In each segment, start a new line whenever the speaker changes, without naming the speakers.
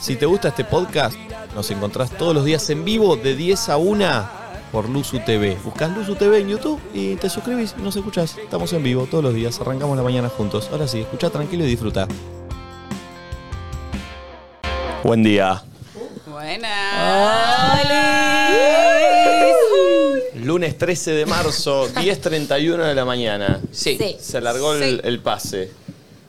Si te gusta este podcast, nos encontrás todos los días en vivo de 10 a 1 por Luzu TV. Buscás Luzu TV en YouTube y te suscribís y nos escuchás. Estamos en vivo todos los días, arrancamos la mañana juntos. Ahora sí, escucha tranquilo y disfruta. Buen día.
Buenas.
Lunes 13 de marzo, 10.31 de la mañana.
Sí. Sí.
Se alargó el, el pase.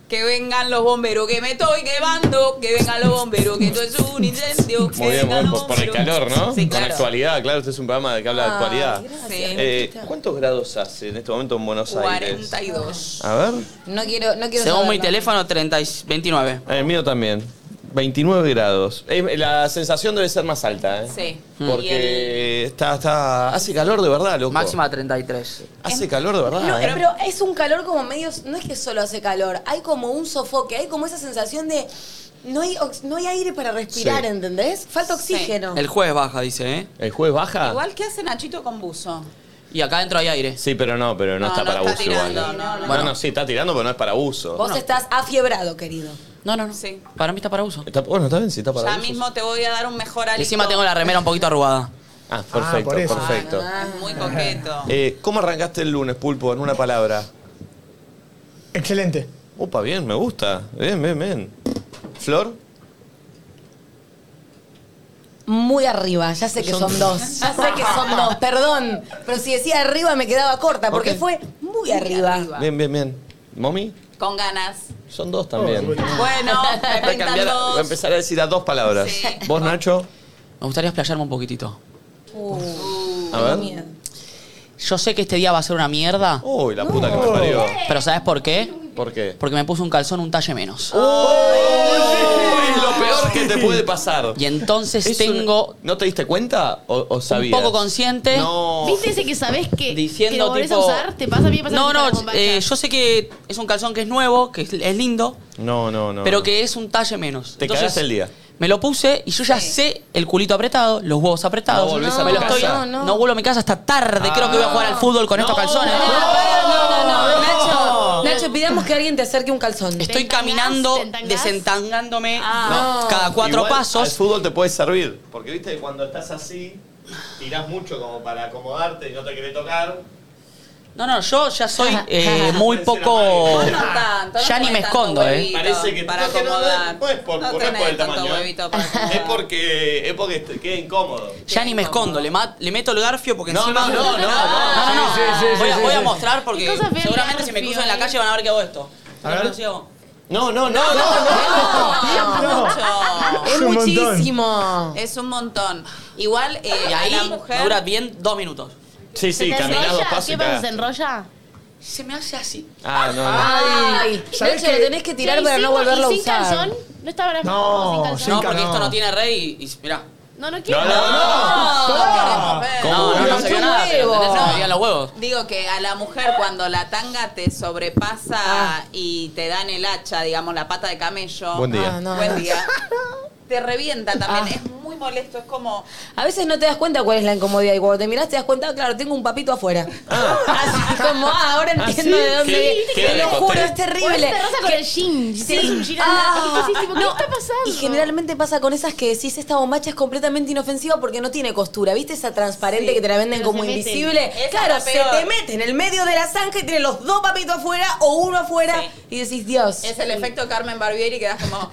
Que vengan los bomberos, que me estoy quemando. Que vengan los bomberos, que esto es un incendio. que
Muy bien, muy
vengan
bien,
los
por, por el
bomberos.
calor, ¿no?
Sí,
Con
claro.
actualidad, claro, este es un programa que habla de
Ay,
actualidad.
gracias,
Eh, ¿Cuántos grados hace en este momento en Buenos Aires?
42.
A ver.
No quiero, no quiero
Según mi
saberlo.
teléfono, 30 y 29.
Eh, El mío también. 29 grados. Eh, la sensación debe ser más alta, ¿eh?
Sí.
Porque está, está. Hace calor de verdad, loco.
Máxima 33.
Hace calor de verdad.
No,
¿eh?
eh, pero es un calor como medio. No es que solo hace calor, hay como un sofoque, hay como esa sensación de. No hay, ox- no hay aire para respirar,
Sí.
¿entendés? Falta oxígeno.
El jueves baja, dice, ¿eh?
¿El juez baja?
Igual que hace Nachito con buzo.
Y acá adentro hay aire.
Sí, pero no, pero no,
No,
está
no
para
está
uso
tirando,
igual.
no, no,
bueno,
no.
sí, está tirando, pero no es para uso.
Vos estás afiebrado, querido.
No, no, no.
Sí.
Para mí está para uso.
Está- bueno, está bien, sí, está para
Ya
uso.
mismo te voy a dar un mejor alito.
Encima tengo la remera un poquito arrugada.
Ah, perfecto,
por eso.
perfecto.
Ah, Es muy coqueto.
Eh, ¿Cómo arrancaste el lunes, Pulpo, en una palabra?
Excelente.
Opa, bien, me gusta. Bien, bien, bien. ¿Flor?
Muy arriba, ya sé que son dos. Ya sé que son dos, perdón. Pero si decía arriba me quedaba corta porque
Ok.
fue muy arriba.
arriba.
Bien, bien, bien. ¿Momi?
Con ganas.
Son dos también.
Oh,
Voy
Bueno, me
a,
pintan
cambiar a- voy a
dos.
empezar a decir a dos palabras.
Sí.
¿Vos, Nacho?
Me gustaría explayarme un poquitito.
Uh,
A ver.
qué miedo.
Yo sé que este día va a ser una mierda,
Uy, la puta que me parió.
pero ¿sabes por qué?
¿Por qué?
Porque me puse un calzón un talle menos.
Uy, lo peor que te puede pasar.
Y entonces
Es un-
tengo
¿No te diste cuenta o, o
un
sabías?
poco consciente
No.
¿Viste ese que sabes que, que lo
diciendo
volvés
tipo...
a usar? ¿Te pasa a mí? me pasa
no,
mucho
no,
con la bombacha.
eh, yo sé que es un calzón que es nuevo, que es, es lindo,
No, no, no.
pero
no.
que es un talle menos.
Te cagaste el día.
Me lo puse y yo ya sé el culito apretado, los huevos apretados.
No volvés
a
me
tu
lo estoy-
casa.
no, vuelvo a mi casa hasta tarde. Creo que voy a jugar al fútbol con estos calzones.
Pará, no, no, no, Nacho, Nacho, pidamos que alguien te acerque un calzón.
Estoy
¿Te entangás?
caminando,
¿Te entangás?
desentangándome
Ah.
no, cada cuatro
Igual,
pasos.
Al fútbol te puede servir. Porque viste que cuando estás así, tirás mucho como para acomodarte y no te querés tocar.
No, no, yo ya soy eh, muy poco.
No tanto, no
Ya ni
tenés
me
tanto
escondo, ¿eh?
huevito
Parece que-
para
no, que no,
acomodar.
no, no es por-
No
no es
tenés
por el
tanto
tamaño.
huevito para
Es
acomodar.
porque, es porque te queda incómodo.
Ya ni me escondo, le, ma- le meto el garfio porque
No,
encima. Ah.
no, no, no, no.
No, no, no.
Sí, sí, sí,
voy, a,
sí,
voy a
sí.
mostrar
Qué
porque
cosa fea el
seguramente si me
garfio,
cruzo en la
eh.
calle van a ver que hago esto. No, no, sí hago.
No, no, no, no.
No.
Mucho.
Es
Es un montón.
muchísimo.
Es un montón. Igual eh,
Y
a la
ahí
mujer.
dura bien dos minutos.
Sí,
¿Se
sí,
te
caminás dos
enrolla?
pasos
¿Qué
y
pasa? ¿Se
cagás.
enrolla?
Se me hace así.
Ah, no, no.
Ay,
¿sabés
Nacho, lo
qué?
tenés que tirar
Che, ¿y
para
sin-
no volverlo a
y sin
usar.
calzón? ¿No estaba la
No,
sin calzón?
sin
No,
ca-
porque
no.
esto no tiene rey y, y mirá.
No, no
No,
quiero.
no, no.
No,
¿Cómo?
no, no,
No,
se
tu
ve nada, pero
huevo.
tenés que me veían los huevos.
Digo que a la mujer cuando la tanga te sobrepasa
Ah.
y te dan el hacha, digamos, la pata de camello.
Buen día.
Ah, no,
Buen
no.
día. Te revienta también.
Ah.
Es muy molesto. Es como.
A veces no te das cuenta cuál es la incomodidad y cuando te mirás te das cuenta, claro, tengo un papito afuera. Así como, ah, ahora entiendo
¿sí?
de dónde
¿Qué?
viene.
¿Qué
Te lo
le
juro,
conté?
es terrible.
te rosa con el jean. Si tienes un jean
Ah.
ah. ¿Qué
No,
está pasando?
Y generalmente pasa con esas que decís, esta bombacha es completamente inofensiva porque no tiene costura. ¿Viste esa transparente
Sí,
que te la venden
pero
como
se meten.
invisible?
Esa
claro,
es la
se
peor.
te mete en el medio de la zanja y tiene los dos papitos afuera o uno afuera
Sí.
y decís, Dios.
Es el efecto Carmen Barbieri que das como.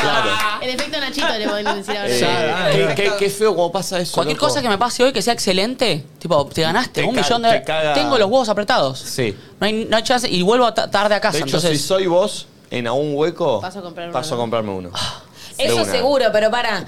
Claro.
El efecto Nachito le podemos decir ahora.
Eh,
Ya,
qué,
ya.
qué- qué feo cómo pasa eso.
Cualquier
loco.
cosa que me pase hoy que sea excelente, tipo, te ganaste
Te
un
ca-
millón
te
de
caga-
Tengo los huevos apretados.
Sí.
No hay, no hay chance y vuelvo a ta- tarde a casa.
De hecho,
entonces,
si soy vos, en algún hueco,
Paso a comprarme
paso a
uno.
comprarme uno. De
Eso
una.
seguro, pero para.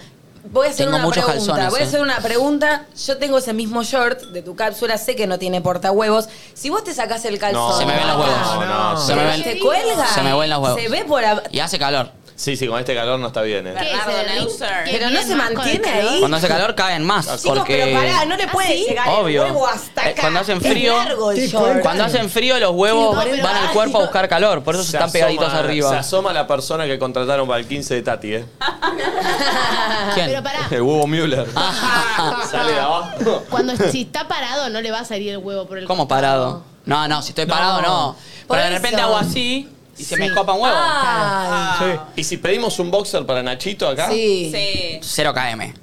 Voy a hacer
Tengo
una
muchos
pregunta.
calzones,
Voy a
eh.
hacer una pregunta. Yo tengo ese mismo short de tu cápsula, sé que no tiene portahuevos. Si vos te sacás el calzón.
No,
Se me ven los
acá,
huevos.
No, no,
Se
se
me
ve-
ven.
Te cuelga.
Se me ven los huevos.
Se ve por ab-
Y hace calor.
Sí, sí, con este calor no está bien, ¿eh?
Claro. Bernardo Neuser.
Pero no se mantiene ahí.
Cuando hace calor caen más.
Chicos,
porque
pero pará, no le
¿Ah,
puede
sí?
llegar
Obvio.
el huevo hasta
Eh,
acá.
cuando hacen frío-
Es largo el
Sí,
short.
cuando hacen frío los huevos
Sí, pero
van al
pará.
cuerpo a buscar calor. Por eso se están pegaditos
asoma- Se
arriba.
asoma la persona que contrataron para el 15 de Tati, ¿eh?
¿Quién?
Pero pará.
El huevo Müller.
Ah.
Sale de abajo.
Cuando si está parado no le va a salir el huevo por el
¿Cómo parado? No, no, si estoy parado no.
Por
Pero de
eso.
repente hago así. y se
Sí.
me escapa un huevo.
Ah,
Sí.
Ah.
¿Y si pedimos un boxer para Nachito acá?
sí.
Sí.
0 km.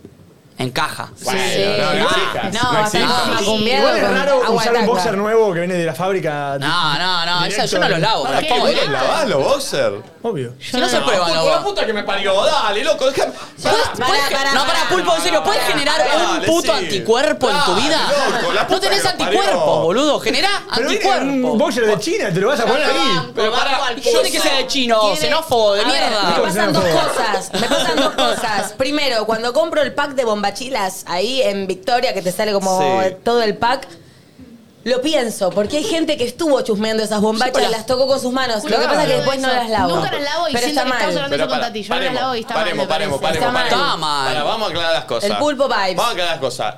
En caja.
Bueno, no, no exijas,
No,
no
hasta
exijas.
exijas.
macumbeado
Igual es
con
raro usar un
aguataca.
boxer nuevo que viene de la fábrica.
No, no, no.
Directo
esa- yo no los lavo.
¿Para
¿Para
qué?
qué?
¿Vos los
lavás los boxer?
Obvio.
Si no se prueban
Pulpo,
los
la
huevos.
puta que me parió, dale, loco, déjame.
¿Puedes-
Pará,
puedes-
pará,
no, para
pará,
pulpo, en serio, ¿puedes generar
pará,
un puto
sí.
anticuerpo en tu
Dale,
vida?
loco, la
no
puta
tenés
que lo parió.
anticuerpos, boludo. Generá
Pero viene un
anticuerpos.
boxer de China, te lo vas a poner ahí.
Pero para,
al
yo de que
pozo.
sea de chino,
Tiene-
xenófobo de
A ver, Me
mierda.
pasan
No.
dos cosas. Me pasan dos cosas. Primero, cuando compro el pack de bombachilas ahí en Victoria, que te sale como
Sí.
todo el pack. Lo pienso, porque hay gente que estuvo chusmeando esas bombachas
pero
y las tocó con sus manos. Lo que
Claro.
pasa es que después no las lavo.
Nunca las lavo y
Pero está
siento que estamos
mal.
hablando eso con
pará,
Tati. Yo no las
paremos,
lavo y está
paremos,
mal. me
paremos,
parece.
paremos,
Está
paremos.
mal. Está mal.
Pará, vamos a aclarar las cosas.
El pulpo vibes.
Vamos a aclarar las cosas.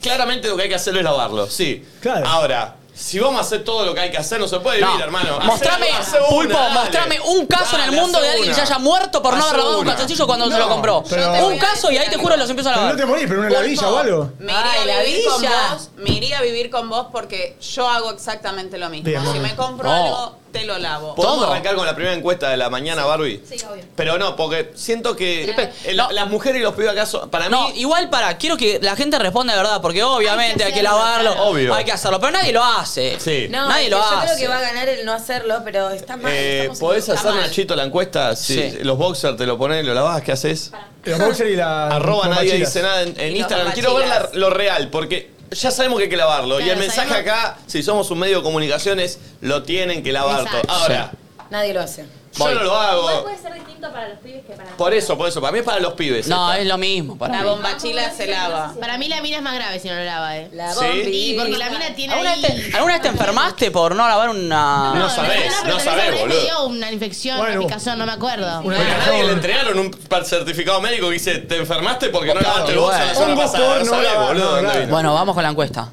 Claramente lo que hay que hacer es lavarlo, sí.
Claro.
Ahora, si vamos a hacer todo lo que hay que hacer, no se puede
No.
vivir, hermano. Hacé
Mostrame,
algo, hacé una,
Pulpo,
dale.
mostrame un caso en el
Dale,
mundo
hacé
de alguien que se
una.
haya muerto por no
Hacé
haber lavado un
una.
calzoncillo cuando se lo
No,
compró.
pero-
Un caso y ahí te juro los empiezo a
Pero no
lavar.
te morís, pero una
Pulpo,
ladilla o algo.
Me iría
Ay,
a vivir con
ladilla.
vos. Me iría a vivir con vos porque yo hago exactamente lo mismo.
Bien,
si
mami.
me compro
No.
algo, te lo lavo.
Po-
¿Podemos
Todo.
arrancar con la primera encuesta de la mañana, Barbie? Sí, obvio. Pero no, porque siento que
eh,
el-
No.
las mujeres y los pibes acá son, para
No,
mí...
igual para, quiero que la gente responda de verdad, porque obviamente hay que,
hacerlo,
lavarlo,
claro.
Obvio.
hay que hacerlo, pero nadie lo hace.
Sí.
No,
nadie
es
lo
que yo
hace.
creo que va a ganar el no hacerlo, pero está mal.
Eh,
estamos
¿Podés
equivocados.
hacer,
mal.
Nachito, la encuesta? Si
Sí.
los boxers te lo pones, lo lavás, ¿qué haces?
Los boxer y la.
Arroba nadie
bombachilas.
dice nada en, en
Y los
Instagram. Quiero ver la-
bombachilas.
lo real, porque ya sabemos que hay que lavarlo. y
Claro,
el mensaje
sabemos.
acá, si somos un medio de comunicaciones, lo tienen que lavar. todo.
Exacto.
Ahora,
Nadie lo hace.
yo no lo
Igual
hago.
puede ser distinto para los pibes que para
Por eso, por eso. Para mí es para los pibes.
No,
esta.
es lo mismo. Para
La
mí.
bombachila se lava.
Para mí la mina es más grave si no la lava, eh.
La
Sí.
bombi.
Sí, porque la mina tiene
¿Alguna
ahí...
vez, te, alguna vez te enfermaste por no lavar una...?
No sabés,
pero
no
esa
sabés,
vez
boludo.
Me dio una infección,
Bueno.
una picazón, no me acuerdo.
Una-
Pero a nadie le entregaron un par- certificado médico que dice, te enfermaste porque no
Claro,
lavaste el bolso la
bueno.
semana
Un
pasada.
doctor
No
no
sabés,
lava,
boludo,
no,
dónde
claro.
vino.
Bueno, vamos con la encuesta.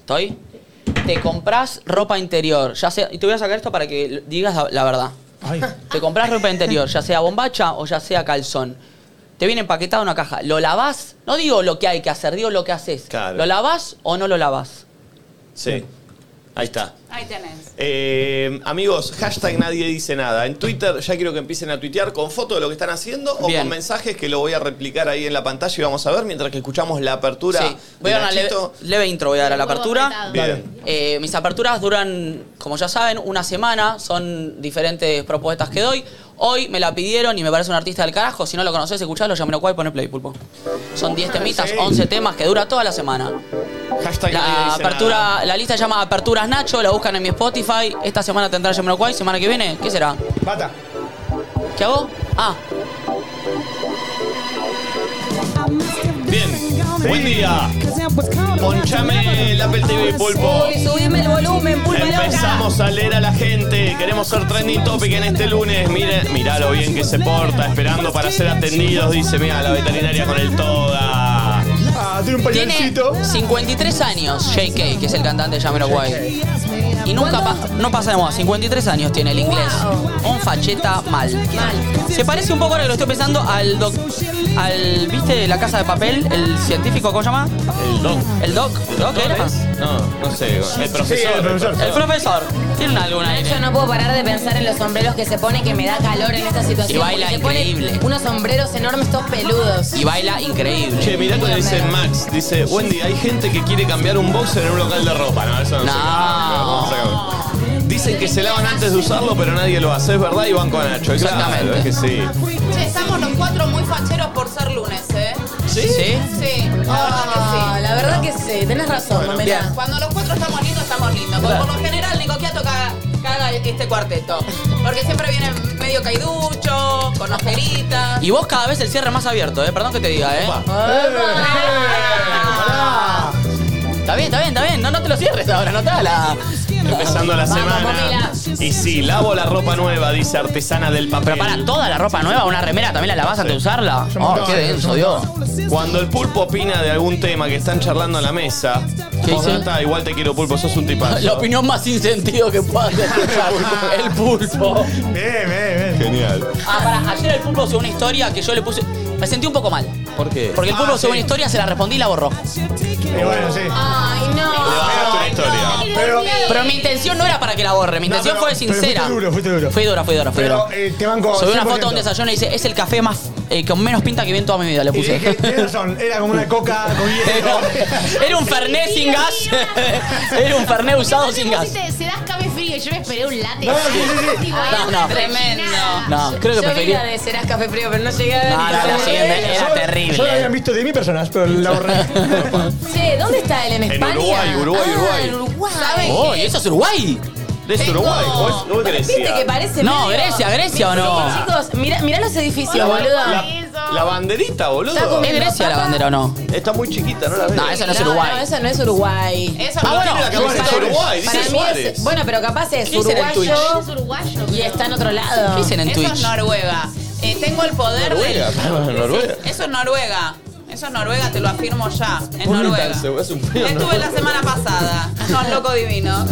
¿Estoy? Te compras ropa interior, ya sea... Y te voy a sacar esto para que l- digas la, la verdad.
Ay.
Te compras ropa interior, ya sea bombacha o ya sea calzón. Te viene empaquetado en una caja. ¿Lo lavás? No digo lo que hay que hacer, digo lo que haces.
Claro.
¿Lo lavás o no lo lavás?
Sí. Ahí está.
Ahí tenés.
Eh, amigos, hashtag nadie dice nada. En Twitter ya quiero que empiecen a tuitear con fotos de lo que están haciendo o
Bien.
con mensajes que lo voy a replicar ahí en la pantalla y vamos a ver mientras que escuchamos la apertura.
Sí. Voy
de
a dar una leve,
Nachito.
leve intro, voy a dar a la
Huevo
apertura.
apretado.
Bien.
Eh, mis aperturas duran, como ya saben, una semana. Son diferentes propuestas que doy. Hoy me la pidieron y me parece un artista del carajo. Si no lo conoces, escuchalo, llámelo cual y poné play, pulpo. Son
Ah,
10 temitas, 11 temas que dura toda la semana.
Hashtag nadie
La
dice nada.
apertura, la lista se llama Aperturas Nacho, la buscan en mi Spotify. Esta semana tendrá llámelo cual, semana que viene, ¿qué será?
Bata.
¿Qué hago? Ah,
Bien. Buen día. Ponchame la Apple TV Pulpo.
Uy, subime el volumen, pulpo
Empezamos a leer a la gente. Queremos ser trending topic en este lunes. Miren, mirá lo bien que se porta, esperando para ser atendidos. Dice, mira, la veterinaria con el toda.
Ah, tiene un
tiene
pañuelcito.
53 años JK, que es el cantante de llámelo cual. Y nunca pasa, no pasa de moda, 53 años tiene el inglés. Un facheta mal. Se parece un poco ahora que lo estoy pensando al doc. Al, ¿Viste la casa de papel? El científico, ¿cómo se llama?
El doc.
El doc. ¿Doc era?
No, no sé. El profesor.
Sí, el profesor.
El profesor. Tiene alguna aire.
Yo no puedo parar de pensar en los sombreros que se pone que me da calor en esta situación.
Y baila
porque se pone
increíble.
Unos sombreros enormes, todos peludos.
Y baila increíble.
Che, mirá lo que dice Max. Dice, Wendy, hay gente que quiere cambiar un boxer en un local de ropa. No, eso no, se
No.
cambia, no, no se cambia. Dicen que se lavan antes de usarlo, pero nadie lo hace. Es verdad, y van con Nacho. Y claro,
Exactamente.
es que sí.
Che, estamos los cuatro muy facheros por ser lunes, ¿eh?
¿Sí?
Sí, la verdad
Ah, la verdad que sí, tenés razón,
que sí.
Mamela.
Cuando los cuatro estamos lindos, estamos lindos. Porque por lo general, Nico Quiato caga, caga este cuarteto. Porque siempre viene medio caiducho, con ojeritas.
Y vos cada vez el cierre más abierto, ¿eh? Perdón que te diga, ¿eh?
Opa.
Ah.
Está bien, está bien, está bien. No, no te lo cierres ahora, no te hagas la...
Empezando la semana. Y sí, lavo la ropa nueva, dice artesana del papel.
Pero para toda la ropa nueva, una remera también la lavás antes de usarla. Oh, qué denso, Dios.
Cuando el pulpo opina de algún tema que están charlando en la mesa,
¿Qué
vos
dice?
data, igual te quiero pulpo, sos un tipazo.
La opinión más sin sentido que pueda escuchar. el pulpo.
Bien, bien, bien.
Genial.
Ah, pará, ayer el pulpo subió una historia que yo le puse. Me sentí un poco mal.
¿Por qué?
Porque el pulpo sube una historia, se la respondí y la borró.
Y bueno, sí.
Ah,
Ay, no.
una historia.
Pero, eh,
Pero mi intención no era para que la borre, mi
No,
intención
pero-
fue
pero
sincera.
fuiste duro, fuiste duro.
Fui dura, fui dura, fui dura.
pero eh, te banco.
Subí una foto de
100%.
un desayuno y dice, es el café más eh, con menos pinta que vi en toda mi vida, le
Y
puse.
dije, tienes razón, era como una coca con hielo.
Era- Era un fernet sin gas. Era un fernet usado sin gas.
Se das café frío y yo me esperé un latte.
No, sí, sí, sí.
Tipo, eh,
No, no.
Tremendo.
No, creo que
Yo vi
preferí.
la de Serás Café Frío, pero no llegué a ver.
No, no, la siguiente
Yo-
era
Yo la habían
terrible.
visto de mil personas, pero la borré.
Che, ¿dónde está él? ¿En España?
Uruguay, Uruguay,
Ah,
Uruguay.
en Uruguay.
Oh, ¿y eso es Uruguay?
Es Uruguay. ¿Vos, vos
¿Viste que
Grecia?
parece
No,
medio-
Grecia, Grecia o no.
Chicos, mirá, mirá los edificios,
Hola,
boludo.
hola.
La, la banderita, boludo.
¿Es Grecia la bandera o no?
Está muy chiquita, no la veo.
No, eso no es Uruguay.
eso no es Uruguay.
Eso
Ah,
no
bueno,
tiene la
que vos
cabeza.
sos Uruguay, Eh,
Para
dice
mí es-
Suárez.
bueno, pero capaz es
¿Qué será el
uruguayo
Es uruguayo.
y está en otro lado.
¿Qué dicen en
Eso es
Twitch?
Noruega. Eh, tengo el poder
Noruega,
del...
perdón, Noruega.
Eso es Noruega. Eso es Noruega, te lo afirmo ya. Es
Vos ni
Noruega.
tan seguro, es un pedo,
Estuve
Noruega.
la semana pasada. Son loco divino.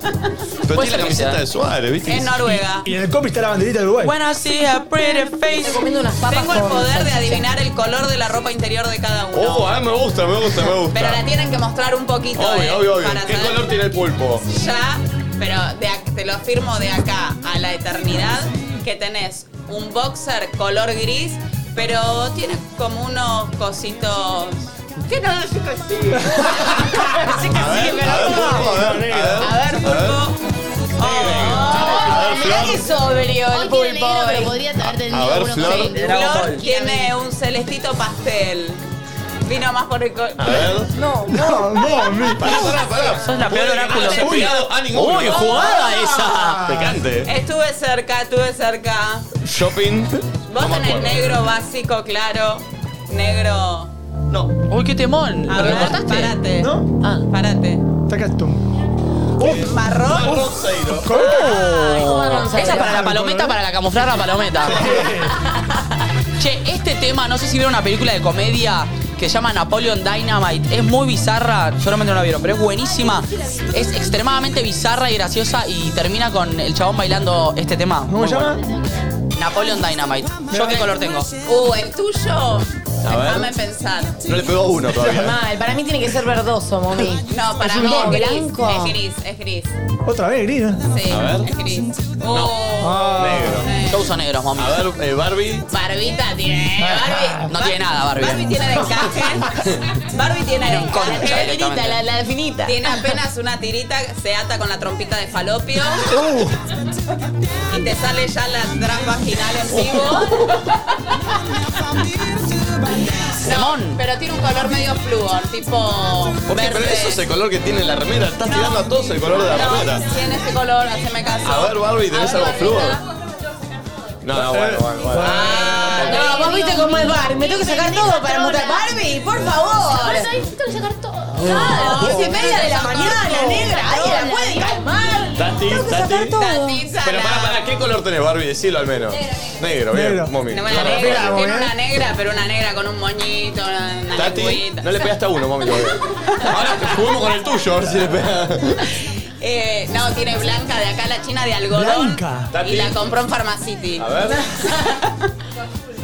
Pero tiene la
Puede ser que sea.
camiseta de Suárez, ¿viste?
es Noruega.
Y en el copy está la banderita de Uruguay.
When I see a pretty face.
Estoy comiendo unas papas
Tengo el
con
poder de
salchicha.
adivinar el color de la ropa interior de cada uno.
Ojo, ah, me gusta, me gusta, me gusta.
Pero la tienen que mostrar un poquito. eh,
Obvio, obvio, obvio.
Para
¿Qué
saber
color tiene el pulpo?
ya, pero de ac- te lo afirmo de acá a la eternidad, que tenés un boxer color gris, pero tiene como unos cositos. ¿Qué no? Así que sí. Así que sí, pero no.
a ver,
A ver, pulpo. Oh,
Ay, mirá qué sobrio
Hoy
el
tiene negro,
pulpo.
pero podría haber
A
tenido
ver,
uno
Flor.
con
Flor
negro.
tiene un celestito pastel. Vino más por el co-
A ver.
No,
No, no, mi.
Pará, pará, pará.
Sos la peor oráculo.
No le he pegado a ninguno.
Uy, jugada esa.
Picante.
Estuve cerca, estuve cerca.
Shopping.
Vos
No me
tenés
acuerdo.
negro básico, claro. Negro.
No.
Uy, qué temón.
A
¿Lo
ver,
recortaste?
parate.
¿No?
Ah.
Parate.
Sacas tú.
Marrón.
Marrón Seiro.
Esa es para la palometa, para la camuflar la palometa. che, este tema, no sé si vieron una película de comedia que se llama Napoleon Dynamite. Es muy bizarra, solamente no la vieron, pero es buenísima. Es extremadamente bizarra y graciosa y termina con el chabón bailando este tema.
¿Cómo
Muy
se llama?
bueno. Napoleon Dynamite. ¿Yo qué color tengo?
Uh, el tuyo.
ver.
Déjame pensar.
No le pegó uno todavía.
Mal, para mí tiene que ser verdoso, mami.
No, para
Es un
mí es
no,
gris.
blanco.
Es gris, es gris.
Otra vez, gris. ¿eh?
Sí,
A ver.
es gris. Uh,
Ah.
eh.
Yo uso negros, mami.
A ver, eh, Barbie.
Barbita tiene. Barbie.
No
Bar-
tiene nada, Barbie.
Barbie tiene de encaje. Barbie tiene de
concha
encaje.
directamente.
Finita, la, la finita.
Tiene apenas una tirita, se ata con la trompita de falopio. Y te sale ya la trans vaginal en vivo.
Temón.
Pero tiene un color medio flúor, tipo.
¿Por qué?
verde.
Pero eso es el color que tiene la remera. Estás tirando a todos el color de la remera.
No, tiene ese color, haceme caso.
A ver, Barbie, ¿tenés
A ver,
algo flúor? No, no, bueno, bueno, bueno.
No, Ah, vos viste cómo es Barbie. Me tengo que sacar todo para mutar Barbie, por favor.
Por eso ahí tengo que sacar todo.
Claro, once y media de la mañana, negra. Nadie la puede calmar.
Tati,
Tengo que sacar
Tati.
todo.
Tatizana.
Pero pará, pará, ¿qué color tenés, Barbie? Decilo al menos. Negro,
Negro.
bien, mami.
No, una
Claro,
negra,
claro,
tiene
¿eh?
una negra, pero una negra con un moñito, una, una
Tati,
lengüita.
no le pegaste a uno, mami. todavía. Ahora juguemos con el tuyo, a ver si le pega.
Eh, no, tiene blanca de acá, la china de algodón.
Blanca.
Y
Tati.
la compró en Pharmacity.
A ver.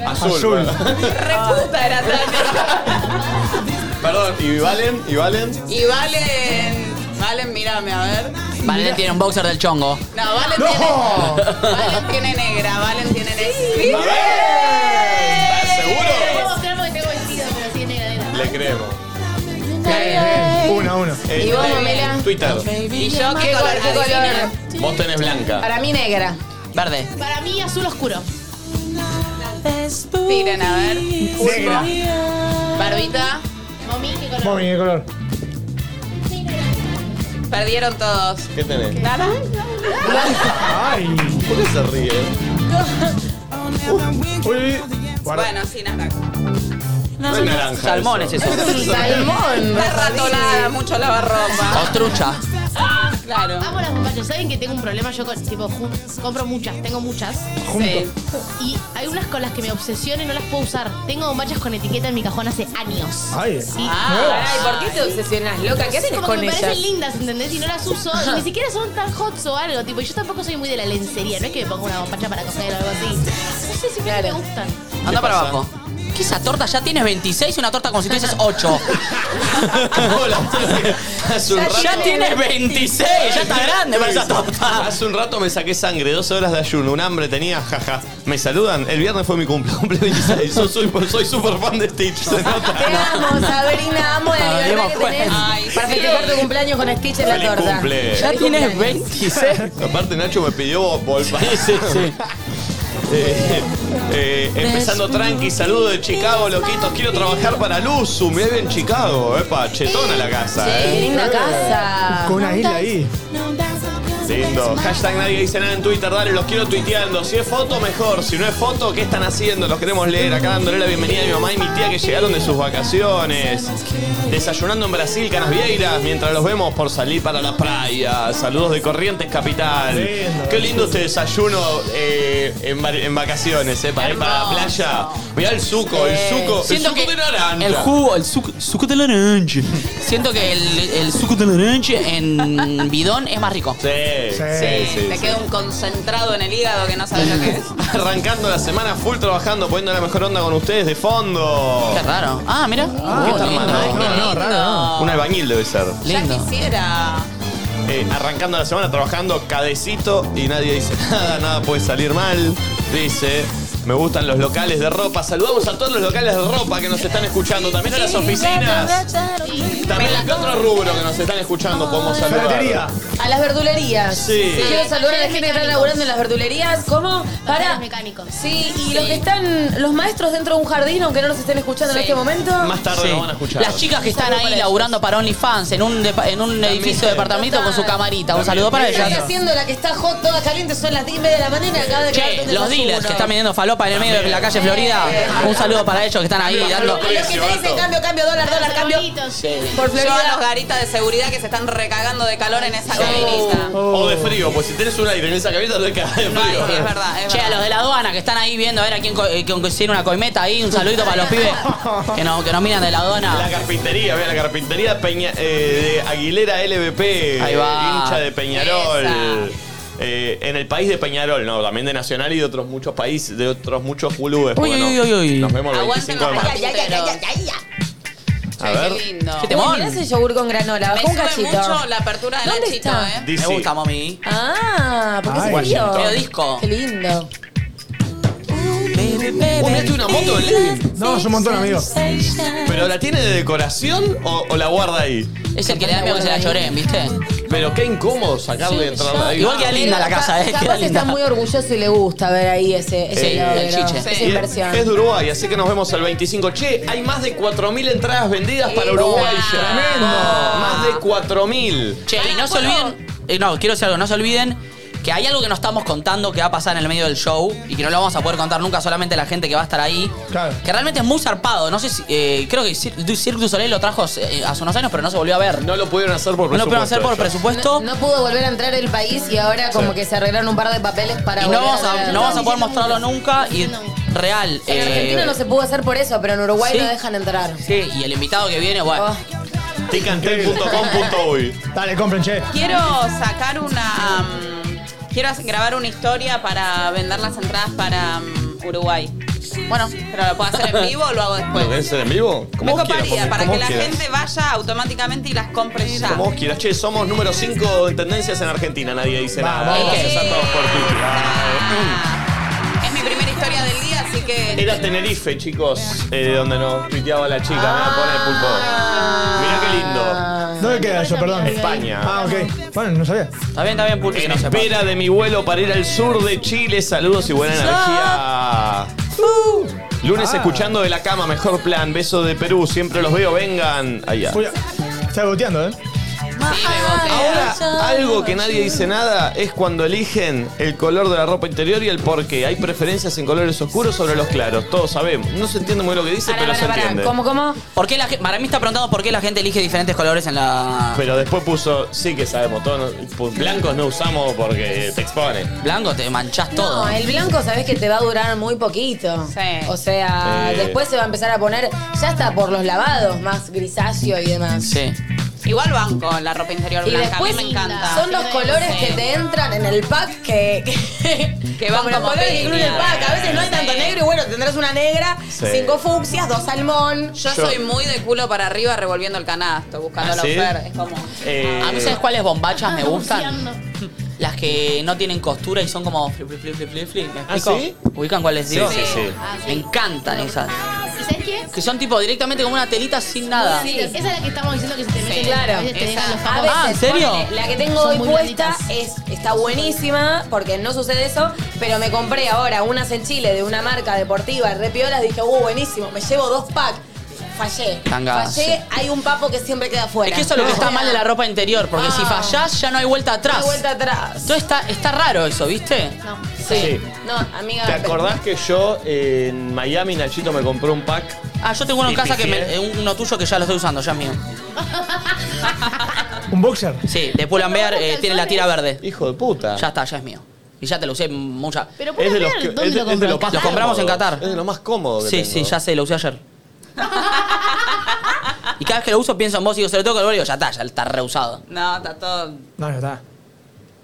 Azul.
Azul.
bueno.
Reputa era Tati.
Perdón, ¿y Valen? ¿Y Valen?
Y Valen. Valen, mírame, a ver.
Valen tiene un boxer del chongo.
No, Valen
Uh,
tiene. Valen tiene negra, Valen tiene negra.
A ver. ¿Estás
Puedo
seguro?
mostrar porque tengo vestido, pero sí es negra, negra.
Le creemos.
Uno, uno.
Eh,
¿Y vos,
eh,
Mamela?
Twitter.
¿Y yo qué color?
¿Qué color?
adivina?
Vos tenés blanca.
Para mí negra.
Verde.
Para mí, azul oscuro.
Tiren, a ver.
Negra.
Barbita,
Mami, ¿qué color?
Mami, ¿qué color?
perdieron todos.
¿Qué tenés?
Ay.
¿Por qué se ríe?
Uy. guarda.
Bueno, sin naranja.
No es naranja.
Salmón
eso.
es eso.
Salmón.
Está ratonada, mucho
Ah.
lavarropa.
Ostrucha.
Claro.
Amo las bombachas. Saben que tengo un problema. Yo con- tipo, ju- compro muchas, tengo muchas.
Sí.
Y hay unas con las que me obsesiono y no las puedo usar. Tengo bombachas con etiqueta en mi cajón hace años.
Ay.
Ah.
Ay, ¿por qué te obsesionas, loca? Ah. ¿Qué haces
Como
con
que me parecen
ellas?
lindas, ¿entendés? Y no las uso, y ni siquiera son tan hots o algo, tipo, y yo tampoco soy muy de la lencería, no es que me ponga una bombacha para coger o algo así. No sé si me
Claro.
gustan.
Anda para abajo. ¿Qué esa torta? Ya tienes 26 y una torta consistencia es 8.
Hace un rato.
ya tienes 26, ya está grande para esa torta.
Hace un rato me saqué sangre, 12 horas de ayuno, un hambre tenía, jaja. Me saludan, el viernes fue mi cumple, cumple 26. Yo soy soy súper fan de Stitch, se nota.
Te amo, Sabrina, amo
Ah,
la
Nos
libertad
dimos
que tenés
cuenta.
Ay,
para
sí.
festejar tu cumpleaños con Stitch en la
Feliz
torta.
cumple.
Ya
Feliz
tienes
cumpleaños.
26.
Aparte Nacho me pidió volver. Eh, eh, empezando tranqui, saludo de Chicago, loquitos. Quiero trabajar para Luzu, me ve en Chicago. Epa, chetona la casa,
Qué
eh.
linda casa.
Con una isla ahí.
Lindo. Hashtag nadie dice nada en Twitter, dale, los quiero tuiteando. Si es foto, mejor. Si no es foto, ¿qué están haciendo? Los queremos leer. Acá dándole la bienvenida a mi mamá y mi tía que llegaron de sus vacaciones. Desayunando en Brasil, Canas Vieiras, mientras los vemos por salir para la playa. Saludos de Corrientes Capital.
Lindo.
Qué lindo este desayuno eh, en, va- en vacaciones, eh, para ir para la playa. Mirá el suco, el suco, el
Siento
suco
que
de naranja.
el jugo, el suco, suco de naranja. Siento que el, el suco de naranja en bidón es más rico.
Sí, sí, sí,
te
sí.
queda un concentrado en el hígado que no sabes lo que es.
Arrancando la semana full trabajando, poniendo la mejor onda con ustedes de fondo.
Qué raro. Ah, mira.
¿qué
Oh,
tal,
lindo.
mano?
No, no, raro, no.
Un albañil debe ser.
Ya
Lindo.
quisiera.
Eh, arrancando la semana trabajando cadecito y nadie dice nada, nada puede salir mal. Dice, me gustan los locales de ropa. Saludamos a todos los locales de ropa que nos están escuchando, también a las oficinas. También a otro rubro que nos están escuchando podemos
Ferretería.
saludar.
A las verdulerías.
Sí.
Quiero saludar a la gente que está laburando en las verdulerías. ¿Cómo? Para.
Los mecánicos.
Sí, y los que están, los maestros dentro de un jardín, aunque no los estén escuchando en
Sí.
este momento.
Más tarde
Sí.
lo van a escuchar.
Las chicas que están ahí laburando para OnlyFans en un, depa- en un edificio de departamento con su camarita. Un saludo para
La que
ellas.
haciendo la que está hot, toda caliente, son las 10 y media de la mañana. Acaba de quedar
Che,
donde
los
más
dealers
uno.
que están vendiendo falopa en el medio de la calle Florida. Un saludo para ellos que están ahí dando.
Y los que te dicen cambio, cambio, dólar, dólar, cambio.
Ah,
Por
Yo a los
Florida.
garitas de seguridad que se están recagando de calor en esa cabinita.
O de frío, pues si tenés un aire en esa cabeza te cae de
No, es, es
frío.
verdad, es
Che, a los
verdad.
de la aduana que están ahí viendo a ver a quién co- eh, quién consigue una coimeta ahí. Un saludito para los pibes que nos, que nos miran de la
La
aduana.
carpintería, vea, la carpintería Peña- eh, de Aguilera LVP,
Ahí va.
eh, hincha de Peñarol.
Esa.
Eh, en el país de Peñarol, no, también de Nacional y de otros muchos países, de otros muchos clubes.
Uy,
bueno,
uy, uy, uy.
Nos vemos el
Aguanten
25 de
los
marzo.
Ay, ay, ay, ay, ay, ay.
A
Che,
ver,
qué lindo.
Qué
Uy,
temón.
mirá ese yogur con granola,
Me
bajó un
sube
cachito.
mucho la apertura de
¿Dónde
Nachito,
está?
¿eh?
dice,
Me gusta, mami.
Ah, porque
Ay,
se murió.
Qué disco.
Qué lindo.
¿Vos metiste una moto en Lin?
No, es un montón, amigo.
¿Pero la tiene de decoración o, o la guarda ahí?
Es el que le da miedo que se la lloren, ¿viste?
Pero qué incómodo sacarle y entrarla ahí.
Igual queda Ah, linda la
Pero
casa,
ca-
¿eh? Queda
Capaz
linda.
está muy orgulloso y le gusta ver ahí ese, ese
Sí,
logro,
el chiche.
Sí.
esa
Y es-
inversión.
Es de Uruguay, así que nos vemos el 25. Che, hay más de 4.000 entradas vendidas para Uruguay ya.
Tremendo.
Más de 4.000.
Che, y no se olviden. eh, no, quiero decir algo, no se olviden que hay algo que no estamos contando que va a pasar en el medio del show y que no lo vamos a poder contar nunca solamente la gente que va a estar ahí.
Claro.
Que realmente es muy zarpado. No sé si. eh, creo que Cir- du- Cirque du Soleil lo trajo eh, hace unos años, pero no se volvió a ver. No,
No lo pudieron hacer por
lo
presupuesto.
pudieron hacer por
ellos.
presupuesto.
No pudo volver a entrar el país y ahora como que se arreglaron un par de papeles para
y no
volver
vamos a,
entrar.
no vamos a poder mostrarlo nunca. Y real.
En
eh,
Argentina no se pudo hacer por eso, pero en Uruguay
¿sí?
lo dejan entrar.
Sí, y el invitado que viene, bueno.
Oh.
Ticantel.com.uy.
Dale, compren, che.
Quiero sacar una. um, quiero hacer- grabar una historia para vender las entradas para um, Uruguay. Bueno, pero lo puedo hacer en vivo o lo hago
¿Lo
después.
querés hacer en vivo?
Me
vos
coparía
quieras,
para
como
que
vos
la
quieras.
gente vaya automáticamente y las compre ya.
Como vos quieras. Che, somos número 5 en tendencias en Argentina. Nadie dice nada.
Vamos.
Gracias a todos por Twitter. Ah,
Ah, Es mi primera historia del día, así que.
Era Tenerife, chicos, eh, donde nos tuiteaba la chica. Mirá, pone el pulpo. Mirá qué lindo.
¿Dónde queda eso? Perdón.
España.
Ah, ok. Bueno, no sabía.
Está bien, está bien, Pulpi, que
En
no sepa.
espera de mi vuelo para ir al sur de Chile. Saludos y buena energía. Lunes
Ah.
escuchando de la cama, mejor plan. Beso de Perú, siempre los veo, vengan. Allá.
Uy, Está goteando, ¿eh?
Ahora, algo que nadie dice nada es cuando eligen el color de la ropa interior y el porqué. Hay preferencias en colores oscuros sobre los claros, todos sabemos. No se entiende muy bien lo que dice,
Pará,
pero
pará,
se
pará.
entiende.
¿Cómo, cómo?
¿Por qué la gen- para mí está preguntando por qué la gente elige diferentes colores en la.
Pero después puso, sí que sabemos, todos no- pu- blancos no usamos porque te expone.
Blanco, te manchás todo.
No, el blanco sabes que te va a durar muy poquito.
Sí.
O sea,
Sí.
Eh.
después se va a empezar a poner, ya está por los lavados, más grisáceo y demás.
Sí.
Igual banco la ropa interior
Y
blanca, a mí
después
me encanta.
son los colores que te entran en el pack que, que,
Que van
Como los
como
colores que incluyen
piña.
pack. A veces no hay tanto
Sí.
negro y bueno, tendrás una negra,
Sí.
cinco fucsias, dos salmón.
Yo soy muy de culo para arriba revolviendo el canasto, buscando
¿Ah,
la
sí?
oferta. Es como.
Eh,
A mí, ¿sabes cuáles
Ah,
bombachas me gustan?
buceando.
Las que no tienen costura y son como flip, flip, flip, flip, flip, flip. ¿Me
¿Ah,
explico?
sí?
¿Ubican cuáles
Sí,
digo?
sí, sí.
Me encantan esas.
¿Y sabes qué?
Que son tipo directamente como una telita sin nada.
Sí, esa es la que estamos diciendo que se te mete.
claro,
A veces te
esa.
dejan los
A
capos.
veces,
Ah, ¿en serio?
ponele, la que tengo
Son
hoy
muy
puesta es,
blanditas.
está buenísima, porque no sucede eso, pero me compré ahora unas en Chile de una marca deportiva, re piolas, dije, uh, buenísimo, me llevo dos packs. Fallé.
Tanga,
Fallé,
sí.
hay un papo que siempre queda fuera.
Es que eso es lo que
No.
está mal de la ropa interior, porque si fallás ya no hay vuelta
No hay
atrás.
vuelta atrás.
Entonces está, está raro eso, ¿viste?
No.
Sí.
No, amiga.
¿Te acordás que yo eh, en Miami, Nachito, me compró un pack?
Ah, yo tengo uno en
Y
casa que me,
pifié.
eh, uno tuyo que ya lo estoy usando, ya es mío.
Un boxer.
Sí, de Pull and Bear eh, tiene la tira verde.
Hijo de puta.
Ya está, ya es mío. Y ya te lo usé muchas.
Pero
Es de
puedo
los
ver
que-
dónde
es de- es
lo
de
compró.
los más
Lo compramos en
cómodos.
Qatar.
Es de lo más cómodo que
Sí,
tengo.
sí, ya sé, lo usé ayer. y cada vez que lo uso pienso en vos y digo, se lo tengo que volver y digo, ya está, ya está reusado.
No, está todo,
No, ya está.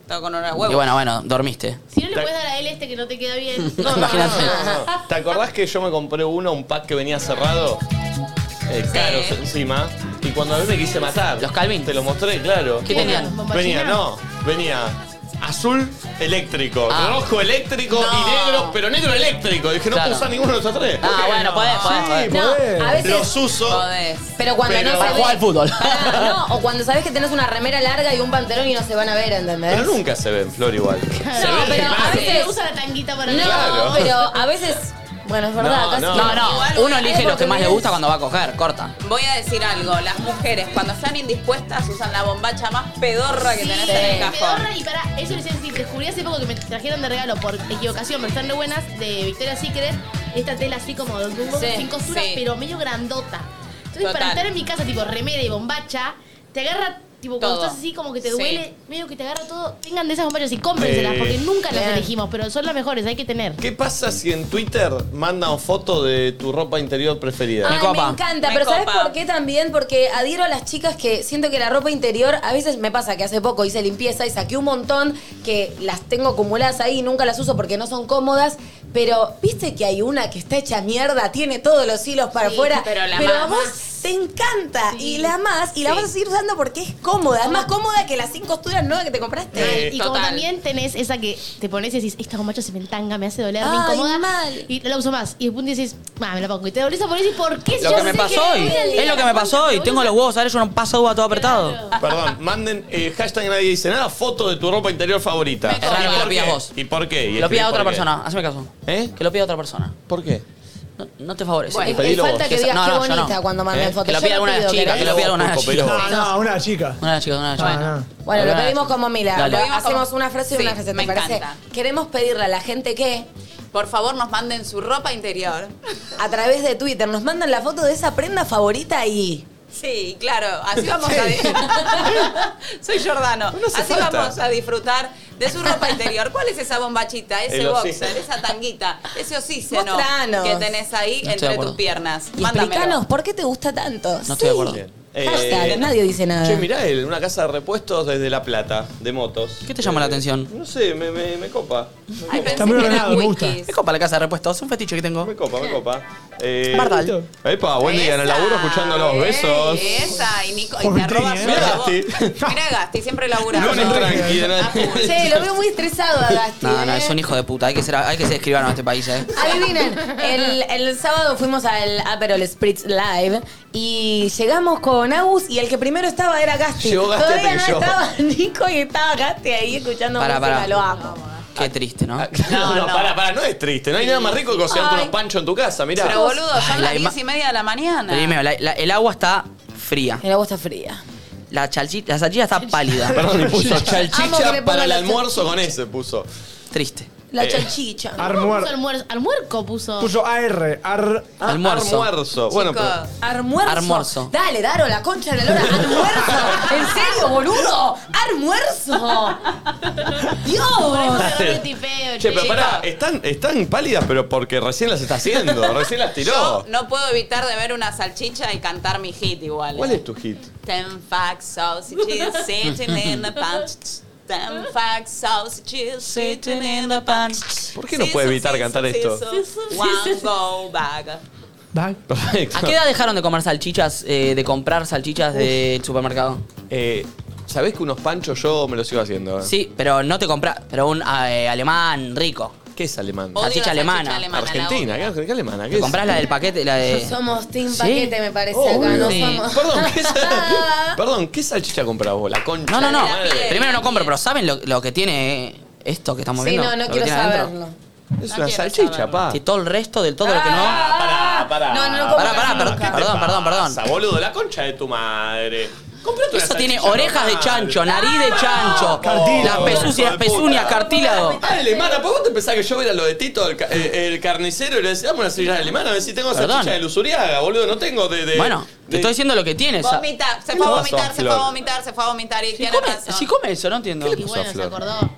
todo con olor a
Y
huevo.
bueno, bueno, dormiste.
Si no le puedes dar a él este que no te queda bien.
Imagínate.
No, no. ¿Te acordás que yo me compré uno, un pack que venía cerrado? Eh, Caros encima. Y cuando a mí me quise matar.
Los Calvin.
Te lo mostré, claro.
¿Qué tenían?
Bombachina.
Venía, no. Venía azul eléctrico,
Ah.
rojo eléctrico
No.
y negro, pero negro eléctrico. Dije, no
Claro.
puedo usar ninguno de esos tres.
Ah, bueno, podés, podés, podés.
No, a veces.
Los uso.
Podés.
Pero cuando
Pero-
no
Para
se
jugar
ve-
al fútbol.
Pará, no, o cuando sabes que tenés una remera larga y un pantalón y no se van a ver, ¿entendés?
Pero nunca se ven, Flor, igual. Se
No,
ven,
pero a
claro.
veces-
usa la tanguita para
No,
Claro.
pero a veces. Bueno, es verdad,
No,
casi.
no.
No, no, uno elige
Es
lo que más le
porque-
gusta cuando va a coger, corta.
Voy a decir algo, las mujeres cuando están indispuestas usan la bombacha más pedorra que
Sí,
tenés en el
me
cajón.
ahorran y para eso les decir, descubrí hace poco que me trajeron de regalo por equivocación, pero están re buenas, de Victoria's Secret, esta tela así como de un poco
Sí,
sin costuras,
sí.
pero medio grandota. Entonces,
Total.
para estar en mi casa, tipo remera y bombacha, te agarra, tipo,
Todo.
cuando estás así como que te
Sí.
duele, medio que te agarra todo. Tengan de esas bombachas y cómprenselas,
Sí.
porque nunca las
Bien.
elegimos, pero son las mejores, hay que tener.
¿Qué pasa si en Twitter mandan foto de tu ropa interior preferida?
Me
Ay,
copa.
me encanta,
Me
pero ¿sabes
copa.
por qué también? Porque adhiero a las chicas que siento que la ropa interior, a veces me pasa que hace poco hice limpieza y saqué un montón que las tengo acumuladas ahí y nunca las uso porque no son cómodas, pero viste que hay una que está hecha mierda, tiene todos los hilos para
Sí,
afuera,
pero la
a
amás.
vos te encanta
Sí.
y la amás y la
Sí.
vas a seguir usando porque es cómoda, es más cómoda que las cinco costuras nuevas que te compraste.
Eh,
y como
total.
también tenés esa que te pones y decís, esta bombacha se me entanga, me hace doler, me
Ay,
incomoda.
mal.
Y la uso más. Y después decís, ah, me la pongo. Y te dolés a poner y ¿por qué?
Lo
Yo
que me
sé
pasó
era
hoy,
muy al día
es lo
la
que me pasó
concha,
hoy.
boludo.
Tengo los huevos, ahora yo no paso uva todo apretado.
Ah.
Perdón, manden eh, hashtag nadie dice nada, foto de tu ropa interior favorita.
Me
¿Y
raro que
por
lo pidas
qué?
vos.
¿Y por qué? Y
Lo pida
escribí
otra
por qué.
persona, hazme caso.
¿Eh?
Que lo pida otra persona.
¿Por qué?
No, no te favorece.
Bueno,
Es- es
pedilo vos.
falta que
Que se-
digas
no,
qué
no, yo
bonita
no.
cuando manda
¿Eh?
en foto.
Que lo
Yo no
pida alguna
pido que
chica,
la-
que lo pida alguna
Pulpo, pero-
chica.
No, Ah, no, una chica.
Una de las chicas, una de las
Ah,
chicas.
no.
Bueno, lo
Hola.
pedimos como Mila.
Dale.
Lo
Pedimos como-
hacemos una frase y
Sí,
una frase, ¿te
me
parece?
encanta.
Queremos pedirle a la gente que,
Por favor, nos manden su ropa interior.
a través de Twitter, nos mandan la foto de esa prenda favorita y...
Sí, claro, así vamos a Soy Jordano.
No hace
así
falta.
vamos a disfrutar de su ropa interior. ¿Cuál es esa bombachita, ese
El
boxer,
oxígeno.
esa tanguita, ese osígeno
Mostranos.
que tenés ahí
No estoy de
entre
acuerdo.
tus piernas?
Y
Mándamelo.
explícanos, ¿por qué te gusta tanto?
No estoy de acuerdo.
Bien.
Hashtag, nadie dice nada.
Eh, Che, mirá él, una casa de repuestos desde La Plata, de motos. Eh,
¿Qué te llama la atención?
No sé, me, me- me copa.
Ay, pensé
muy
que era
ordenado, me
whiskies.
Es copa la casa de repuestos, es un fetiche que tengo.
Me copa, me copa. Eh,
Bardal.
Epa, buen día en el
Esa,
laburo escuchando los
ey,
besos.
Esa, y, Nico, y
Por
te
un
roba
trini,
su
¿eh?
Mirá
voz.
Gasti.
Mirá Gasti, siempre laburando.
Lunes tranquilo.
Che, lo veo muy estresado a Gasti.
No, no,
¿eh?
es un hijo de puta. Hay que ser, hay que ser escribano en este país, eh.
Adivinen, el, el sábado fuimos al Aperol Spritz Live y llegamos con Agus y el que primero estaba era Gasti.
Llegó Gasti
Todavía no
antes que yo.
estaba Nico y estaba Gasti ahí escuchando
Pará,
música,
pará.
lo amo.
Qué triste, Ah, ¿no?
Ah, No, no, para, para, no es triste. No hay nada más rico que cocinarte
Ay.
unos panchos en tu casa, mirá.
Pero boludo, son
Ay,
las
la ima-
diez y media de la mañana.
Pero Primero, la- la- el agua está fría.
El agua está fría.
La, chalchi- la salchicha está pálida.
Perdón, y puso
Amo que le
chalchicha
ponga
para el
la
almuerzo con ese, puso.
Triste.
La
Eh.
chanchicha.
Puso
Armuer.
almuerzo, almuerco puso.
Puso AR. Ar.
Almuerzo.
Almuerzo. Bueno,
Chicos,
pero.
Almuerzo.
Almuerzo.
Dale, Daro, la concha de la lora. Almuerzo. ¿En serio, boludo? Almuerzo. Dios.
Almuerzo, re tipeo,
Che, pero
Chicos.
pará, están, están pálidas, pero porque recién las está haciendo, recién las tiró.
yo no puedo evitar de ver una salchicha y cantar mi hit igual.
¿Cuál es tu hit?
Ten facts, sausage, sitting in the punch. Them fat sausages sitting in the pan.
¿Por qué no puede evitar cantar esto?
One go back.
Eh,
Perfecto.
¿A qué edad dejaron de comer salchichas, eh, de comprar salchichas del supermercado?
Eh, ¿Sabés que unos panchos yo me los sigo haciendo? eh?
Sí, pero no te compras, pero un eh, alemán rico.
¿Qué es alemán?
Odio la
Salchicha alemana.
Argentina, ¿qué, qué alemana? ¿Qué
Te
es?
compras la del paquete, la de...
Somos team paquete, me parece, acá. No
Sí.
somos...
Perdón, ¿qué, sal- Perdón, ¿qué salchicha compras vos? La concha.
No, no, no.
de la madre.
piel.
Primero no compro, pero ¿saben lo, lo que tiene esto que estamos
Sí,
viendo?
no, no
Lo que
quiero
tiene adentro.
saberlo.
Es
No
una
quiero
salchicha,
saberlo.
pa.
Si todo el resto del todo lo que no...
Pará, pará.
Ah, No, no lo compro.
Pará, pará, per-
¿Qué te
perdón, perdón, perdón.
pasa, boludo, la concha de tu madre. Comprate una
Eso tiene
salchicha
orejas de
normal.
chancho, nariz de chancho,
Cartílago,
las
hijo
pezucias,
de
pezuñas,
puta.
cartílago.
Ah, alemana, ¿por qué vos te pensás que yo era lo de Tito, el, ca- eh, el carnicero, y le decía, dame una salchicha alemana? A ver si tengo
Perdón.
salchicha de Luzuriaga, boludo, no tengo de. de-
Bueno, te
de-
estoy diciendo lo que tiene esa.
Vomita, se
¿Qué
fue a
le pasó,
vomitar, se fue a
Flor?
vomitar, se fue a vomitar y
Si
tiene
come,
razón.
si come eso, no entiendo.
Y
Sos
bueno, se
flor.
acordó.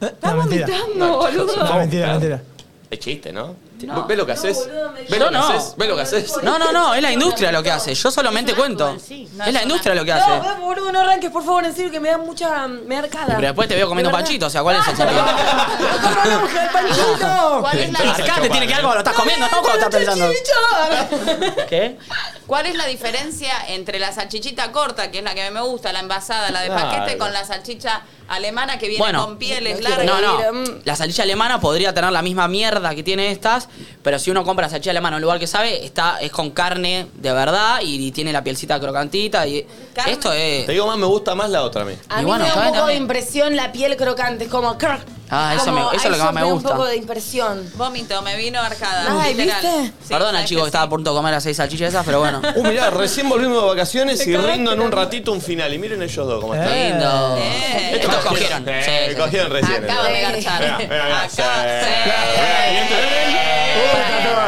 No, mentira.
No, boludo.
No, mentira, mentira.
Es chiste, ¿no?
No.
Ve lo que haces.
boludo, me-
Ve lo
Yo
que
no.
haces. Ve lo que haces.
No, no, no, es la industria lo que hace. Yo solamente
Es un
cuento.
árbol, sí. No,
Es
es
la
un
industria lo que
No,
hace.
va, boludo, no arranques, por favor, en serio, que me da mucha... me da arcada.
Pero después te veo comiendo un
De verdad.
panchito, o sea, ¿cuál es el sentido?
¡No compro la mujer del
Ah,
panchito!
¿Cuál es la,
Acá te tiene que algo, lo estás comiendo, ¿no? Cuando estás pensando. ¿Qué?
¿Cuál es la diferencia entre la salchichita corta, que es la que a mí me gusta, la envasada, la de
Claro.
paquete, con la salchicha alemana que viene
Bueno.
con pieles
No
largas?
No, no.
Mm.
La salchicha alemana podría tener la misma mierda que tiene estas, pero si uno compra salchicha alemana en un lugar que sabe, está, es con carne de verdad y, y tiene la pielcita crocantita. Y
Carne.
esto es.
Te digo más, me gusta más la otra a mí.
A mí
Y bueno,
me da un
también,
poco de
también.
impresión la piel crocante, es como... crack.
Ah, eso me-
Como,
eso es lo que más me
da
gusta.
un poco de impresión.
Vómito, me vino arcada.
Ay,
literal.
¿viste?
Sí,
Perdona,
sabes
chico, que
que
estaba a
sí. Eh,
punto de comer las seis salchichas esas, pero bueno.
Uh, mirá, recién volvimos de vacaciones y rindo en un ratito un final. Y miren ellos dos cómo están.
Lindo.
Eh.
Estos cogieron.
Eh,
Sí, sí, sí.
cogieron recién.
Acabo de
Sí.
garchar.
Mirá, mirá, mirá.
Acá,
Sí.
sí.
Y esto-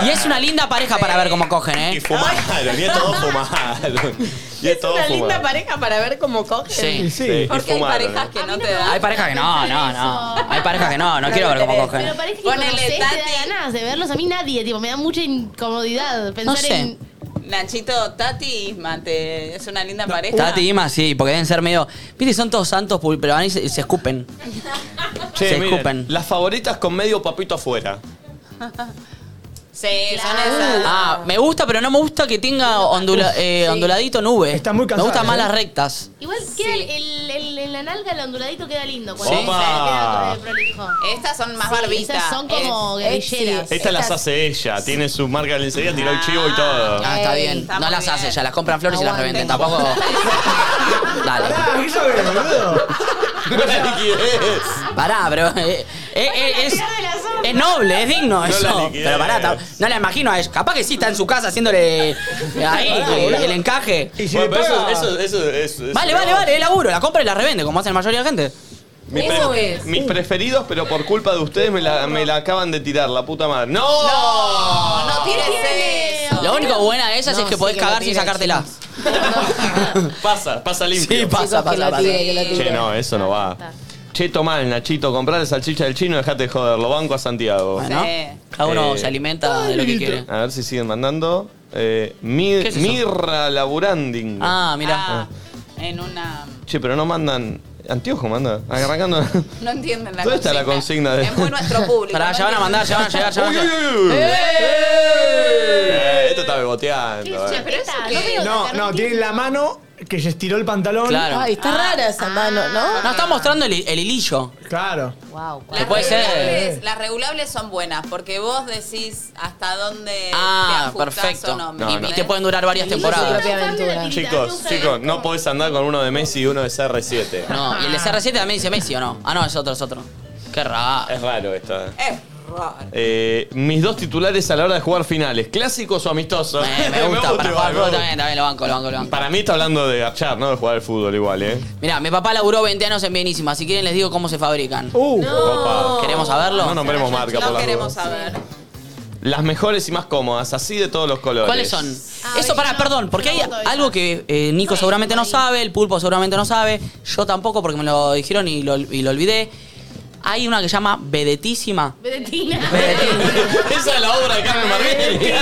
Y es una linda pareja para ver cómo cogen,
Y
¿eh?
fumaron, y estos dos fumaron. Y estos dos fumaron.
pareja para ver cómo cogen.
Sí.
Y sí.
Porque hay
¿eh?
parejas que no te
Hay
dan.
parejas que no, no, no. Hay parejas que no, no quiero ver cómo cogen.
Pero parece que
Ponele,
conoces, te
Tati.
da ganas de verlos. A mí nadie, tipo, me da mucha incomodidad pensar
sé.
en...
Nachito, Tati y Mate, es una linda pareja.
Tati y Ima, sí, porque deben ser medio. Viste, son todos santos, pul- pero van y se, se escupen.
Che,
Se
miren,
escupen.
Las favoritas con medio papito afuera.
Sí, son esas.
Ah, me gusta, pero no me gusta que tenga ondula- eh, onduladito nube.
Está muy cansada,
Me gustan más
¿eh?
las rectas.
Igual queda el, el, el- en la nalga el onduladito queda lindo. Cuando
Sí.
se queda con el prolijo.
Estas son más
Sí,
barbitas.
esas son como
Es-
guerrilleras.
es-
Estas las
Estas-
hace ella, tiene su marca de lencería, tiró el chivo y todo.
Ah, está
Ey,
bien.
Eh, está
no
muy
las hace
bien.
ya, las compran flores y las revenden. Tampoco. Dale.
Ah, ¿qué sabes, boludo?
No la liquidez.
Pará, pero. eh, eh, eh, es, es noble, es digno
la
eso.
liquidez.
Pero pará, ta- no la imagino a ella. Capaz que sí está en su casa haciéndole ahí eh, el encaje.
Y si
Bueno,
le
pero eso,
paga-
eso, eso, eso- eso-
Vale, vale, vale, es laburo. La compra y la revende, como hace la mayoría de la gente.
Mi
Eso
pre-
es.
Mis preferidos, pero por culpa de ustedes me la, me la acaban de tirar, la puta madre. ¡No!
No, no tires eso.
Lo único buena de ellas
No,
es que
sí,
podés
que lo
cagar sin
tire,
sacártela.
Pasa, pasa limpio.
Sí, pasa,
que
pasa,
la
pasa.
tire, que la tire.
che, no, eso no va. Che, tomá el Nachito, comprar salchicha del chino, dejate de joder, lo banco a Santiago.
Bueno,
Sí.
cada uno
Eh,
se alimenta de lo que quiere.
A ver si siguen mandando. Eh, mi-
¿Qué es eso?
Mirra Laburanding.
Ah, mira.
Ah, en una.
Che, pero no mandan. Antiojo manda. Arrancando.
No entienden la
¿Dónde está la consigna de-
Es muy nuestro público.
Pará,
no
ya van
entienden.
a mandar, ya van a llegar, ya van a
Uy, uy, uy,
llegar.
uy. Eh, esto está beboteando. eh.
pero eso
Chaqueta,
que-
veo
No,
sacar
no,
un
tiene
tiro.
la mano que se estiró el pantalón.
Claro.
Ay, está rara
Ah.
esa mano, ¿no?
No, está mostrando el, el hilillo.
Claro.
Wow,
Que puede ser.
regulables- Las regulables son buenas porque vos decís hasta dónde
Ah,
te ajustás
perfecto.
o no. ¿eh?
No,
Y-
no.
Y te pueden durar varias
Yo
temporadas.
soy propia aventura.
Chicos, chicos, no podés andar con uno de Messi y uno de CR7.
No, y el de CR7 también dice Messi o no. Ah, no, es otro, es otro. Qué raro.
Es raro esto. eh.
Es raro.
Eh, mis dos titulares a la hora de jugar finales, clásicos o amistosos.
Me, me gusta, para
igual,
jugar al fútbol
me gusta.
también, también lo banco, lo banco, lo banco.
Para mí está hablando de garchar, no de jugar al fútbol igual, ¿eh?
Mirá, mi papá laburó 20 años en Bienísima. Si quieren les digo cómo se fabrican.
Uh,
Opa.
¿Queremos saberlo?
No nombremos marca por
No
las
queremos
dudas.
saber.
Las mejores y más cómodas, así de todos los colores.
¿Cuáles son?
Ah,
Eso, pará,
yo-
perdón, porque
yo
hay
voto esa.
algo que eh, Nico seguramente no sabe, el pulpo seguramente no sabe, yo tampoco porque me lo dijeron y lo, y lo olvidé. Hay una que se llama Vedetísima.
Vedetina.
Esa es la obra de Carmen Barbieri.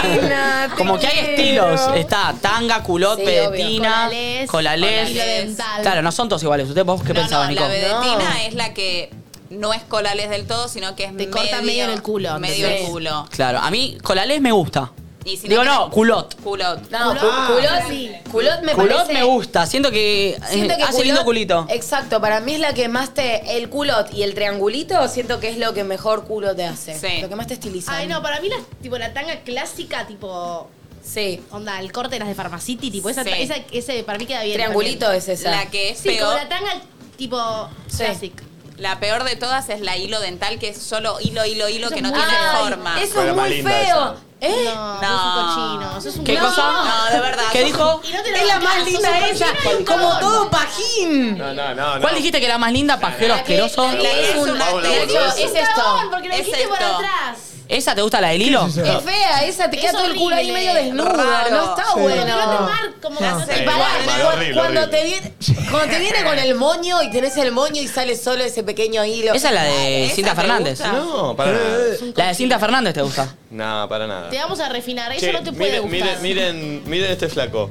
Como que hay estilos. Está tanga, culot,
Sí, obvio.
vedetina,
Colales.
colalés.
Hilo dental.
Claro, no son todos iguales. ¿Usted vos qué
No,
pensabas,
no,
Nico?
la vedetina es la que no es colales del todo, sino que es
Te
medio,
corta medio en el culo,
Medio
¿entendés?
el culo.
Claro, a mí colalés me gusta.
Y si no
Digo,
tenés-
no, culot.
Culot.
No, cu-
Ah.
culot,
Sí.
culot me
Culot
parece...
me gusta. Siento que, eh,
Siento que
hace
culot-
lindo culito.
Exacto, para mí es la que más te. El culot y el triangulito, siento que es lo que mejor culo te hace.
Sí.
Lo que más te estiliza.
Ay, no, para mí la, tipo, la tanga clásica, tipo.
Sí.
Onda, el corte de las de Pharmacity, tipo, esa,
Sí.
esa, ese para mí queda bien.
Triangulito
también.
es esa.
La que es
Sí, como
peor,
la tanga tipo
Sí.
clásica.
la peor de todas es la hilo dental, que es solo hilo, hilo, hilo, que no
Eso es
tiene
muy-
Ay,
forma.
Eso
Pero
es
más
muy
linda
feo. ¿Eh?
No.
No, sos un cochino. Sos un
¿Qué
cochino.
cosa?
No, de verdad.
¿Qué dijo?
Y no te
Es la
bancás,
más
sos
linda
un cochino
ella.
y un
Como
corno.
todo pajín.
No, no, no. no.
¿Cuál dijiste que era más linda? Pajero asqueroso.
La que es
Vamos,
una-
vamos,
de hecho,
vamos.
es
Es
esto.
esto. Porque lo
Es
dijiste por
esto.
atrás.
¿Esa te gusta la del hilo?
Sí, sí, sí.
Es fea esa, te queda
Es
todo el culo ahí
horrible.
medio desnudo.
Raro.
No está
Sí.
Porque no te
bueno.
marca como que
No
no
sé.
te-
Y pará,
Mal, mal,
cu-
horrible,
cuando,
horrible.
Te viene, cuando te viene con el moño y tenés el moño y sale solo ese pequeño hilo.
Esa es la de
Esa
Cinta
te
Fernández.
gusta.
No,
Eh,
para nada.
La de Cinta Fernández te gusta.
No, para nada.
Te vamos a refinar. Eso
Che,
no te puede
miren,
gustar.
miren, miren, miren este flaco.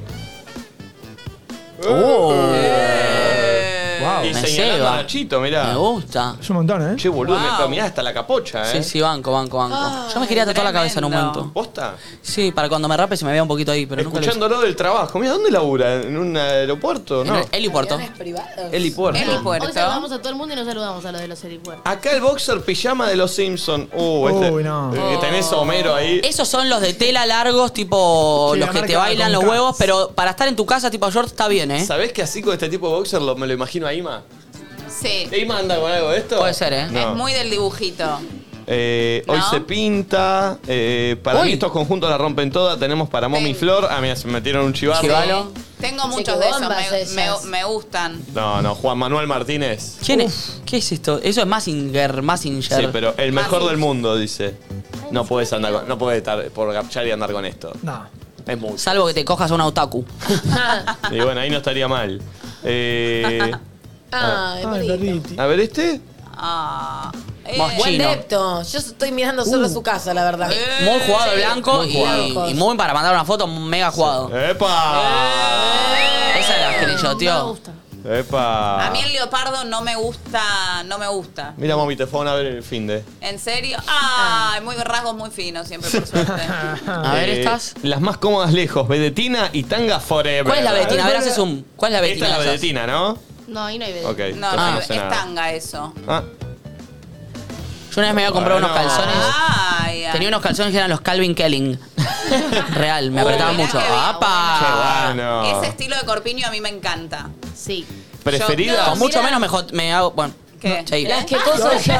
Uh.
Wow.
Eh, y
Oh. me
señalando
lleva.
a Nachito, mirá.
Me gusta.
Es un montón, ¿eh?
Che, boludo,
Wow.
me- pero mirá hasta la capocha, ¿eh?
Sí, sí, banco, banco, banco. Yo me quería tatuar la cabeza en un
tremendo.
momento.
¿Posta?
Sí, para cuando me rape se me vea un poquito ahí, pero nunca lo hice.
Escuchándolo del trabajo. Mira, ¿dónde labura? ¿En un aeropuerto?
En
No.
el helipuerto.
Aviones privados.
Helipuerto.
Helipuerto.
Hoy saludamos a todo el mundo y nos saludamos a los de los helipuertos.
Acá el boxer pijama de los Simpsons. Uh, este.
Uy, no.
eh, Tenés a Homero ahí.
Esos son los de tela largos, tipo
Sí,
los
la
que te
marca
bailan
con
los
K.
huevos, pero para estar en tu casa, tipo short, está bien, ¿eh?
¿Sabés que así con este tipo de boxer lo- me lo imagino a Ima?
Sí.
¿Ima anda con algo de esto?
Puede ser, ¿eh?
No.
Es muy del dibujito.
Eh, Hoy
¿No?
se pinta. eh, para
Uy.
mí estos conjuntos la rompen toda. Tenemos para Momi
Sí.
Flor. Ah, mira, se metieron un chivarro.
Chivalo.
Tengo
que
muchos de
bombas
esos. Me,
ellas.
me- me gustan.
No, no, Juan Manuel Martínez.
¿Quién es? ¿Qué es esto? Eso es Massinger, Massinger.
Sí, pero el mejor
Martínez.
del mundo, dice. No puedes andar con- no puedes estar por gapchar y andar con esto.
No.
Es mucho.
Salvo que te cojas a un otaku.
Y bueno, ahí no estaría mal. Eh,
Ay,
Ay,
Marito.
perrito.
a ver, este.
Ah, eh,
Moschino.
Buen depto. Yo estoy mirando solo su casa, la verdad.
Eh,
Muy jugado de blanco
Muy
y,
jugado.
y muy para mandar una foto, mega jugado.
Eh. ¡Epa!
Esa es la que le yo,
No me
tío.
gusta.
¡Epa!
Eh. A mí el leopardo no me gusta, no me gusta.
Mira, mami, te fueron a ver el fin de.
¿En serio? Ay, muy rasgos muy finos siempre, por suerte.
A ver,
Eh,
¿estás?
Las más cómodas lejos, vedetina y tanga forever.
¿Cuál es la vedetina? A ver, haces un. ¿Cuál es la
Esta
vedetina?
es la
que haces?
vedetina, ¿no?
No, ahí Eh, no hay
Ok.
vedetina.
Ah,
No,
entonces sé
no, es
nada.
tanga eso.
Ah,
Yo una vez me había comprado
Bueno.
unos
Ah.
calzones.
Ay, ay.
Tenía unos calzones que eran los Calvin Kelling. Real, me
Uy,
apretaban
mirá
mucho.
qué bien,
¡Apa!
che, bueno.
Ese estilo de corpiño a mí me encanta.
Sí.
Preferida.
este. Yo-
Con mucho
Mirá.
menos me, jod- me hago. Bueno,
¿Qué?
no, seguí.
Las que cosas yo.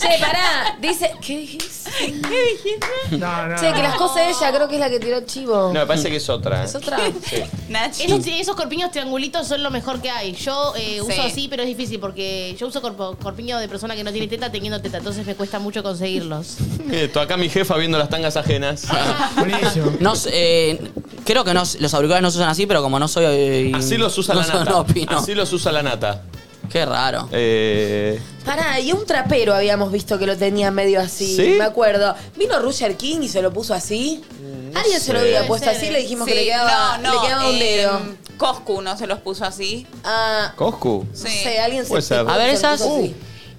Che, pará. Dice. ¿Qué dijiste?
No, no.
Che, que las cosas ella creo que es la que tiró el chivo.
No, me parece que es otra. ¿eh?
Es otra.
Nachi.
Esos, esos corpiños triangulitos son lo mejor que hay. Yo eh, uso
Sí.
así, pero es difícil porque yo uso corpo- corpiño de persona que no tiene teta teniendo teta, entonces me cuesta mucho conseguirlos.
Esto, acá mi jefa viendo las tangas ajenas.
Buenísimo.
No sé, eh, creo que no, los auriculares no se usan así, pero como no soy. eh,
Así los usa
no
la
soy- no
nata.
opino.
Así los usa la nata.
Qué raro.
Eh,
Pará, y un trapero habíamos visto que lo tenía medio así.
¿Sí?
Me acuerdo. Vino Roger King y se lo puso así. Alguien se lo había
Mm, sé.
puesto así le dijimos que le quedaba, le quedaba un dedo.
em, Coscu no se los puso así.
Ah,
¿Coscu?
no
sí.
sé, alguien se
Puede ser.
A ver, esas. uh.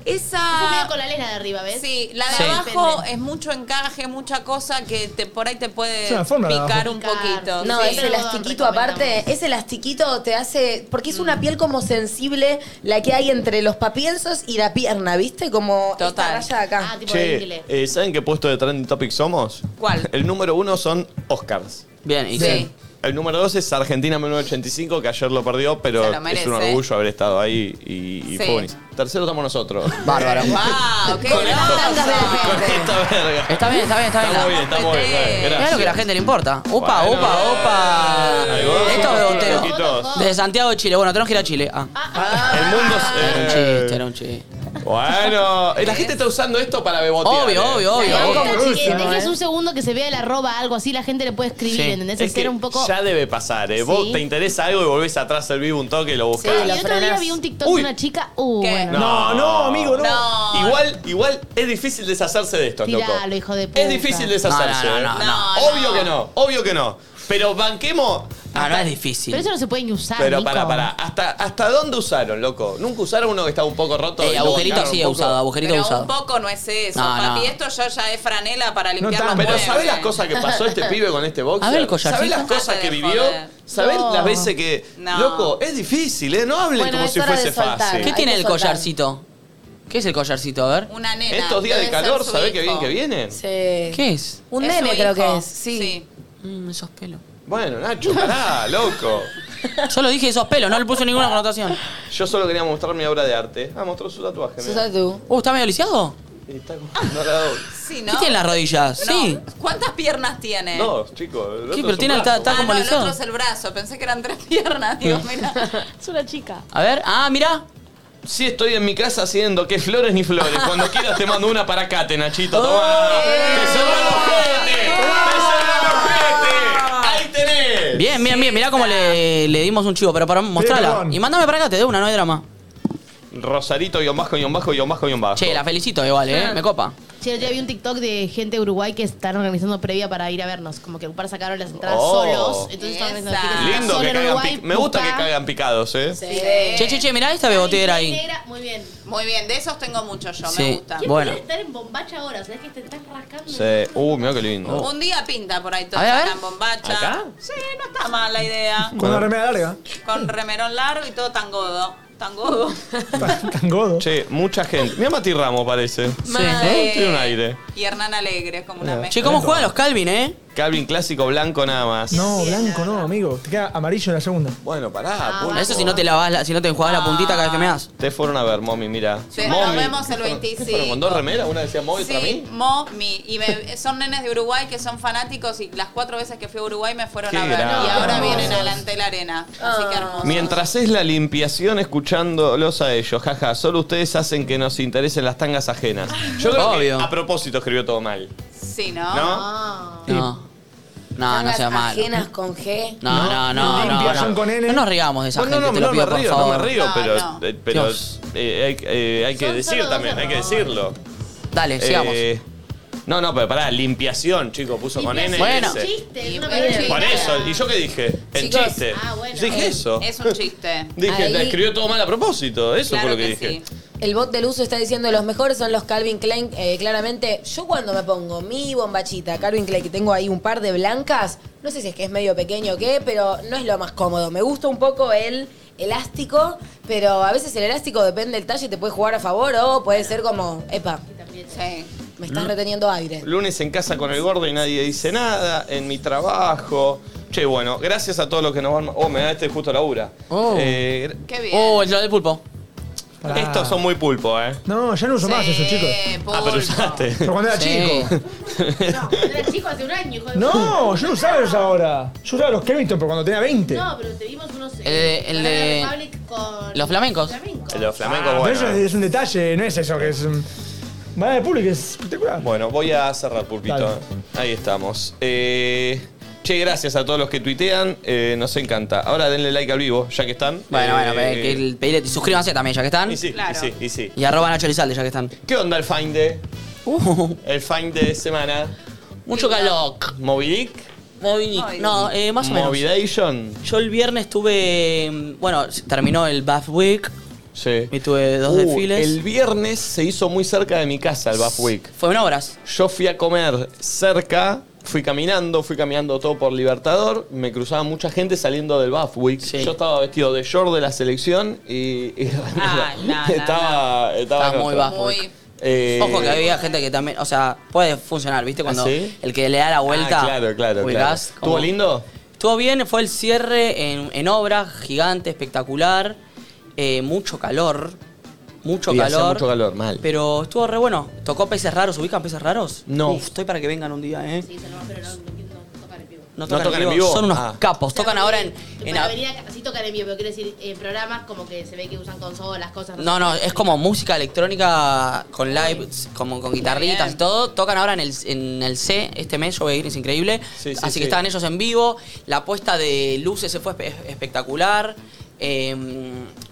Esa medio
Esa.
con la lena de arriba, ¿ves?
Ah. Sí, la de
Sí.
abajo
Depende.
es mucho encaje, mucha cosa que te, por ahí te puede
Es una forma de
picar
abajo.
un
Picar.
poquito.
No,
sí.
es
ese
el-
elastiquito
recomendamos.
aparte, ese elastiquito te hace. Porque es una piel como sensible la que hay entre los papiensos y la pierna, ¿viste? Como
Total.
esta raya de acá.
Ah, tipo de
Che,
índole.
eh, ¿saben qué puesto de Trending Topic somos?
¿Cuál?
El número uno son Oscars.
Bien, y
Sí.
El número dos es Argentina 1985, que ayer lo perdió,
Se
pero
lo merece.
es un orgullo haber estado ahí y, y
Sí.
fue buenísimo. Tercero estamos nosotros.
Bárbaro.
¡Wow! ¡Qué
Con esto-
tangas de
groso!
Con esta verga.
Está bien, está bien, está bien.
Estamos bien, estamos bien.
Estamos
Gracias.
Mirá lo que a la gente le importa. Upa,
Bueno.
upa, upa.
Ahí vos,
Esto es de Botero.
loquitos.
Desde Santiago de Chile. Bueno, tenemos que ir a Chile. Ah.
El mundo.
Era un
es- eh,
chiste, era un chiste.
Bueno, eh, la gente está usando esto para bebotear.
Obvio,
eh.
obvio, obio,
Ahí
obvio.
está,
obvio.
si
Gusta,
dejes
¿eh?
un segundo que se vea el arroba algo así, la gente le puede escribir,
Sí.
¿entendés?
Es
Hacer
que
un poco Ah,
ya debe pasar, ¿eh? Vos
Sí.
te interesa algo y volvés atrás al vivo un toque y lo buscás.
Y el otro día vi un TikTok de una chica. Uh, bueno.
No, no, amigo, no.
No.
Igual, igual es difícil deshacerse de esto, loco.
Tiralo, hijo de puta.
Es difícil deshacerse.
No, no,
¿eh?
no, no. Ah,
Obvio que no, obvio que no. Pero banquemos.
No, no es difícil.
Pero eso no se puede ni usar.
Pero
Nico.
para, para, ¿hasta, ¿hasta dónde usaron, loco? ¿Nunca usaron uno que estaba un poco roto?
Eh,
y lo
agujerito
bancaron
sí
un
he
poco?
usado, agujerito he
Pero
usado.
un poco no es eso,
No,
papi.
no.
Esto yo ya es franela para limpiar
tanto.
los
Pero
muebles.
¿sabés las cosas que pasó este pibe con este boxer?
A ver el collarcito.
¿Sabés las
Dejate
cosas
de
que vivió?
joder.
¿Sabés
No.
las veces que.
No.
Loco, es difícil, ¿eh? No hablen
Bueno,
como
es
si
hora de
fuese
soltar.
fácil.
¿Qué
Hay
tiene
que
el
soltar.
collarcito? ¿Qué es el collarcito? A ver.
Una nena.
Estos días de
debe ser
calor,
su
¿sabés qué bien
hijo.
que vienen?
Sí.
¿Qué es?
Un
Es su
nene creo
hijo,
que es. Sí.
Mm, esos pelos.
Bueno, Nacho, pará, loco.
Solo dije esos pelos, no le puse ninguna connotación.
Yo solo quería mostrar mi obra de arte. Ah, mostró su tatuaje. mirá.
Susa tú.
Uh, ¿está medio lisiado?
Y Está como no, la doble.
Sí,
¿Qué
¿no?
tiene en las rodillas?
No.
Sí.
¿Cuántas piernas
Eh.
tiene?
Dos, chicos. el
¿Qué?
otro
Pero
es un
tiene el
brazo.
tatu-
Ah, no, el
comunizado.
otro es el brazo. Pensé que eran tres piernas. Digo, mira.
Es una chica.
A ver, ah, mira.
Sí, estoy en mi casa haciendo que flores ni flores. Cuando quieras te mando una para acá, te Nachito. Tomá.
Oh, eh.
¡Te cerré el ojete! ¡Te cerré el ojete! ¡Ahí tenés!
Bien, bien, bien. Mirá cómo le, le dimos un chivo, pero para mostrarla.
perdón.
Y mándame para acá, te de una, no hay drama.
Rosarito, guión bajo, guión bajo, guión bajo, guión bajo.
Che, la felicito igual, ¿eh? Me copa.
Sí, el otro día vi un TikTok de gente de Uruguay que están organizando previa para ir a vernos. Como que para sacaron las entradas
Oh.
solos. Entonces estaban organizando
Esa.
fiestas
Lindo
solo
que
en
caigan
Uruguay,
pic- Me gusta que
pucá.
caigan picados, eh.
Sí.
Che, che, che, mirá esta bebotera ahí.
Negra, Muy bien.
Muy bien, de esos tengo muchos yo,
Sí.
me gusta.
¿Quién
Bueno.
quiere estar en bombacha ahora? ¿Sabes que te estás rascando?
Sí. Uh, mira qué lindo.
Un día pinta por ahí todo.
A ver, a ver.
tan bombacha.
¿Acá?
Sí, no está mal la idea.
Con la remera larga.
Con remerón largo y todo tangodo. Tangodo.
Tan, tan
Oh.
godo.
Che, mucha gente. Mira Mati Ramos parece.
Madre.
¿Eh? Tiene un aire.
Y Hernán Alegre, es como una mezcla.
Che, ¿cómo juegan los Calvin, eh?
Calvin clásico blanco nada más.
No, blanco no, amigo. Te queda amarillo en la segunda.
Bueno,
Ah,
pará, pulpo.
Eso si no te lavas, la- si no te enjuagas la puntita cada vez que me das.
Te fueron a ver, mommy, mira.
Sí,
Mommy.
nos vemos el
¿Qué fueron- qué
25.
fueron, ¿Con dos remeras? ¿Una decía mommy otra
Sí,
mí?
Momi. Y me- son nenes de Uruguay que son fanáticos y las cuatro veces que fui a Uruguay me fueron
Qué
a ver.
grande.
Y ahora
No.
vienen adelante la arena. Así que hermoso.
Mientras es la limpiación, escuchándolos a ellos. Jaja, solo ustedes hacen que nos interesen las tangas ajenas. Yo creo
Ah. Obvio.
que a propósito escribió todo mal.
Sí, ¿no?
Ah.
¿No?
No. No, no
Tangas
sea malo.
ajenas con G.
No, no, no, no.
Limpiazón
No,
con N.
No nos rigamos de esa
eh. Bueno, no,
gente,
no,
te lo
no
pido,
me río, no
por favor.
me río,
No,
pero,
no.
eh, pero
Dios.
eh, hay, eh, hay que
Son
decir
solo
también,
dos
hay que
errores.
decirlo.
Dale, sigamos.
Eh, no, no, pero pará, limpiación, chico, puso con N. y
Bueno.
S.
Chiste, es una
Bueno.
palabra
Por
chiste.
eso, ¿y yo qué dije? El
Chicos,
chiste.
ah, bueno.
dije eso.
Es un chiste.
Dije,
Ahí-
la escribió todo mal a propósito, eso
Claro
fue lo que,
que
dije.
sí.
El bot del uso está diciendo los mejores son los Calvin Klein. Eh, claramente, yo cuando me pongo mi bombachita Calvin Klein, que tengo ahí un par de blancas, no sé si es que es medio pequeño o qué, pero no es lo más cómodo. Me gusta un poco el elástico, pero a veces el elástico depende del talle, te puede jugar a favor o puede ser como, epa,
Sí.
me estás reteniendo aire.
Lunes en casa con el gordo y nadie dice nada, en mi trabajo. Che, bueno, gracias a todos los que nos van. Oh, me da este justo labura.
Oh.
Eh,
Qué bien.
Oh, el del pulpo.
Pará.
estos son muy pulpo, ¿eh?
No, ya no uso más eso, chicos.
Eh,
Ah, pero
pulpo.
usaste.
Pero cuando era
Sí.
chico.
Era chico hace un año, hijo de
No, yo no usaba esos ahora. Yo usaba los Kevington, pero cuando tenía 20.
No, pero te vimos unos.
Eh, el de-
con la Republic con-
los flamencos.
flamencos.
Los flamencos,
Ah, Pero
bueno.
eso es, es un detalle, no es eso que es. um, Van de público, es espectacular.
Bueno, voy a cerrar, Pulpito.
Dale.
Ahí estamos. Eh, che, gracias a todos los que tuitean. eh, nos encanta. Ahora denle like al vivo, ya que están.
Bueno, bueno,
Eh,
que el- pedile- y suscríbanse también, ya que están.
Y sí,
Claro.
y sí, y sí.
Y arroba Nacho Elizalde, ya que están.
¿Qué onda el find de?
Uh,
El find de semana.
mucho calor.
Movidic,
Movidic. No, eh, más o menos.
Movidation.
Yo el viernes tuve. mm, Bueno, terminó el Bath Week.
Sí.
Y tuve dos
Uh,
desfiles.
El viernes se hizo muy cerca de mi casa el Buff Week.
Fue en obras.
Yo fui a comer cerca, fui caminando, fui caminando todo por Libertador, me cruzaba mucha gente saliendo del Buff Week.
Sí.
Yo estaba vestido de short de la selección y, y
Ah, no, no,
estaba, estaba
Estaba
en
muy
otra.
bajo.
Muy.
Eh, ¿Ah,
Ojo que había gente que también. O sea, puede funcionar, ¿viste? Cuando
sí?
el que le da la vuelta.
Ah, claro, claro, claro.
ubicás como-
¿Estuvo lindo?
Estuvo bien, fue el cierre en, en obra, gigante, espectacular. eh, mucho calor. Mucho
Sí, hacía
calor.
mucho calor, mal.
Pero estuvo re bueno. ¿Tocó peces raros? ¿Ubican peces raros?
No.
Uf, estoy para que vengan un día, ¿eh?
Sí, se lo va, pero no, no quiero tocar el pivo.
No tocan, en, vivo. Son unos
Ah.
capos. Tocan ahora en. en
Para
a-
venir acá, sí tocan en vivo, pero quiero decir, en programas como que se ve que usan consolas, cosas.
no, no, es como música electrónica con live, como con guitarritas y todo. Tocan ahora en el, en el C este mes, yo voy a ir, es increíble.
Sí, sí,
Así
sí.
que estaban ellos en vivo. La puesta de luces se fue espe- espectacular. Eh,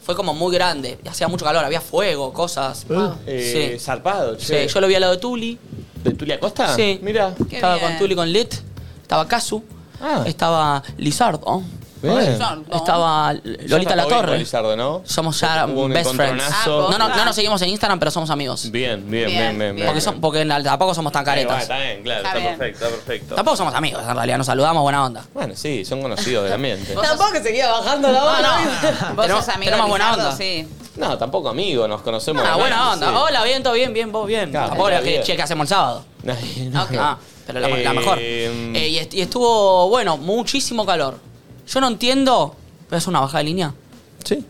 fue como muy grande. Hacía mucho calor, había fuego, cosas.
Eh,
Sí.
Zarpado,
Sí,
che.
yo lo vi al lado de Tuli.
¿De Tulia Costa?
Sí.
Mira.
Qué
estaba
bien.
con Tuli con Lit, estaba Casu,
Ah.
estaba Lizardo,
Lizardo.
estaba Lolita La Torre.
Lizardo, ¿no?
Somos ya
Hubo un
best friends.
encontronazo.
Ah,
No, no, no nos seguimos en Instagram, pero somos amigos.
Bien, bien,
Bien,
bien, bien. bien.
Porque, son, porque na- tampoco somos tan
Eh, bueno,
caretas.
Está bien, claro,
Está
está,
bien.
perfecto, está perfecto.
Tampoco somos amigos, en realidad nos saludamos, buena onda.
Bueno, sí, son conocidos del ambiente.
Tampoco que seguía bajando la
No, no.
Vos
Tenemos-
sos amigo
tenemos
de
buena
Lizardo,
onda.
sí.
No, tampoco amigos, nos conocemos.
Ah,
de
buena
antes,
onda.
sí.
Hola, bien, todo bien, bien, vos bien.
Claro,
Tampoco
está
era que,
bien.
che, ¿qué hacemos el sábado?
No, no.
Ah, pero la, la
Eh,
mejor. Eh, y, est- y estuvo, bueno, muchísimo calor. Yo no entiendo, pero es una baja de línea.
Sí.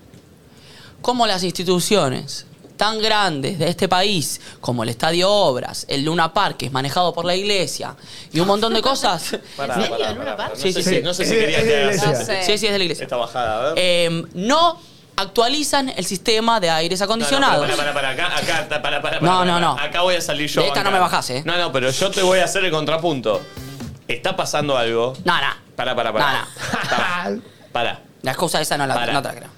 cómo las instituciones tan grandes de este país, como el Estadio Obras, el Luna Park, que es manejado por la iglesia, y un montón de cosas.
Pará,
serio?
pará,
¿En una
pará, pará.
parte?
No
Sí,
sé
sí,
si-
sí.
No sé si
Es-
quería
es
que
de
hagas
iglesia.
este-
sí, sí, es de la iglesia.
esta bajada, a ver.
Eh, no actualizan el sistema de aires acondicionados.
No, no, para, para, acá, acá, ta- para, para, para,
No,
para,
no, no.
para. Acá voy a salir yo.
De esta no
acá.
me bajás, eh.
No, no, pero yo te voy a hacer el contrapunto. Está pasando algo.
No, no.
Para, para,
No,
para.
no.
Para.
La excusa esa no la,
Para.
no te la creo.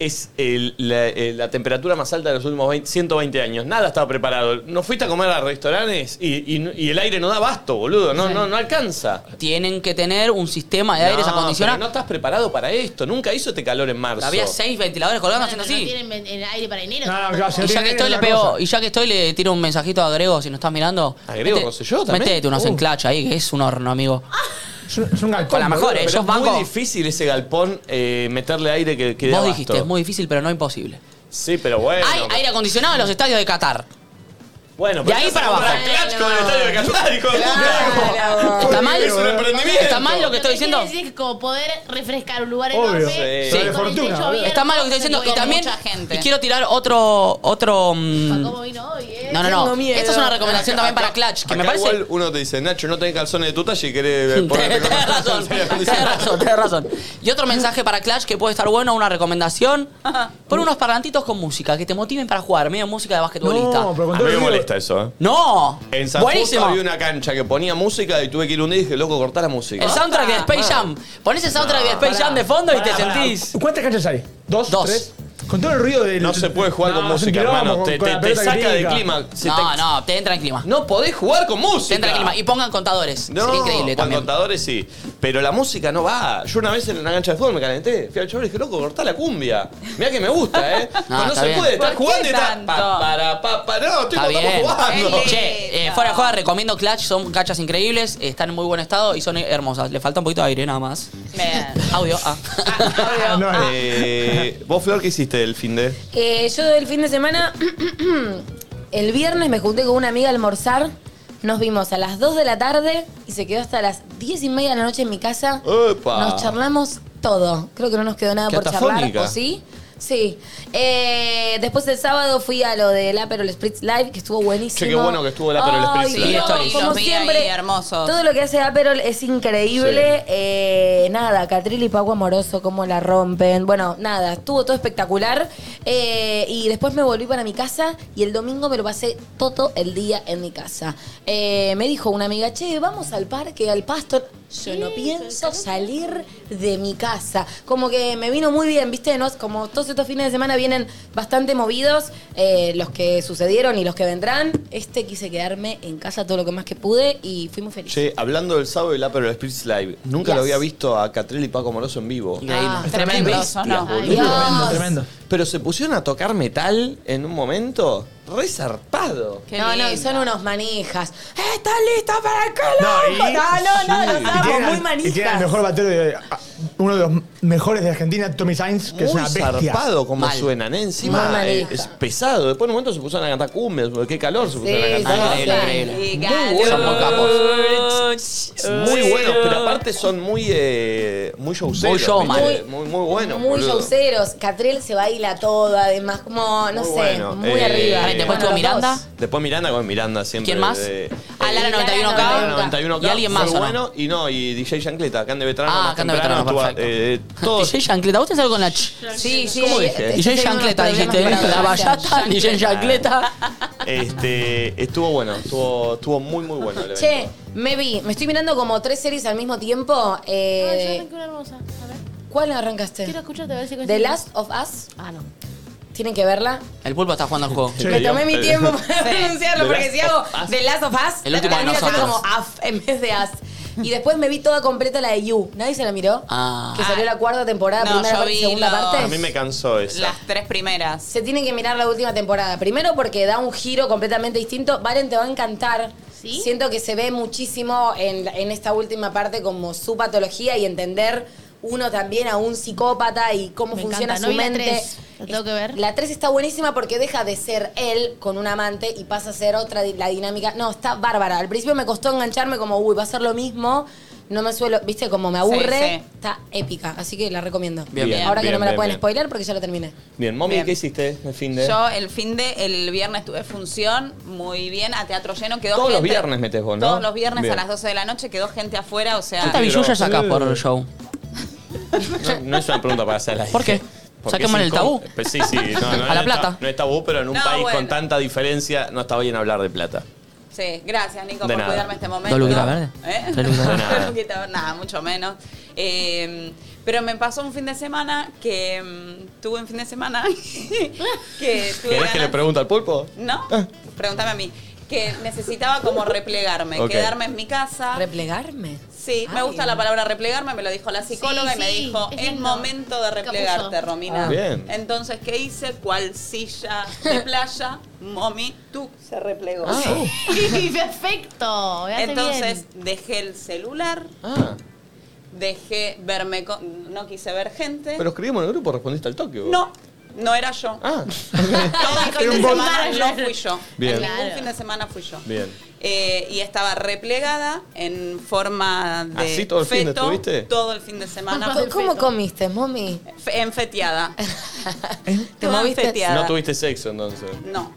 Es el- la, eh, la temperatura más alta de los últimos 20 120 años. Nada estaba preparado. No fuiste a comer a restaurantes y, y- y el aire no da basto, boludo. No, no, no alcanza.
Tienen que tener un sistema de aires
No, pero No
acondicionados.
estás preparado para esto. Nunca hizo este calor en marzo.
Había seis ventiladores colgando haciendo
No
así.
tienen el aire para enero.
No, no, claro,
Y
si no
ya
tiene
que estoy
es
le
otra
pego,
cosa.
y ya que estoy le tiro un mensajito a Grego si no estás mirando.
¿A Grego
Mete-
Rosselló también?
Métete unas
Uh.
enclachas ahí, que es un horno, amigo.
Es un, es un galpón,
Con la mejor,
boludo.
eh.
Pero
Yo
es
banco-
muy difícil ese galpón eh, meterle aire que, que dé
Vos
abasto.
dijiste, es muy difícil, pero no imposible.
Sí, pero bueno.
Hay aire acondicionado en los estadios de Qatar.
Bueno,
De ahí
pero
para
se
abajo.
compra Clutch con el estadio de Qatar, hijo de puta.
¿Está mal?
Es un emprendimiento.
¿Está mal lo que estoy diciendo?
Decir que como poder refrescar un lugar
Obvio.
enorme.
Sí.
con
Sí.
el
Fortuna,
techo
¿no?
abierto,
Está mal lo que estoy
se
diciendo. Y
puede
también
mucha gente.
y quiero tirar otro... otro mm,
¿Cómo vino hoy, eh?
No, no, no.
Tengo miedo.
Esta es una recomendación también para Clutch, que me
Acá
parece...
igual uno te dice, Nacho, no tenés calzones de tu talla y querés ponerte
Tienes razón, tenés razón, tenés razón. Y otro mensaje para Clash que puede estar bueno, una recomendación. Pon unos parlantitos con música que te motiven para jugar, medio música de basquetbolista.
No, pero con
A mí
todo
me
el ruido-
molesta eso, ¿eh.
¡No!
En San Justo
Buenísimo.
había una cancha que ponía música y tuve que ir un día y dije, loco, cortá la música.
El soundtrack de Space Jam. Ponés el soundtrack
Ah,
de Space Jam de fondo y te sentís...
¿Cuántas canchas hay? ¿Dos?
Dos.
¿Tres? Con todo el ruido del.
No se puede jugar
No,
con
es un
música,
quilombo,
hermano.
con-
Te,
con
te-
la
te
pelota que
saca del
brinca.
clima. Se
No,
te-
no, te entra en clima.
No podés jugar con música.
Te entra en clima. Y pongan contadores.
No,
es increíble
con
también.
contadores sí. Pero la música no va. Yo una vez en una cancha de fútbol me calenté. Fui al chaval y dije, loco, cortá la cumbia. Mirá que me gusta, ¿eh? Pero no
está
se
bien.
puede estar
¿Por qué
jugando y estar.
tanto?
Pa, para, pa, pa, no, estoy
Está
con- estamos
bien.
jugando.
Qué
Che, eh,
lindo.
fuera de juego recomiendo Clutch, son cachas increíbles, están en muy buen estado y son hermosas. Le falta un poquito de aire nada más.
Bien.
Audio, ah.
Ah, no, no.
Eh, ¿Vos, Flor, qué hiciste el fin de?
Eh, yo el fin de semana, el viernes me junté con una amiga a almorzar. Nos vimos a las 2 de la tarde y se quedó hasta las 10 y media de la noche en mi casa.
¡Epa!
Nos charlamos todo. Creo que no nos quedó nada
Qué
por charlar.
atafónica.
¿O sí? Sí. Eh, después el sábado fui a lo del Aperol Spritz Live, que estuvo buenísimo.
Che, qué bueno que estuvo el Aperol
Ay,
Spritz
Live.
Dios,
Sí, estoy-
como
los vi
siempre,
ahí, hermosos.
Todo lo que hace Aperol es increíble.
Sí.
Eh, nada, Catril y Paco Amoroso, cómo la rompen. Bueno, nada, estuvo todo espectacular. Eh, y después me volví para mi casa y el domingo me lo pasé todo el día en mi casa. Eh, me dijo una amiga, che, vamos al parque, al pasto. Yo no pienso salir de mi casa. Como que me vino muy bien, ¿viste? ¿No? Como todos estos fines de semana vienen bastante movidos, eh, los que sucedieron y los que vendrán. Este quise quedarme en casa todo lo que más que pude y fui muy feliz.
Che, hablando del sábado y la Aperol Spritz Live, nunca lo
Yes.
había visto a Catril y Paco Moroso en vivo.
Ah, tremendo, ¿o no?
Ay,
Dios.
Tremendo, tremendo.
Pero se pusieron a tocar metal en un momento re zarpado.
Qué
no, no, y
lindo.
son unos manijas. ¿Están listos para el calor?
No,
No,
y-
no, no,
sí.
los
Y
amo, muy
tiene al- y tiene al
manijas.
mejor batero de. a- Uno de los mejores de Argentina, Tommy Sainz, que es
Muy
una bestia.
zarpado como
Mal.
suenan, ¿eh?
Muy
encima eh,
manija.
es pesado. Después en un momento se pusieron a cantar cumbias, porque qué calor se pusieron a
Sí,
cantar.
sí,
Increíble,
sí.
Y
increíble.
Muy buenos,
ganó.
los capos. Muy buenos, pero aparte son muy, eh, muy showceros.
Muy showman.
¿viste? Muy, muy buenos.
Muy
boludo.
showceros. Catril se baila todo, además, como, no
Muy
sé,
bueno.
muy
Eh,
arriba.
eh,
Después tuvo Miranda.
Después Miranda con Miranda siempre.
¿Quién más?
de-
Alara 91K.
Alara 91K.
Y alguien más,
Fue
¿o no?
bueno y no, y DJ Shancleta, acá en de veterano.
Ah,
más
acá en de
temprano,
veterano,
estuvo, eh,
DJ Shancleta, ¿vos te algo con la ch?
Sí, sí. Este,
¿Cómo dije?
DJ Shancleta, dijiste. La vallata, DJ Shancleta.
Este, estuvo bueno, estuvo, estuvo muy muy bueno. el
Che,
evento.
me vi, me estoy mirando como tres series al mismo tiempo.
Ay, yo
Eh,
tengo una hermosa. A ver,
Eh,
¿Cuál
quiero
arrancaste?
escucharte a ver si
The
coincidimos.
Last of Us.
Ah, no.
¿Tienen que verla?
El pulpo está jugando al juego.
Sí,
Me tomé mi
digamos,
tiempo
eh,
para pronunciarlo,
The
porque
Last
si hago
of Us.
The Last of Us,
El último de
termino haciendo
nosotros.
como AF en vez de AS. Y después me vi toda completa la de You. ¿Nadie se la miró?
Ah.
Que salió la cuarta temporada,
No,
primera
yo
parte y
vi
segunda
los-
parte.
A mí me cansó esa.
Las tres primeras.
Se tiene que mirar la última temporada. Primero porque da un giro completamente distinto. Valen te va a encantar.
¿Sí?
Siento que se ve muchísimo en, la- en esta última parte como su patología y entender uno también a un psicópata y cómo
Me
funciona su
encanta. No vi la
mente.
tres. La tengo que ver.
La 3 está buenísima porque deja de ser él con un amante y pasa a ser otra di- la dinámica. No, está bárbara. Al principio me costó engancharme como, uy, va a ser lo mismo. No me suelo, viste, como me aburre.
sí.
Está épica, así que la recomiendo.
Bien, bien,
Ahora que no
bien,
me la
bien,
pueden
bien.
spoiler porque ya la terminé.
Bien, Mami,
Bien.
¿qué hiciste el fin de?
Yo el fin de, el viernes tuve función, muy bien, a teatro lleno, quedó
Todos los
gente-
viernes metes vos, ¿no?
Todos los viernes
Bien.
a las 12 de la noche quedó gente afuera, o sea,
¿Cuántas billullas sacas por
Sí.
show?
No, no es una pregunta para hacer
¿Por qué? Saquemos el tabú.
Pues sí, sí. No, no,
A
no
la
está-
plata.
no es tabú, pero en un
No,
país
bueno.
con tanta diferencia no está bien hablar de plata.
Sí, gracias Nico
De
por
nada.
cuidarme este momento.
¿Dos luquitas verdes?
¿Eh?
¿Tres luquitas
verdes?
Dos luquitas verdes, nada, mucho menos. Eh, pero me pasó un fin de semana que mm, tuve un fin de semana que
¿Querés
tuve
que le
ganas-
pregunte al pulpo?
¿No? Pregúntame a mí. Que necesitaba como replegarme,
Ok.
quedarme en mi casa.
¿Replegarme?
Sí, me
Ay.
gusta la palabra replegarme, me lo dijo la psicóloga
Sí,
y me
sí,
dijo,
es
es
lindo.
momento de replegarte,
Capullo.
Romina.
Ah. Bien.
Entonces, ¿qué hice? ¿Cuál silla de playa? Mommy, tú se replegó.
Ah.
Ah. Perfecto. me hace
Entonces,
bien.
dejé el celular,
Ah,
dejé verme con... No quise ver gente.
pero escribimos en el grupo, respondiste al toque. vos.
No, no era yo.
Ah,
Todo el fin de semana no fui yo.
Bien.
En ningún
Claro.
fin de semana fui yo.
Bien.
Eh, y estaba replegada en forma de
¿Así todo el fin de
feto,
estuviste?
todo el fin de semana.
Co- ¿Cómo comiste, mami?
Fe- Enfeteada.
¿Te
Toda
moviste?
enfeteada.
no tuviste sexo entonces.
No.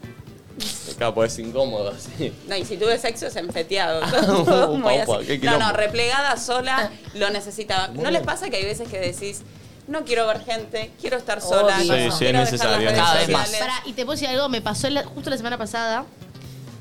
Acá podés incómodo, sí.
No, y si tuve sexo es enfeteado.
Ah, Upa,
Muy
upa,
así.
uh, qué
no,
quilombo.
no, replegada sola lo necesitaba. ¿No les pasa que hay veces que decís, no quiero ver gente, quiero estar sola,
Obvio. Sí,
no,
sí, es
quiero
necesario,
dejar las redes
cada vez más.
sociales"?
Pará, y te puedo decir algo, me pasó la- justo la semana pasada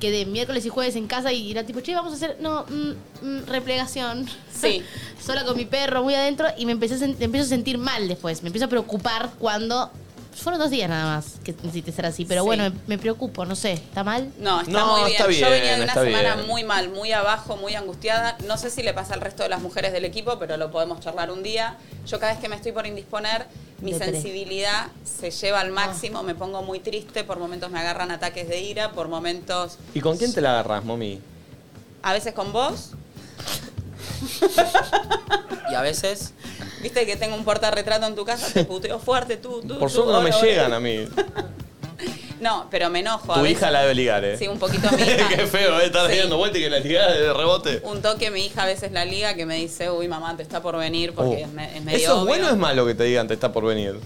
que de miércoles y jueves en casa y era tipo, che, vamos a hacer, no, mm, mm, replegación.
Sí.
Sola con mi perro, muy adentro y me empecé a, sen- empiezo a sentir mal después. Me empiezo a preocupar cuando... Fueron dos días nada más que necesité ser así, pero
Sí.
bueno, me, me preocupo, no sé, ¿está mal?
No, está
No,
muy bien.
está
Yo venía
bien,
de una
está
semana
bien.
muy mal, muy abajo, muy angustiada. No sé si le pasa al resto de las mujeres del equipo, pero lo podemos charlar un día. Yo cada vez que me estoy por indisponer, mi
Depre.
sensibilidad se lleva al máximo, me pongo muy triste, por momentos me agarran ataques de ira, por momentos
¿Y con quién te la agarras, mami?
a veces con vos,
Y a veces.
Viste que tengo un portarretrato en tu casa, te puteo fuerte, tú, tú.
Por
tú,
suerte no me
hola, hola.
llegan a mí.
No, pero me enojo. a
Tu
veces.
hija la debe ligar, eh.
Sí, un poquito a mi hija.
Qué feo, eh. Estás
Sí.
dando vuelta y que la ligás de rebote.
Un toque mi hija a veces la liga que me dice, uy mamá, te está por venir porque
Oh.
es, me- es medio
¿Eso es bueno
obvio".
o es malo que te digan te está por venir?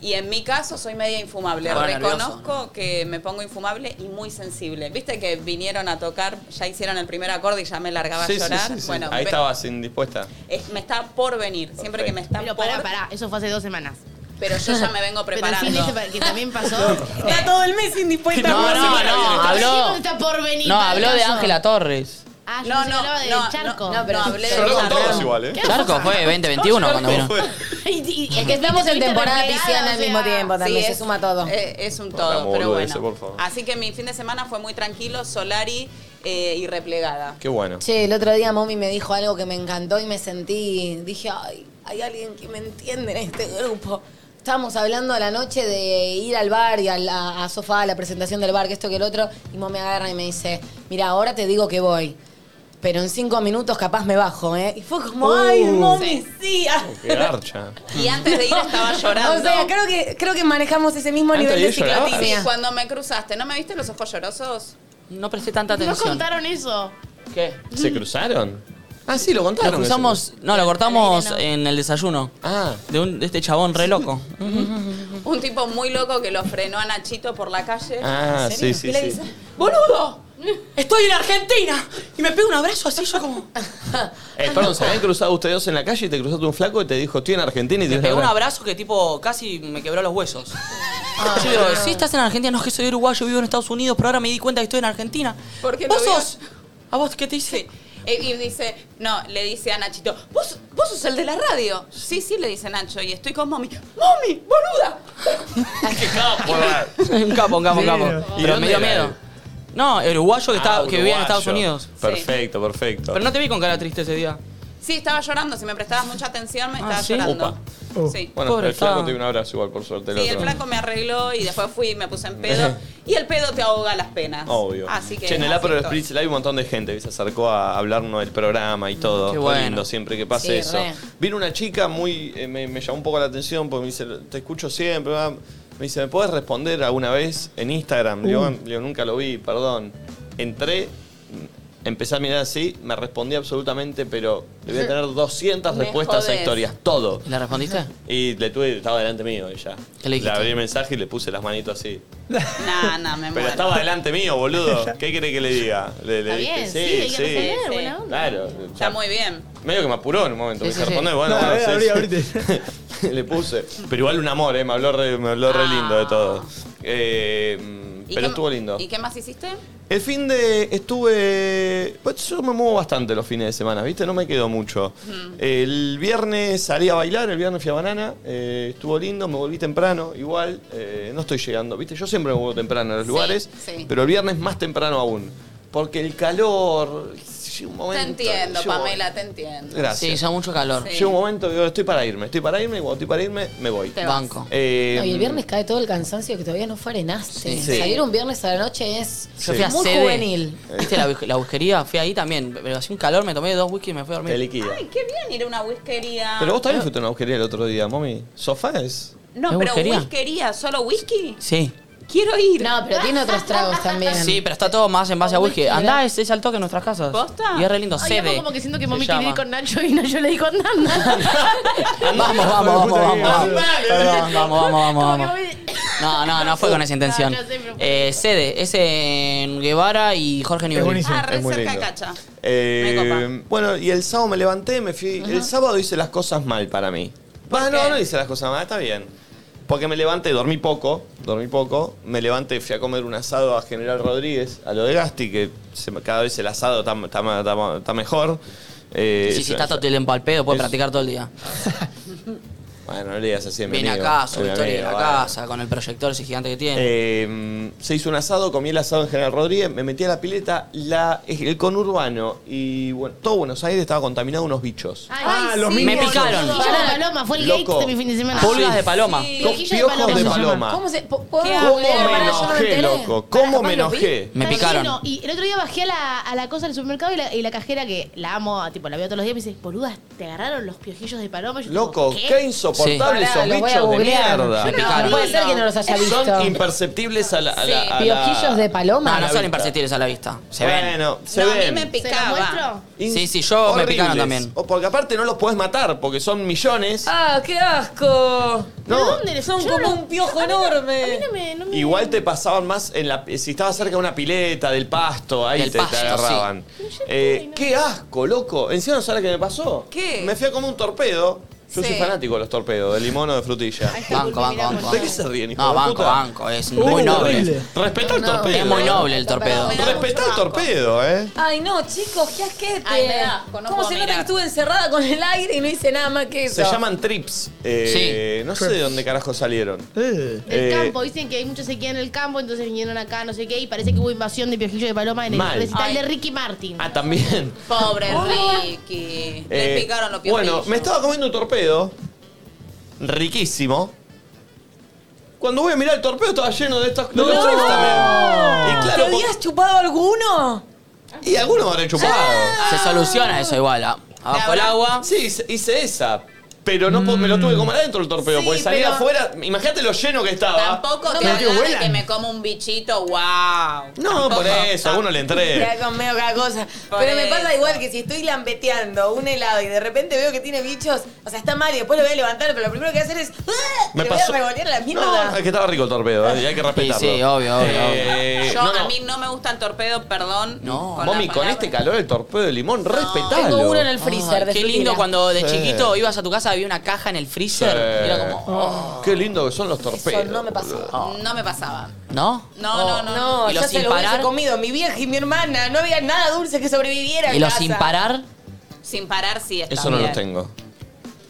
Y en mi caso soy media infumable.
Ah,
Reconozco
nervioso,
que me pongo infumable y muy sensible. Viste que vinieron a tocar, ya hicieron el primer acorde y ya me largaba a llorar. Bueno,
Ahí
ve-
estabas indispuesta.
es- me está por venir. Siempre que me está
Pero
por.
pará, pará, eso fue hace dos semanas.
Pero yo ya me vengo
Pero el
preparando.
fin de que también pasó.
está todo el mes indispuesta.
No,
por
no,
semana.
no, habló.
Está por venir,
No,
tal
habló de
caso.
Ángela Torres.
Ah, yo
No,
pensé que
no,
hablaba de
no,
charco.
no, pero hablé de
Lloró con
Charco.
todos igual, eh.
Charco fue 2021 cuando vino.
Y- y-
Es que estamos en
estuviste
temporada
replegada,
pisciana
o
al
sea.
mismo tiempo también,
Sí,
se suma todo.
eh, Es, un
Hagamos
todo, pero
boludeces,
bueno.
por favor.
Así que mi fin de semana fue muy tranquilo, solari eh, y replegada.
Qué bueno.
Che, el otro día mami me dijo algo que me encantó y me sentí, dije, ay, hay alguien que me entiende en este grupo. Estábamos hablando a la noche de ir al bar y a, la, a sofá, a la presentación del bar, que esto que el otro, y mami agarra y me dice, mira, ahora te digo que voy, pero en cinco minutos capaz me bajo, ¿eh? Y fue
Uh.
como, ay, mami, sí. ah".
Qué garcha.
Y antes de ir estaba llorando.
O sea, creo que, creo que manejamos ese mismo
Antes
nivel
de
de
ir llorabas.
Sí,
ciclotimia.
cuando me cruzaste, ¿no me viste los ojos llorosos?
No presté tanta
No
atención.
contaron eso.
Mm.
¿Qué?
¿Se cruzaron? Ah, sí, lo
Lo
contaron.
cruzamos, no, lo cortamos en el desayuno.
Ah.
De, un- de este chabón re loco.
Un tipo muy loco que lo frenó a Nachito por la calle.
Ah, sí, sí,
Y le
sí.
dice, ¡Boludo!
Estoy en Argentina y me pego un abrazo así, yo como.
Eh, perdón, ¿se habían cruzado ustedes dos en la calle y te cruzaste un flaco y te dijo, estoy en Argentina y te
Me
dio
pegó un
una-
abrazo que tipo casi me quebró los huesos. Yo digo, sí estás en Argentina, no es que soy uruguayo, vivo en Estados Unidos, pero ahora me di cuenta que estoy en Argentina.
¿Por qué
¿Vos
lo
sos? ¿A vos qué te hice?
Sí. Eh, Y dice, no, le dice a Nachito, ¿Vos, vos sos el de la radio. Sí, sí, le dice Nacho, y estoy con mami. ¡Mami, boluda!
un capo, un capo, un capo.
¿Y
Pero
dónde
me dio
era
miedo.
él?
No, el uruguayo que,
Ah,
estaba, que vivía
uruguayo.
en Estados Unidos.
Perfecto, perfecto.
Pero no te vi con cara triste ese día.
Sí, estaba llorando, si me prestabas mucha atención me
Ah,
estaba
¿sí?
llorando.
Opa.
Sí.
Bueno,
Pobre,
el flaco
está-
te dio un abrazo igual, por suerte.
Sí, el
Oh. otro.
flaco me arregló y después fui y me puse en pedo. Y el pedo te ahoga las penas.
Obvio.
Así Ah, que.
Che, en el
así
Apro
estoy.
Spritz Live un montón de gente que se acercó a hablarnos del programa y todo.
Qué
Qué
bueno.
lindo siempre que pase
Sí,
eso.
re.
Vino una chica muy. eh, me, me llamó un poco la atención porque me dice, te escucho siempre. va". Me dice, ¿me puedes responder alguna vez en Instagram? Le digo, "Bueno", le digo, nunca lo vi, perdón. Entré. Empecé a mirar así, me respondí absolutamente, pero le voy a tener 200
Me
respuestas a
jodés.
historias, todo.
¿Le respondiste?
Y le tuve, estaba delante mío ella.
¿Qué le
Le
dijiste?
abrí el mensaje y le puse las manitos así.
Nah, nah, me
Pero
muero.
estaba delante mío, boludo. ¿Qué quiere que le diga? Le, le
Está
dije,
bien, sí, hay que responder,
sí.
buena onda.
Claro. o sea,
Está muy bien.
Medio que me apuró en un momento.
Sí,
me
sí,
dice,
sí.
"Respondé", bueno,
No,
bueno,
eh,
sí,
abrí,
sí.
abrite.
Le puse. Pero igual un amor, ¿eh? Me habló re, me habló re
Ah.
lindo de todo. Eh,
¿Y
pero
qué-
estuvo lindo.
¿Y qué más hiciste?
El fin de. estuve. Pues yo me muevo bastante los fines de semana, ¿viste? No me quedo mucho.
Mm.
El viernes salí a bailar, el viernes fui a banana, eh, estuvo lindo, me volví temprano, igual, eh, no estoy llegando, ¿viste? Yo siempre me vuelvo temprano a los
Sí,
lugares,
sí.
pero el viernes más temprano aún. Porque el calor. llega un
Te
momento-
entiendo,
llega un-
Pamela, te entiendo.
Sí,
Gracias.
hizo mucho calor.
Sí.
Llega un momento que digo, estoy para irme, estoy para irme, y cuando estoy para irme, me voy.
Te vas.
Banco.
Eh,
No, y el viernes cae todo el cansancio que todavía no frenaste.
Sí.
Salir un viernes a la noche es
Yo fui a
muy
Sede.
juvenil.
¿Viste la, bu- la agujería? Fui ahí también. Pero hacía un calor, me tomé dos whisky y me fui a
Te
dormir.
liquida.
Ay, qué bien ir a una whiskería.
Pero vos también fuiste a una agujería el otro día, mami. ¿Sofá es?
No,
¿Es
pero
whiskería?
whiskería, solo whisky.
Sí.
Quiero ir.
No, pero tiene otros tragos también.
Sí, pero está todo más en base a whisky. Andá, es, es al toque en nuestras casas.
¿Posta?
Y es re lindo.
Ay, amo
Sede.
como que siento que
se
mami quiere
llama.
ir con Nacho y Nacho le dijo anda, anda.
Vamos, vamos, vamos,
puta que-
vamos. Perdón, vamos, vamos,
Como que
vamos.
voy-
No, no, no fue con esa intención.
No, yo sé, pero-
Eh, Sede, es en Guevara y Jorge Nibeli.
buenísimo.
Ah, re
Es muy
cerca de
lindo.
Cacha.
Eh,
Me
bueno, y el sábado me levanté, me fui. El sábado hice las cosas mal para mí. Bah, no,
qué?
no hice las cosas mal, está bien. Porque me levanté, dormí poco, dormí poco, me levanté, fui a comer un asado a General Rodríguez, a lo de Gasti, que se me- cada vez el asado está, está- está- está mejor. Eh,
Sí, si
eso-
está todo el tiempo al pedo, puede
es-
practicar todo el día.
Bueno, no le digas así a mi
Viene
amigo,
acá,
a
su
mi
historia de
amigo,
la
bueno.
casa, con el proyector ese gigante que tiene.
Eh, se hizo un asado, comí el asado en General Rodríguez, me metí a la pileta, la, el conurbano y bueno, todo Buenos Aires estaba contaminado de unos bichos.
Ah, los
Me
mismos.
picaron.
Quijillo de paloma, fue el
Loco.
gate de mi fin de semana.
Pulgas de paloma.
Sí.
Con
Piojillo
piojos
de paloma
de
se llama.
paloma.
¿Cómo se.? po- ¿Puedo
¿Qué
¿Cómo
hago?
me
volver? Pará, yo no me
enojé,
enteré.
loco? ¿Cómo
Pará,
me
capaz lo vi.
enojé?
Me picaron.
Tranquilo. Y el otro día bajé a la, a la cosa del supermercado y la, y la cajera que la amo, tipo, la veo todos los días, me dice, boluda, te agarraron los piojillos de paloma. Yo,
Loco,
tipo,
qué,
¿qué?
insoportables
Pará,
son
los voy a
bichos de
googlear.
mierda.
Yo no-
Puede ser que no los haya visto.
Son imperceptibles a la. a la- a la-
Piojillos de paloma.
No, no
la
son
vista.
imperceptibles a la vista. Se ven.
Bueno, se
No, a mí
ven.
me
¿Se los muestro?
picaba.
In-
Sí, sí, yo me
horribles.
picaron también.
O porque aparte no los podés matar, porque son millones.
¡Ah, qué asco!
¿Pero
no,
dónde?
Son
Yo
como
no-
un piojo
a mí no-
enorme.
a mí no me- no me-
Igual te pasaban más en la, si estabas cerca de una pileta, del pasto, ahí
Del
te, te
pasto,
agarraban. Eh, qué asco, loco. Encima no sabes qué me pasó.
¿Qué?
Me fui a como un torpedo. Yo
Sí.
soy fanático de los torpedos, de limón o de frutilla.
Banco, banco, banco.
¿De qué se ríen, hijo
No,
de
banco,
puta?
banco. Es
Uh,
muy noble.
horrible.
Respeta el torpedo.
Es muy noble el torpedo.
Me da
Respeta
mucho
el
asco.
torpedo, eh.
Ay, no, chicos, qué asquete.
Ay, me da asco, no
¿Cómo
puedo
se nota
mirar.
que estuve encerrada con el aire y no hice nada más que eso?
Se llaman trips. Eh, No sé de dónde carajo salieron.
Eh.
Del
Eh,
campo, dicen que hay muchos se quedan en el campo, entonces vinieron acá, no sé qué, y parece que hubo invasión de piojillos de paloma en el
Mal.
recital
Ay.
de Ricky Martin.
Ah, también.
Pobre Ricky.
Eh,
Le picaron los piojillos.
Bueno, me estaba comiendo un torpedo. Riquísimo. Cuando voy a mirar el torpedo estaba lleno de estos. de los trips también. Y
¿Te
claro,
habías chupado alguno?
po- y
Ah.
algunos me habré chupado.
Se soluciona eso igual. ah. Abajo el agua.
Sí, hice- hice esa. Pero no po- me lo tuve que comer adentro el torpedo,
Mm. Sí,
porque salía
pero-
afuera, imagínate lo lleno que estaba.
Tampoco te
No,
hagas de
vuelan.
que me como un bichito, wow.
No, por eso, a uno le entré.
Ya con medio cada cosa.
Por
Pero me
eso.
pasa igual que si estoy lambeteando un helado y de repente veo que tiene bichos, o sea, está mal y después lo voy a levantar, pero lo primero que voy a hacer es. ¡ah!
Me
Le
pasó-
voy a revolver la mierda.
No, es que estaba rico el torpedo, eh, y hay que respetarlo.
sí, obvio, obvio,
Eh,
Yo,
no,
a
no.
mí no me gusta el torpedo, perdón.
No.
la
Mami, con
palabra.
este calor el torpedo de limón, respetalo.
Tengo uno en el freezer.
Ay,
de
qué
frutilla.
lindo cuando de
Sí.
chiquito ibas a tu casa había una caja en el freezer.
Sí. Oh.
Y era como, oh.
Qué lindo que son los torpedos.
Eso no me pasó.
boludo.
No me pasaba.
¿no?
No,
Oh,
no, no.
No,
¿Y
yo
los
se
sin
lo hubiese
parar?
comido mi vieja y mi hermana. No había nada dulce que sobreviviera.
Y
en
los
casa.
sin parar,
Sin parar sí está
Eso no
bien.
los tengo.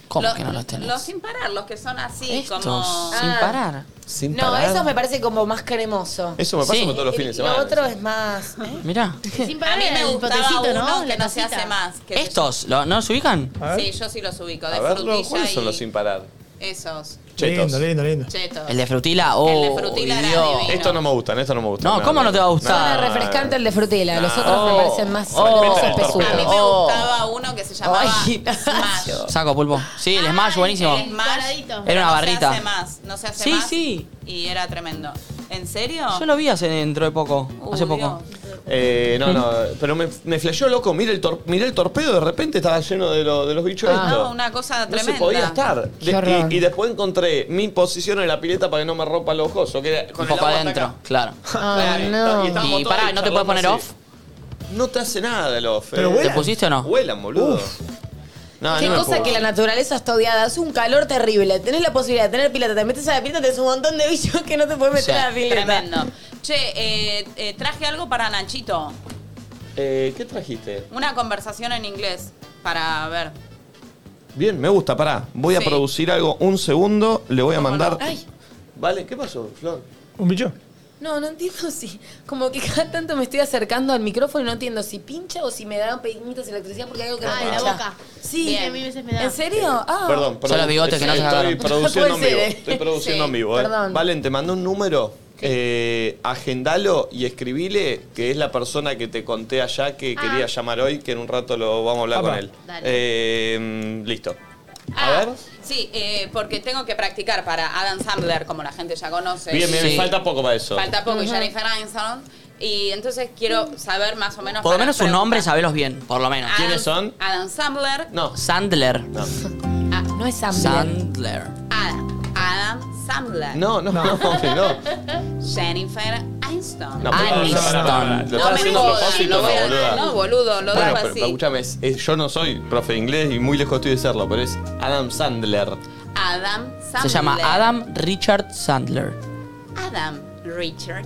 ¿cómo
Lo-
que no los tenés?
Los sin parar, los que son así,
Estos,
como...
sin
Ah.
parar.
Sin
No, eso me parece como más cremoso.
Eso me pasa
Sí.
con todos los fines de semana.
Lo otro es más. ¿eh?
Mirá.
Sin
A
parar
mí me
el
gustaba
potecito,
uno
¿no?
que
La
no se
tacita.
hace más. que se-
¿Estos? ¿Lo- ¿No los ubican?
A ver.
Sí, yo sí los ubico, de
A verlo,
frutilla
¿cuáles son
y
los sin parar?
esos
Chetos.
Lindo, lindo, lindo.
chetos.
El de oh, frutila o.
El de frutila era divino.
Estos no me gustan, estos no me gustan.
No, ¿cómo no te va a gustar?
Son
Ah.
el refrescante el de frutela. Los otros
Oh.
me parecen más,
Oh.
más
A mí
espesudos.
me
Oh.
gustaba uno que se llamaba
Ay,
Smash.
Saco pulpo. Sí, el Smash, buenísimo.
El Smash,
Doradito. Era
pero
una barrita.
No se hace más, no se hace
Sí,
más.
sí.
Y era tremendo. ¿En serio?
Yo lo vi hace dentro de poco.
Uy,
hace poco.
Dios.
Eh, no, no, pero me, me flasheó loco. Miré el, tor- miré el torpedo, de repente estaba lleno de, lo- de los bichos
Ah.
estos.
Ah. No, una cosa
No
tremenda.
se podía estar. De-
Qué horror.
y, y después encontré mi posición en la pileta para que no me rompa los ojos. Que era con
Un
el
poco
agua
adentro,
hasta acá.
claro.
Ah, no.
Y estábamos
Y
todos
pará,
ahí
¿no te
charlando
puedes poner
así.
off?
No te hace nada el off.
Pero
eh.
vuela.
¿Te pusiste o no?
Vuelan, boludo. No,
Qué
Ah, no me
cosa
puedo.
que la naturaleza está odiada. Hace un calor terrible. Tenés la posibilidad de tener pileta. Te metes a la pileta, tenés un montón de bichos que no te puedes meter
Sí,
a la pileta.
Tremendo. Che, eh, eh, traje algo para Nachito.
Eh, ¿Qué trajiste?
Una conversación en inglés para ver.
Bien, me gusta, pará. Voy a
Sí.
producir algo un segundo, le voy a mandar.
Ay,
Vale, ¿qué pasó, Flor?
¿Un bicho?
no, no entiendo si. Como que cada tanto me estoy acercando al micrófono y no entiendo si pincha o si me darán pequeñitas electricidad porque hay algo que no
Ay, la
pincha.
boca.
Sí.
Sí, a mí a veces me da.
¿En serio? Ah.
Perdón, perdón.
los bigotes que no se
Estoy
agarraron.
produciendo en
Puede
vivo.
ser, eh.
Estoy produciendo
Sí,
en vivo, eh.
perdón.
Valen, te mandó un número. Eh, agendalo y escribile que es la persona que te conté allá que
Ah.
quería llamar hoy, que en un rato lo vamos a hablar
Papá.
con él.
Dale.
Eh, listo. A
Ah,
ver.
Sí, eh, porque tengo que practicar para Adam Sandler, como la gente ya conoce.
Bien, bien,
Sí.
falta poco para eso.
Falta poco y Jennifer Aniston. Y entonces quiero saber más o menos.
Por lo
para
menos su nombre,
preguntar.
sabelos bien, por lo menos.
¿Quiénes
Adam-
son?
Adam Sandler. ah,
No.
Sandler.
No.
No es Sandler.
Sandler.
Adam. Adam Sandler.
No, no, no, no.
Jennifer Aniston.
No, pero pará,
Aniston.
pará, pará. Lo
Ah, No
estás
me
haciendo a
jodas,
propósito,
lo
no,
voy a-
boluda.
no, boludo, lo
bueno,
dejo
pero,
así.
pero escúchame, es- es- yo no soy profe de inglés y muy lejos estoy de serlo, pero es Adam Sandler.
Adam Sandler.
Se llama Adam Richard Sandler.
Adam Richard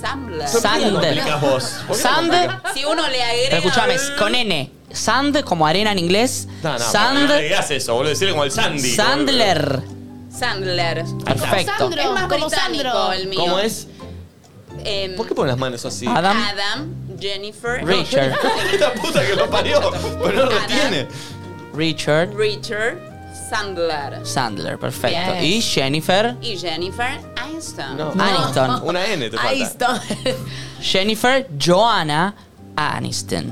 Sandler.
Sa-
¿Por qué lo
Sandler.
complicás vos? ¿Por qué lo
Sand.
complicás?
si uno le agrega.
Escuchame, es con N. Sand como arena en inglés.
No, no,
Sand-
no le digas eso, boludo. Decirle como el Sandy.
Sandler.
Sandler.
Perfecto.
Sandro.
Es más
Como
británico
Sandro.
el mío.
¿Cómo es?
Em,
¿Por qué pones las manos así?
Adam.
Adam Jennifer.
Richard.
La puta que lo parió, pero no
Adam.
retiene.
Richard
Richard Sandler.
Sandler. Perfecto.
Bien.
Y Jennifer.
Y Jennifer Aniston.
No.
Aniston.
Una N te falta.
Ahí está.
Jennifer Joanna Aniston.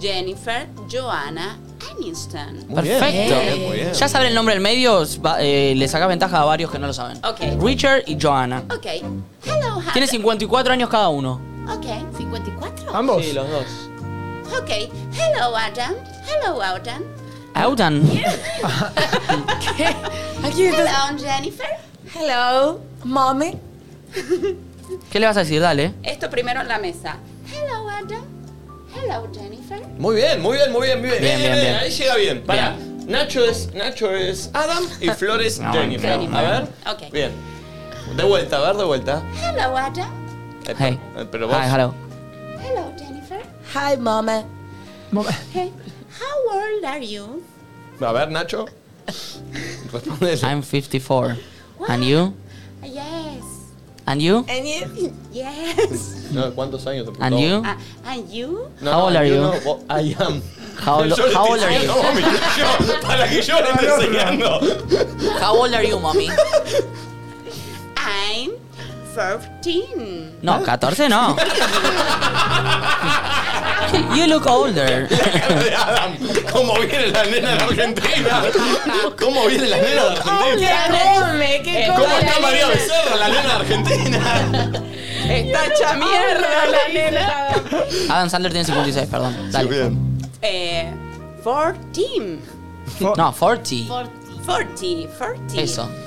Jennifer Joanna Aniston.
Muy bien,
Perfecto.
muy bien, muy bien.
Ya saben el nombre del medio, va- eh, le saca ventaja a varios que no lo saben.
Ok.
Richard y Joanna.
Ok. Hello, Hannah.
Tiene 54 años cada uno.
Ok.
54.
¿Ambos?
los dos.
Ok. Hello, Adam. Hello, Adam.
Autan.
Aquí está.
Hello, Jennifer.
Hello, mommy.
¿Qué le vas a decir? Dale.
Esto primero en la mesa. Hello, Adam. Hello, Jennifer.
Muy bien, muy bien, muy bien, muy bien.
Bien,
Eh,
bien,
eh,
bien.
Ahí llega bien. Pará. Nacho es, Nacho es Adam y Flor es
No,
Jennifer.
no, no.
A ver.
Ok.
Bien. De vuelta, a ver, de vuelta.
Hello, Adam.
Eh,
Hey.
eh, Pero vos.
Hi, hello.
Hello, Jennifer.
Hi, mommy.
Hey, how old are you?
A ver, Nacho. Responde eso.
I'm 54. And you?
Yes.
And you?
And you-
Yes.
No, ¿Cuántos años te
And you?
Ah, and you?
No,
How
no,
old are you?
No, vos- I am.
How lo-
Yo le
how
estoy
old are you?
enseñando, mami, yo- para que yo le esté enseñando.
How old are you, mommy?
I'm 14.
No, 14 no. You look older.
de Adam. ¿Cómo viene la nena de Argentina? ¿Cómo viene la nena de Argentina?
enorme! ¡Qué
¿Cómo está María Becerra, la nena de Argentina?
Está hecha mierda la nena.
Adam Sandler tiene 56, perdón. Dale.
Bien.
Eh, 14.
No, 40.
40, 40.
Eso.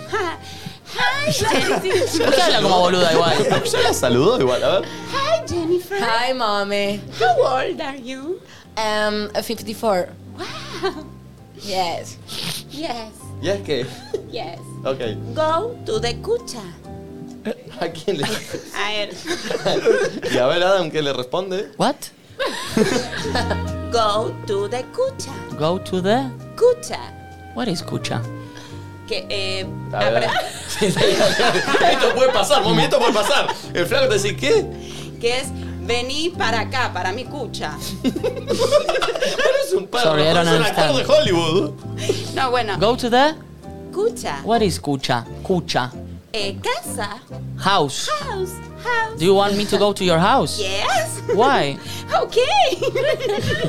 Hi, Jennifer.
¿Por qué habla como boluda igual?
Yo la saludó igual, a ver.
Hi, Jennifer.
Hi, mommy.
How old are you?
Um, 54. Yes.
Yes,
¿Y es que?
yes.
Ok.
Go to the cucha.
¿A quién le
A ver.
Y a ver, Adam, ¿qué le responde?
What?
Go to the cucha.
Go to the...
Cucha.
What is cucha?
Que, eh,
A ver.
apre-
esto puede pasar, mami, esto puede pasar. El flaco te dice, ¿qué?
que es vení para acá, para mi cucha.
Eres un perro,
Sorry, I
eres
don't
un actor de
understand.
Hollywood.
No, bueno.
Go to the...
Cucha.
What is cucha? Cucha.
Eh, casa.
House.
House. House.
Do you want me to go to your house?
Yes.
Why?
Okay.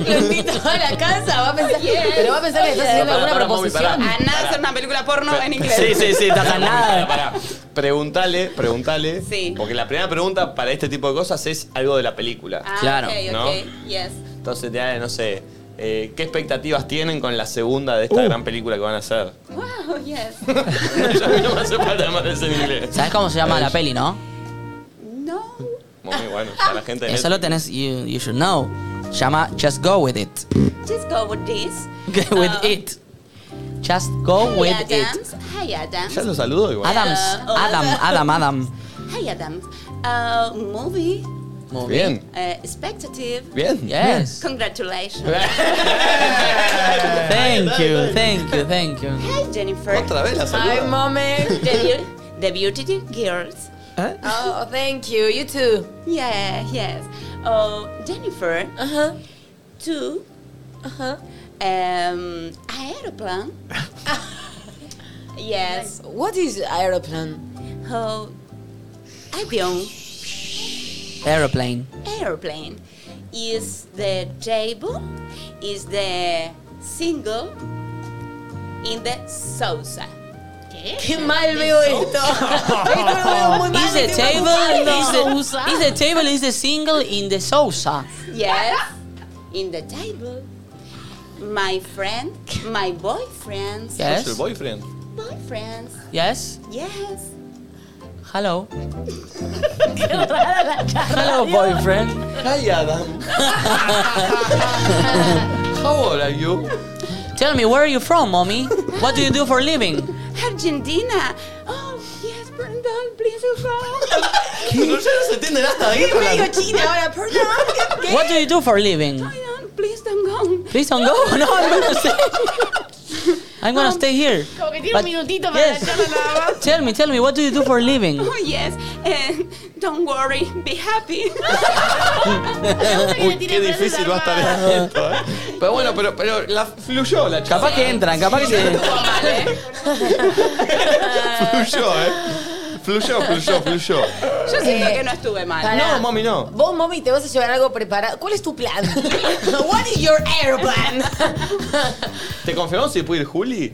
Lo invito a la casa, va a pensar, pero va a pensar que estás haciendo
Para,
alguna
para, mami,
proposición.
para.
A Ah,
Ah,
nada hacer una película porno en inglés.
Sí, sí, sí, está nada.
Pará, Preguntale, preguntale.
Sí.
Porque la primera pregunta para este tipo de cosas es algo de la película.
Ah,
Claro,
ok, ok,
¿no?
Yes.
Entonces, ya, no sé, eh, ¿qué expectativas tienen con la segunda de esta gran película que van a hacer?
Wow, yes.
Ya a mí no me hace falta más eso en inglés.
¿Sabes cómo se llama la peli, no?
No.
Muy bueno, para la gente de
Eso lo
Netflix.
tenés, you, you should know. Se llama Just Go With It.
Just go with this.
Go with
Ah.
it. Just go
Hi,
with it.
Adams. Hi, Adams.
Ya lo saludo igual.
Adams,
Ah, hola.
Adam, Adam, Adam.
Hi, Adams. Uh, movie.
Muy
Bien,
Uh, expectative.
bien.
Yes.
Congratulations.
Thank you, thank you, thank you.
Hi, Jennifer.
Otra vez la
Hi,
saludo.
mommy.
The, beauty, the beauty girls.
Oh, thank you. You too.
Yeah, yes. Oh, Jennifer,
Ajá.
two.
Ajá.
Um, aeroplane. yes.
What is aeroplane?
Oh, avion.
Aeroplane.
airplane is the table is the single in the salsa
Qué mal veo esto. esto lo veo muy mal.
Is the
estoy
table,
preocupada.
is the, is the table, is the single in the Sousa.
yes in the table my friend my boyfriends
¿Es el
Yes,
boyfriend?
boyfriends
yes.
yes
Hello. Hello, boyfriend.
Hi, Adam. How old are you?
Tell me, where are you from, mommy? What do you do for a living?
argentina oh yes perdón please oh go
No, ya no se entiende nada ¿eh? ahí con la-
china ahora perdón ¿qué?
What do you do for a living?
Perdón, please don't go
Please don't go. No, I'm gonna stay. I'm gonna stay here.
Como que tiene
But-
un minutito para
yes.
la charla nada más.
Tell me, tell me, what do you do for a living?
oh yes and don't worry be happy
Uy, qué difícil va a estar esto, ¿eh? Pero bueno, pero, pero la fluyó la chapa.
Capaz que entran, capaz que se...
eh.
Fluyó, ¿eh? Fluyó, fluyó, fluyó.
Yo siento que no estuve mal.
Pará.
No, mami, no.
Vos, mommy, te vas a llevar algo preparado. ¿Cuál es tu plan? What is your aeroplan?
¿Te confirmamos si puede ir Juli?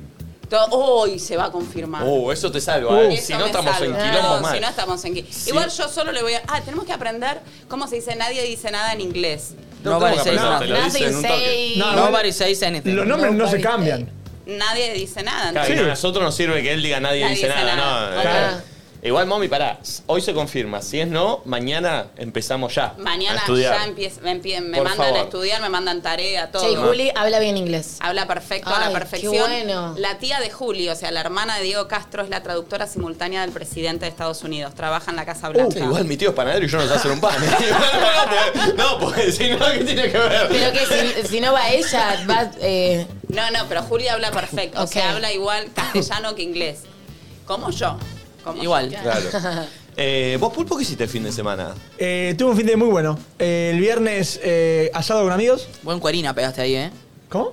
To- Hoy se va a confirmar.
Uh, eso te salva, ¿eh?
Eso
Si no
me
estamos
salva.
en quilombo
No,
mal.
Si no estamos en quilombo. Igual yo solo le voy a. Ah, tenemos que aprender cómo se dice nadie dice nada en inglés.
No
Nobody
tengo que
says
aprender,
nothing.
te lo dice en un toque.
No,
Nobody says anything.
Los nombres no se
Nobody
cambian.
Nadie dice nada.
Claro,
entonces-
y a nosotros nos sirve que él diga nadie,
Nadie
dice
dice
nada,
nada.
no.
Ok.
Claro. Igual, mami, pará. Hoy se confirma. Si es no, mañana empezamos ya. a
Mañana
estudiar.
ya empieza, me, empie- me
Por
mandan
favor.
a estudiar, me mandan tarea, todo.
Che, Juli habla bien inglés.
Habla perfecto, a
Ay,
la
qué
perfección.
bueno.
La tía de Juli, o sea, la hermana de Diego Castro, es la traductora simultánea del presidente de Estados Unidos. Trabaja en la Casa
Uh,
Blanca.
igual mi tío es panadero y yo no sé hacer un pan. ¿eh? no, porque si no, ¿qué tiene que ver?
Pero que si, si no va ella, va. eh,
No, no, pero Julia habla perfecto. O sea,
Ok.
habla igual castellano que inglés. Como yo. Como
Igual.
Claro. Eh, ¿Vos, Pulpo, qué hiciste el fin de semana?
Eh, tuve un fin de muy bueno. Eh, el viernes eh, asado con amigos.
Buen cuerina pegaste ahí, ¿eh?
¿Cómo?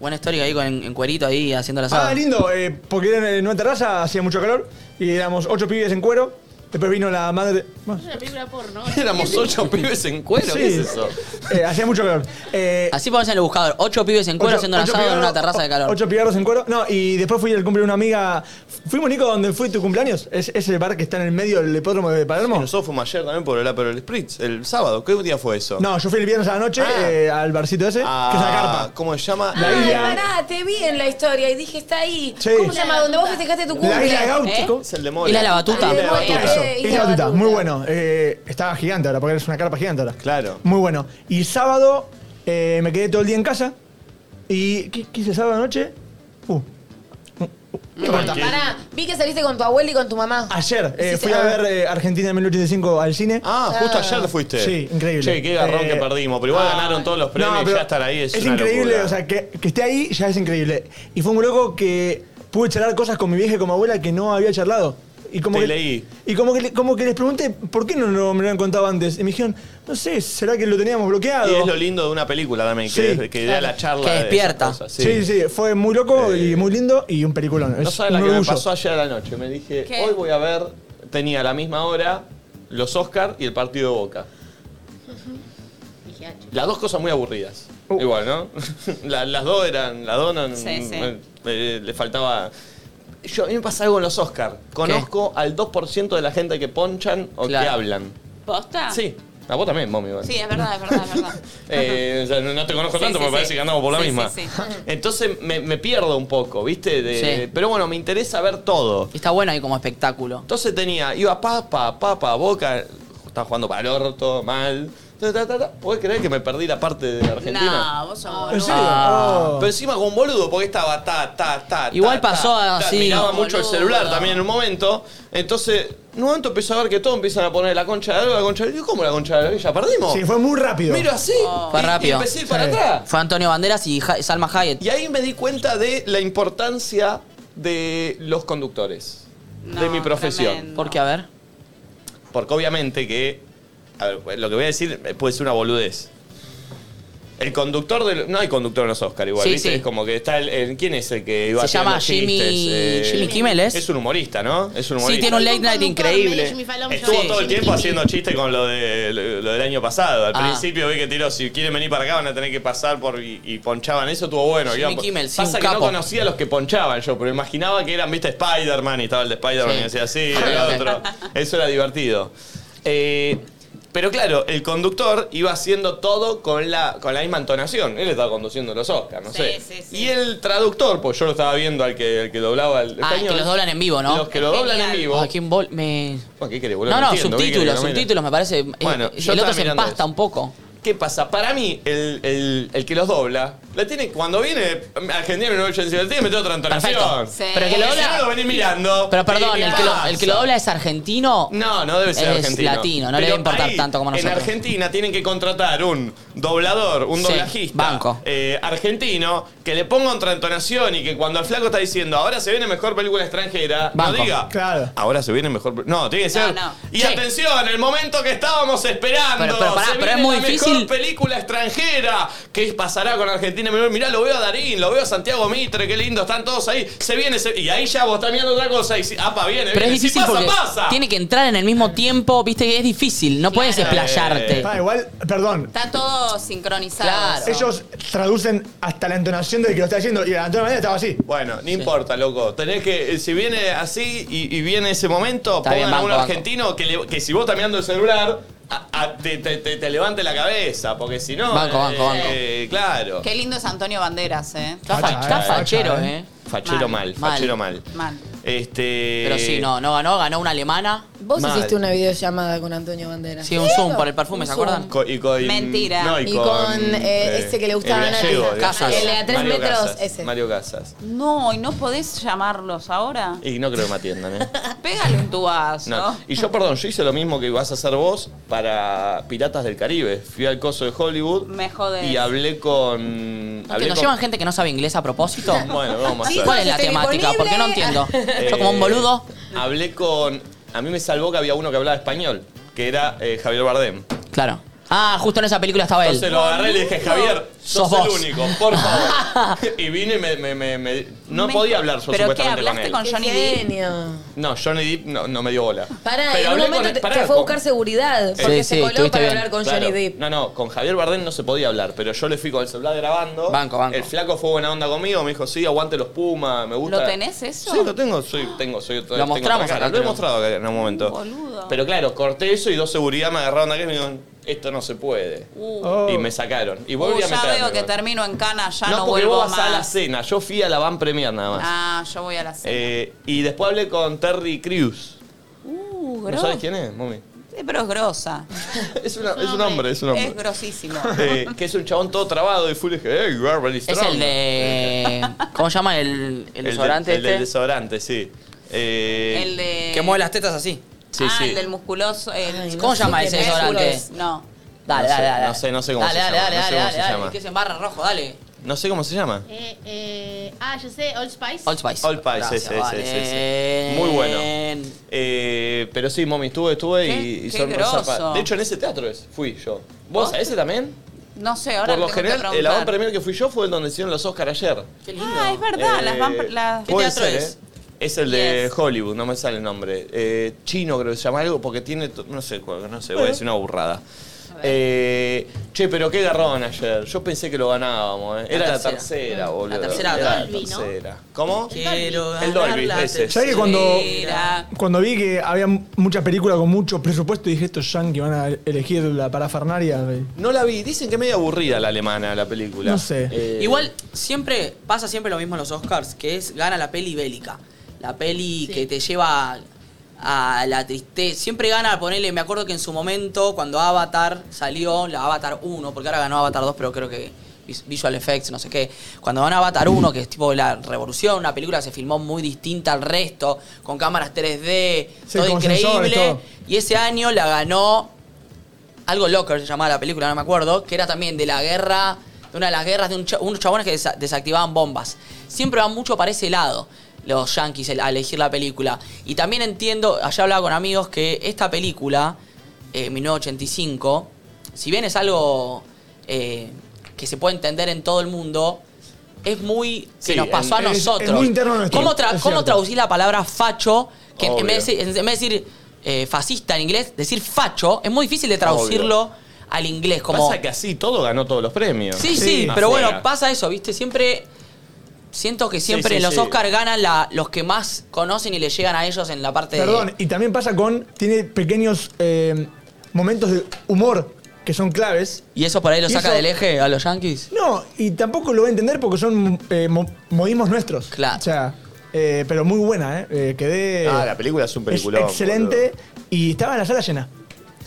Buen histórico ahí con, en cuerito ahí haciendo la
Ah,
asada.
lindo, eh, porque era en una terraza, hacía mucho calor y éramos ocho pibes en cuero Después vino la madre.
Es una película porno.
Éramos ocho pibes en cuero, ¿qué es
Sí.
eso?
Eh, hacía mucho calor. Eh,
Así podemos en el buscador. Ocho pibes en cuero
Ocho-
haciendo un
ocho
asado en una
pigarros-
terraza de calor.
Ocho pigarros en cuero. No, y después fui al cumple de una amiga. Fuimos, Nico, donde fue tu cumpleaños. Es ese bar que está en el medio del hipódromo de Palermo.
Nosotros fuimos ayer también por el Aperol Spritz, el sábado. ¿Qué día fue eso?
No, yo fui el viernes a la noche
Ah.
eh, al barcito ese, que es la
Ah,
carpa.
¿Cómo se llama?
La
Ay,
isla.
pará, te vi en la historia y dije, está ahí.
Sí.
¿Cómo se llama? Donde vos festejaste tu cumple.
La
¿Eh?
isla Gautico.
Es el de Mole.
Y la lavatuta.
El de Lavatuta.
Eso,
Eh,
isla
isla
Batuta,
Batuta.
muy bueno. Eh, estaba gigante ahora, porque es una carpa gigante ahora.
Claro.
Muy bueno. Y sábado eh, me quedé todo el día en casa. ¿Y qué, qué hice sábado anoche? Uh,
Bueno, pará, vi que saliste con tu abuela y con tu mamá.
ayer eh,
Sí, sí,
fui a
ah.
ver eh, Argentina en 1985 al cine.
Ah, justo ayer te fuiste.
Sí, increíble.
Che, qué garrón
Eh,
que perdimos, pero igual
ah,
ganaron todos los premios
no,
y
pero
ya estar ahí es,
Es
una
increíble,
locura.
o sea, que, que esté ahí ya es increíble. Y fue un loco que pude charlar cosas con mi vieja y con mi abuela que no había charlado. Y como
Te
que,
leí.
Y como que, le- como que les pregunté por qué no, no me lo han contado antes. Y me dijeron, no sé, ¿será que lo teníamos bloqueado?
Y es lo lindo de una película también, que,
Sí.
que da la charla.
Que
de
despierta.
esas cosas,
sí. sí, fue muy loco y muy lindo y un peliculón.
Eh. No
Es
sabes la
un
que me
orgullo.
pasó ayer a la noche. Me dije,
¿Qué?
hoy voy a ver, tenía a la misma hora los Oscar y el partido de Boca.
Dije, ah, che.
Las dos cosas muy aburridas.
Uh.
Igual, ¿no? La- las dos eran, las dos no,
Sí, sí.
eh, eh, le faltaba... Yo, a mí me pasa algo en los Oscar. Conozco al 2% de la gente que ponchan o que
Claro.
hablan.
¿Posta?
Sí. A vos también, mommy. bueno.
Ah. Sí, es verdad, es verdad, es verdad.
Eh, o sea, no no te conozco
Sí,
tanto,
sí,
me
sí.
parece que andamos por la
Sí,
misma.
sí,
Entonces me, me pierdo un poco, ¿viste? De-
Sí.
Pero bueno, me interesa ver todo.
Y Está bueno ahí como espectáculo.
Entonces tenía, iba papa, papa, boca, estaba jugando para el orto, mal. Ta, ta, ta, ta. ¿Podés creer que me perdí la parte de Argentina?
No, vos sos
Ah.
boludo.
¿En serio? Oh.
Pero encima con boludo, porque estaba ta, ta, ta.
Igual
ta,
pasó
ta, ta.
así.
Miraba mucho el
Boludo.
celular también en un momento. Entonces, en un momento empiezo a ver que todos empiezan a poner la concha de algo, la concha de algo. ¿Cómo la concha de algo? ¿Ya perdimos?
Sí, fue muy rápido.
Miro así.
Oh. Fue
y- y
rápido.
empecé a ir para
Sí.
atrás.
Fue Antonio Banderas y Ja- Salma Hayek.
Y ahí me di cuenta de la importancia de los conductores. de
No,
mi profesión.
tremendo.
Porque, a ver.
Porque obviamente que. a ver, lo que voy a decir eh, puede ser una boludez. El conductor del. No hay conductor en los Oscar igual,
Sí,
¿viste?
sí.
Es como que está el, el- ¿Quién es el que iba
Se
haciendo
llama
los
Jimmy-
chistes? Eh,
Jimmy Kimmel, ¿es?
Es un humorista, ¿no? Es un humorista.
tiene un
Hay
late
un
night
conductor,
increíble.
medio Jimmy Fallon,
Estuvo
yo-
todo el
Jimmy
tiempo
Kimmel.
haciendo chistes con lo, de, lo, lo del año pasado. Al
Ah.
principio vi que tiró, si quieren venir para acá van a tener que pasar por y, y ponchaban. Eso estuvo bueno.
Jimmy
iban por-
Kimmel, sí,
Pasa
un
que no
capo.
conocía a los que ponchaban yo, pero imaginaba que eran, viste, Spider-Man y estaba el de Spider-Man
Sí.
y decía así,
Ok,
el
ok.
otro. Eso era divertido. Eh, pero claro, el conductor iba haciendo todo con la, con la misma entonación. Él estaba conduciendo los Oscars, no
Sí,
sé.
sí, sí.
Y el traductor, pues yo lo estaba viendo al que, al que doblaba el.
Ah, que los doblan en vivo, ¿no?
Los que lo doblan en
Genial.
vivo.
Ay, qué embol- me-
Bueno, ¿Qué querés, boludo?
No, no,
entiendo. ¿Qué querés que
subtítulos,
lo mire?
subtítulos me parece. eh,
Bueno, yo
el
estaba
otro se
mirando
empasta
eso.
un poco.
¿Qué pasa? Para mí, el, el- el que los dobla, la tiene, cuando viene Argentina en 1985, la tiene que meter otra entonación.
Perfecto.
Sí.
Pero el
Porque
que
si
lo
no lo
dobla.
venís mirando.
Pero perdón,
¿qué
el que, lo, el que lo
pasa?
dobla es argentino.
No, no debe ser
Es
argentino.
latino, no le
Pero
debe importar
ahí,
tanto como nosotros.
En Argentina tienen que contratar un doblador, un
Sí,
doblajista
banco.
eh, argentino que le ponga otra entonación y que cuando el flaco está diciendo ahora se viene mejor película extranjera,
Banco.
no diga
Claro.
ahora se viene mejor. pe-". No, tiene que ser.
No, no.
Y
Sí.
atención, el momento que estábamos esperando.
Pero- pero pará,
se
pero
viene
es muy
la Mejor
difícil.
película extranjera. ¿Qué pasará con Argentina? Mirá, lo veo a Darín, lo veo a Santiago Mitre, qué lindo, están todos ahí. Se viene, se- y ahí ya vos estás mirando otra cosa y si- apa, viene,
Pero es
viene. Eh, Si
difícil
pasa,
porque
pasa.
tiene que entrar en el mismo tiempo, viste que es difícil, no puedes
Claro.
explayarte.
Eh,
Pa, igual, perdón.
Está todo sincronizado.
Claro.
Ellos traducen hasta la entonación del que lo está diciendo y la entonación estaba así.
Bueno, no importa, loco. Tenés que, eh, si viene así y, y viene ese momento,
Está
pongan
bien,
a un
banco, banco.
argentino que, le- que si vos estás mirando el celular, a- a- te, te- te- te levante la cabeza, porque si no. eh,
Banco, banco, banco.
Claro.
Qué lindo es Antonio Banderas, ¿eh?
Está, fa-
Facha,
está
eh,
fachero,
facha, eh.
eh.
Fachero mal,
Mal,
fachero
mal.
mal.
Mal.
Este.
Pero sí, no, no ganó, ganó una alemana.
Vos
Mal.
hiciste una videollamada con Antonio Banderas.
Sí, un zoom por el perfume, ¿se acuerdan?
Co- y con-
Mentira.
No, y,
Y con, eh, ese que le gustaba
el
a
gallego,
Nati.
el
Casas.
gallego.
El de a tres
Mario
metros,
Casas,
ese.
Mario Casas.
No, ¿y no podés llamarlos ahora?
Y no creo que me atiendan, ¿eh?
Pégale un tubazo.
No. Y yo, perdón, yo hice lo mismo que vas a hacer vos para Piratas del Caribe. Fui al coso de Hollywood.
Me jodés.
Y hablé con.
¿No
hablé
te- ¿Nos
con-
llevan gente que no sabe inglés a propósito?
Bueno, vamos Eh, a
¿Cuál
ver.
es la
Estoy
temática? Porque no entiendo. Yo como un boludo.
Hablé con. A mí me salvó que había uno que hablaba español, que era eh, Javier Bardem.
Claro. Ah, justo en esa película estaba él.
Entonces lo agarré y le dije, Javier, sos,
Sos vos.
el único, por favor. y vine y me, me- me- me- no
Me-
podía hablar yo
¿Pero qué,
supuestamente con
hablaste
él.
con Johnny Depp?
Genio.
No, Johnny Depp no, no me dio bola.
Pará,
Pero
en un
hablé con
momento
él-
te,
pará,
te fue a
con-
buscar seguridad porque
Sí,
se
sí,
coló
estuviste
para
bien.
hablar con
Claro.
Johnny Depp.
No, no, con Javier Bardem no se podía hablar, pero yo le fui con el celular grabando.
Banco, banco.
El flaco fue buena onda conmigo, me dijo, sí, aguante los Pumas, me gusta.
¿Lo tenés eso?
Sí, lo tengo, soy, tengo, soy, tengo
mostramos
otra cara.
acá,
Lo he
creo.
mostrado acá en un momento.
Boludo.
Pero claro, corté eso y dos seguridad me agarraron acá y me dijeron, esto no se puede.
Uh,
Oh.
Y me sacaron. Y
uh,
volví a
ya
meterme,
veo que
bueno.
termino en cana, ya no,
no, porque
vuelvo
vos vas
más.
a la cena. Yo fui a la van premier nada más.
Ah, yo voy a la cena.
Eh, y después hablé con Terry Crews.
uh,
¿No
grosa.
sabes quién es, mami?
Sí, pero es grosa.
Es, una- es un hombre, es un hombre.
Es grosísimo.
Eh, que es un chabón todo trabado y full dije, hey, you are very
Es
strong".
el de. ¿Cómo se llama el, el
El
desodorante
del- El del
este?
desodorante, sí. Eh,
El de...
Que mueve las tetas así.
Sí,
ah,
sí.
el del musculoso. el-
¿Cómo se llama
el
ese
de
desodorante?
músculos. No.
No
Dale,
sé,
dale, dale.
no sé, no sé cómo
dale,
se
dale,
llama,
Dale,
no sé
dale,
cómo
dale,
se
dale.
llama.
Que es en barra rojo, dale.
No sé cómo se llama.
Eh, eh, ah, yo sé, Old Spice.
Old Spice.
Old Spice,
Gracias,
ese, ese, ese,
vale.
ese. Muy bueno. Eh, pero sí, mommy, estuve, estuve
Qué-
y, y
qué
son
groso.
zarpadas. De hecho, en ese teatro es, fui yo. ¿Vos a ese también?
No sé, ahora
Por lo
tengo que
general, el
preguntar.
avant premier que fui yo fue el donde hicieron los Oscar ayer.
Qué lindo.
Ah, es verdad,
Eh,
las van... Las...
puede
teatro
ser,
es?
¿eh? Es el de
Yes.
Hollywood, no me sale el nombre. Eh, chino creo que se llama algo porque tiene, to- no sé, cuál, no sé, voy a decir una burrada. Eh, che, pero qué garrón ayer. Yo pensé que lo ganábamos, ¿eh? Era la
tercera.
tercera, boludo.
tercera,
Era la
Dolby, ¿no?
tercera. ¿Cómo?
Quiero
El Dolby,
ganar la
ese.
¿Sabés que cuando,
Mira.
cuando vi que había muchas películas con mucho presupuesto dije estos yankees van a elegir la parafernaria?
No la vi. Dicen que es medio aburrida la alemana la película.
No sé.
Eh,
Igual siempre pasa siempre lo mismo en los Oscars, que es gana la peli bélica. La peli que te lleva a, a la tristeza. Siempre gana, ponele, me acuerdo que en su momento, cuando Avatar salió, la Avatar 1, porque ahora ganó Avatar 2, pero creo que vis- Visual Effects, no sé qué. Cuando ganó Avatar 1, que es tipo la revolución, una película que se filmó muy distinta al resto, con cámaras 3D,
Sí,
todo
con sensores,
increíble.
todo.
Y ese año la ganó algo loco se llamaba la película, no me acuerdo, que era también de la guerra, de una de las guerras de un cha- unos chabones que desa- desactivaban bombas. Siempre van mucho para ese lado los yankees el- a elegir la película. Y también entiendo, allá hablaba con amigos, que esta película, eh, 1985, si bien es algo eh, que se puede entender en todo el mundo, es muy que
Sí,
nos pasó
en-
a
es- es
nosotros.
muy interno nuestro,
¿Cómo, tra- cómo
es cierto.
traducir la palabra facho? Que en- en vez de
Obvio.
decir- en vez de decir eh, fascista en inglés, decir facho es muy difícil de traducirlo al inglés. Como,
Pasa que así todo ganó todos los premios.
sí, sí,
Sí.
pero
Afuera.
bueno, pasa eso, ¿viste? Siempre. Siento que siempre
sí,
en los
sí.
Oscars ganan la- los que más conocen y le llegan a ellos en la parte
Perdón,
de.
y también pasa con, tiene pequeños eh, momentos de humor que son claves.
¿Y eso por ahí lo
Y
saca
eso-
del eje a los yankees?
No, y tampoco lo voy a entender porque son eh, mo- modismos nuestros.
Claro.
O sea, eh, pero muy buena, ¿eh? Eh, quedé...
Ah, la película es un
es
peliculón.
excelente
boludo.
y estaba en la sala llena.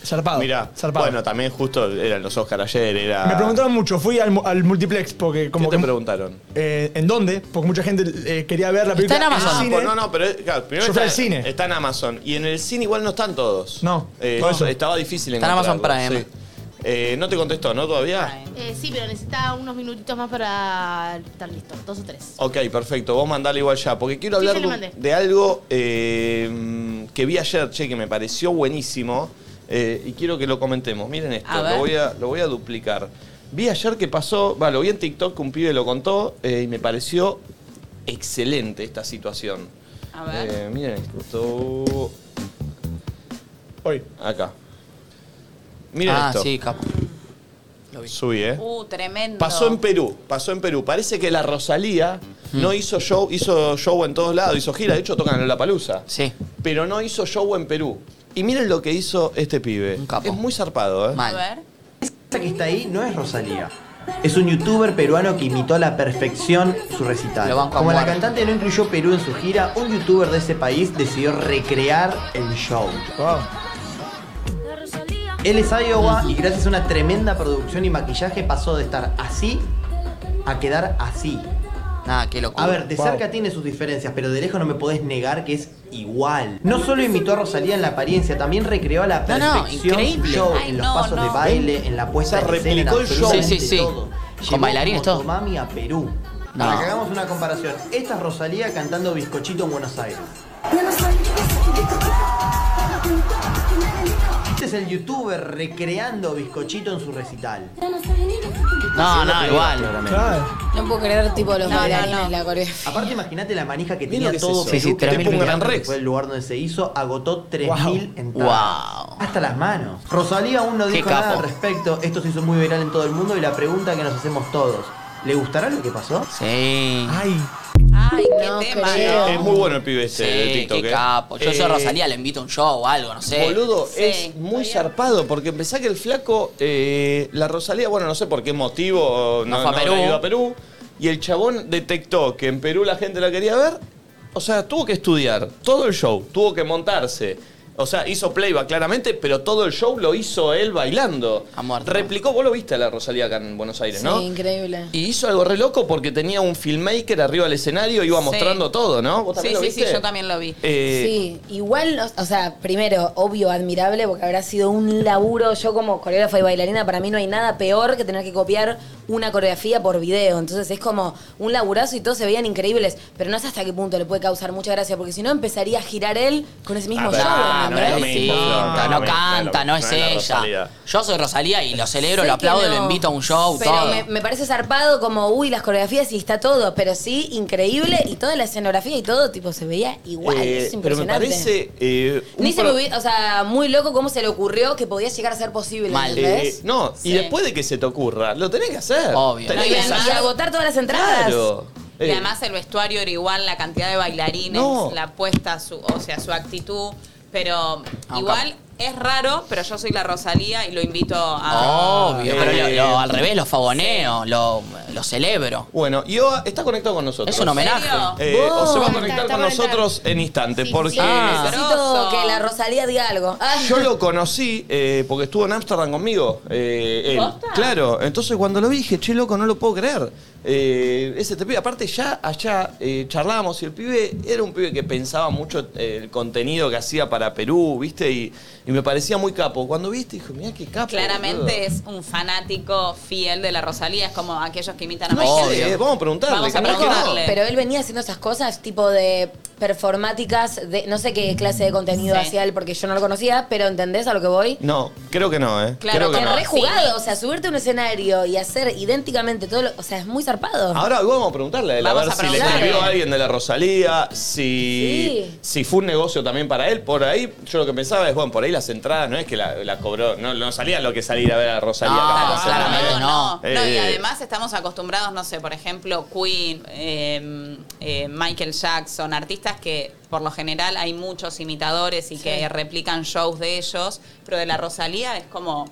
Zarpado.
Mirá,
zarpado.
bueno, también justo eran los Oscar ayer, era...
Me preguntaron mucho, fui al, mu- al multiplex porque como
¿Qué te
que-
preguntaron?
eh, ¿En dónde? Porque mucha gente eh, quería ver la película
en Amazon.
cine.
pues no, no, pero claro, primero
Yo fui
está,
al cine.
está en Amazon. Y en el cine igual no están todos.
No,
Eh,
por eso.
Estaba difícil
Está en Amazon
encontrarlo,
Prime.
sí. Eh, no te contestó, ¿no? Todavía.
Eh, sí, pero necesita unos minutitos más para estar listo. Dos o tres.
Ok, perfecto. Vos mandale igual ya. Porque quiero
Sí,
hablar
ya le
de-
mandé.
de algo eh, que vi ayer, che, que me pareció buenísimo. eh, y quiero que lo comentemos. Miren esto,
A ver.
lo voy, a, lo voy a duplicar. Vi ayer que pasó, va, lo vi en TikTok que un pibe lo contó eh, y me pareció excelente esta situación.
A ver.
Eh, miren esto.
Hoy.
Acá. Miren
ah,
esto.
sí, capo.
Subí, ¿eh?
Uh, tremendo.
Pasó en Perú, pasó en Perú. Parece que la Rosalía no hizo show, hizo show en todos lados, hizo gira, de hecho tocan la palusa.
Sí.
Pero no hizo show en Perú. Y miren lo que hizo este pibe.
Un capo.
Es muy zarpado, ¿eh?
A
Mal.
ver.
Esa que está ahí no es Rosalía. Es un youtuber peruano que imitó a la perfección su recital.
Lo banco a
Como la
muerte.
cantante no incluyó Perú en su gira, un youtuber de ese país decidió recrear el show.
Wow.
Él es Iowa y gracias a una tremenda producción y maquillaje pasó de estar así a quedar así.
Nada, qué locura.
A ver, de
Wow.
cerca tiene sus diferencias, pero de lejos no me podés negar que es igual. No solo imitó a Rosalía en la apariencia, también recreó a la
No, no,
perfección su
increíble.
show
Ay,
en los
no,
pasos de
no.
baile, en la puesta
O sea,
en escena, en
replicó el show.
absolutamente
Sí, sí, sí.
todo.
Con
Llegó
bailarines, todo.
Motomami a Perú.
No.
Para que hagamos una comparación, esta es Rosalía cantando bizcochito en Buenos Aires. Este es el youtuber recreando bizcochito en su recital.
No, no, igual.
Claro.
No puedo creer tipo los
No, no,
bailarines
no.
de la coreografía.
Aparte, imagínate la manija que
Mira
tenía
lo que es
todo.
eso.
Sí, sí,
Perú,
te
que
pongo
fue
Gran
que
Rex.
Fue el lugar donde se hizo, agotó 3.000 entradas.
Wow.
Hasta las manos. Rosalía aún no
Qué
dijo nada
capo.
al respecto. Esto se hizo muy viral en todo el mundo y la pregunta que nos hacemos todos: ¿le gustará lo que pasó?
Sí.
Ay,
Ay, qué
No
tema,
creo.
Es muy bueno el pibe este de
Ah, Sí,
TikTok.
qué
eh.
capo. Yo
Eh,
soy Rosalía, le invito a un show o algo, no sé.
Boludo,
Sí,
es muy
todavía.
zarpado porque pensá que el flaco, eh, la Rosalía, bueno, no sé por qué motivo no,
No fue a
no
Perú.
habrá ido a Perú. Y el chabón detectó que en Perú la gente la quería ver. O sea, tuvo que estudiar todo el show, tuvo que montarse. O sea, hizo playback claramente, pero todo el show lo hizo él bailando.
A muerte.
Replicó, vos lo viste a la Rosalía acá en Buenos Aires,
Sí,
¿no?
increíble.
Y hizo algo re loco porque tenía un filmmaker arriba del escenario, iba
Sí.
mostrando todo, ¿no? ¿Vos
Sí,
también lo
sí, sí,
viste?
yo también lo vi.
Eh,
Sí, igual, o- o sea, primero, obvio, admirable, porque habrá sido un laburo. Yo como coreógrafa y bailarina, para mí no hay nada peor que tener que copiar una coreografía por video. Entonces es como un laburazo y todos se veían increíbles, pero no sé hasta qué punto le puede causar mucha gracia, porque si no empezaría a girar él con ese mismo
Ah, pero
show.
Ah, no
es
es
lo
¿entendés?
mismo,
distinto,
Flor,
no
no es-
canta, no
no
es
es la
ella.
Rosalía.
Yo soy Rosalía y lo celebro,
Sé
lo aplaudo,
que no,
lo invito a un show,
pero
todo.
Me, me parece zarpado como, uy, las coreografías y está todo, pero sí, increíble, y toda la escenografía y todo, tipo, se veía igual,
eh,
es
pero me
impresionante.
parece. eh, un
Ni se me
pro-
hubi- o sea, muy loco cómo se le ocurrió que podía llegar a ser posible,
Mal.
¿entendés?
eh, no,
Sí.
y después de que se te ocurra, lo tenés que hacer.
Obvio.
Tenés
y,
que
y
sacar-
agotar todas las entradas.
Claro.
Y
Eh,
además el vestuario era igual, la cantidad de bailarines,
No.
la puesta, su, o sea, su actitud. Pero
Ah,
igual es raro, pero yo soy la Rosalía y lo invito a.
Obvio,
eh,
pero lo- lo-
eh,
al revés lo fagoneo, lo, lo celebro.
Bueno, Ioa está conectado con nosotros.
Es un homenaje.
serio?
Eh, o se va a
Está,
conectar
está
con
conectado.
nosotros en instante,
Sí,
porque
sí, sí.
Ah.
Necesito
Grosso.
que la Rosalía diga algo. Ah,
Yo lo conocí eh, porque estuvo en Ámsterdam conmigo. eh, él.
¿Posta?
Claro, entonces cuando lo vi dije, che, loco, no lo puedo creer. Eh, ese te pibe, aparte ya allá eh, charlábamos y el pibe era un pibe que pensaba mucho eh, el contenido que hacía para Perú, ¿viste? Y, y me parecía muy capo. Cuando viste, dije, mirá qué capo.
Claramente es un fanático fiel de la Rosalía, es como aquellos que imitan a
boludo. No
Michael.
sé, vamos a preguntarle.
Vamos a
capaz que no.
preguntarle.
Pero él venía haciendo esas cosas tipo de performáticas, de no sé qué clase de contenido
Sí.
hacía él porque yo no lo conocía, pero ¿entendés a lo que voy?
No, creo que no, ¿eh?
Claro
creo que
que
no.
no.
Rejugado, o sea, subirte a un escenario y hacer idénticamente todo, lo, o sea, es muy zarpado.
Ahora vamos a preguntarle a él, a
Vamos
ver
a
si le
preguntarle.
escribió a alguien de la Rosalía, si,
Sí.
si fue un negocio también para él. Por ahí, yo lo que pensaba es, bueno, por ahí las entradas no es que la, la cobró, no, no salía lo que salir a ver a Rosalía.
No,
capaz,
Ah,
¿entendés?
claramente no.
No, y
Eh.
además estamos acostumbrados, no sé, por ejemplo, Queen, eh, eh, Michael Jackson, artistas que por lo general hay muchos imitadores y que replican shows de ellos, pero de la Rosalía es como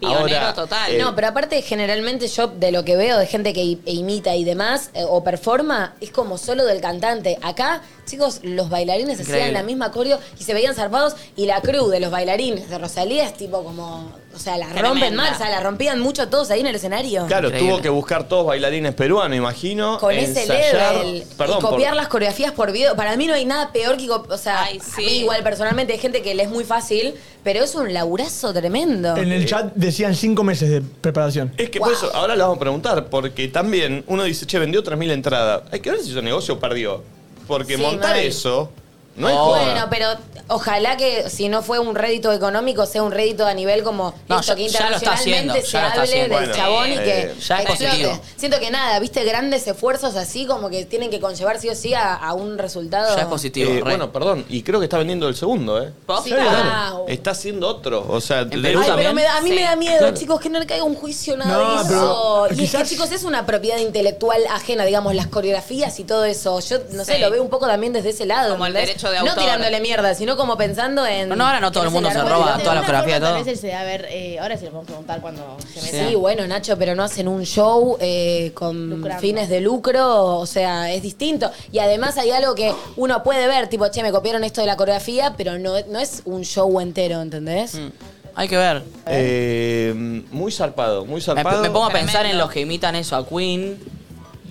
pionero
Ahora,
total.
eh,
No, pero aparte generalmente yo de lo que veo de gente que i- e imita y demás eh, o performa es como solo del cantante. Acá, chicos, los bailarines hacían
Increíble.
la misma coreo y se veían zarpados y la crew de los bailarines de Rosalía es tipo como, o sea, la
Tremenda.
rompen mal, o sea, la rompían mucho todos ahí en el escenario.
Claro,
Increíble.
tuvo que buscar todos bailarines peruanos, imagino.
Con ese
ensayar-
level
Perdón,
y copiar
por-
las coreografías por video. Para mí no hay nada peor que, cop- o sea,
Ay, sí.
a mí igual personalmente hay gente que le es muy fácil, pero es un laburazo tremendo.
en el chat decían cinco meses de preparación.
Es que por eso, ahora le vamos a preguntar, porque también uno dice, che, vendió 3.000 entradas. Hay que ver si su negocio perdió. Porque
Sí,
montar
mal.
eso no es
Oh.
joda.
Bueno, pero ojalá que si no fue un rédito económico, sea un rédito a nivel como
No,
esto,
ya-
que
ya lo está haciendo,
internacionalmente se
ya lo está
hable del
haciendo.
Bueno,
chabón y
eh,
que
ya es
explote.
positivo.
Siento que nada, viste, grandes esfuerzos así como que tienen que conllevar sí o sí a, a un resultado.
Ya es
Eh,
positivo. re.
bueno, perdón, y creo que está vendiendo el segundo, ¿eh?
¿Posta?
Wow.
Está haciendo otro. O sea, de-
Perú
Ay, pero
también.
me da- a mí
Sí.
me da miedo,
Claro.
chicos, que no le caiga un juicio nada
No,
de eso.
pero
y es
quizás-
que, chicos, es una propiedad intelectual ajena, digamos, las coreografías y todo eso. Yo, no sé,
Sí.
lo veo un poco también desde ese lado.
Como el
¿entendés?
derecho de
No
autor.
tirándole mierda, sino como pensando en...
No, no, ahora no todo
que
el mundo se
largue.
roba
Bueno,
toda la
alguna
coreografía,
forma,
todo.
Tal vez él se- a ver, eh, ahora se lo vamos a preguntar cuando se
Sí.
meta.
Sí, bueno, Nacho, pero no hacen un show eh, con
Lucrando.
fines de lucro, o sea, es distinto. Y además hay algo que uno puede ver, tipo, che, me copiaron esto de la coreografía, pero no, no es un show entero, ¿entendés?
Mm. Hay que ver.
Eh, muy zarpado, muy
Me,
zarpado.
me pongo a
Tremendo.
pensar en los que imitan eso a Queen,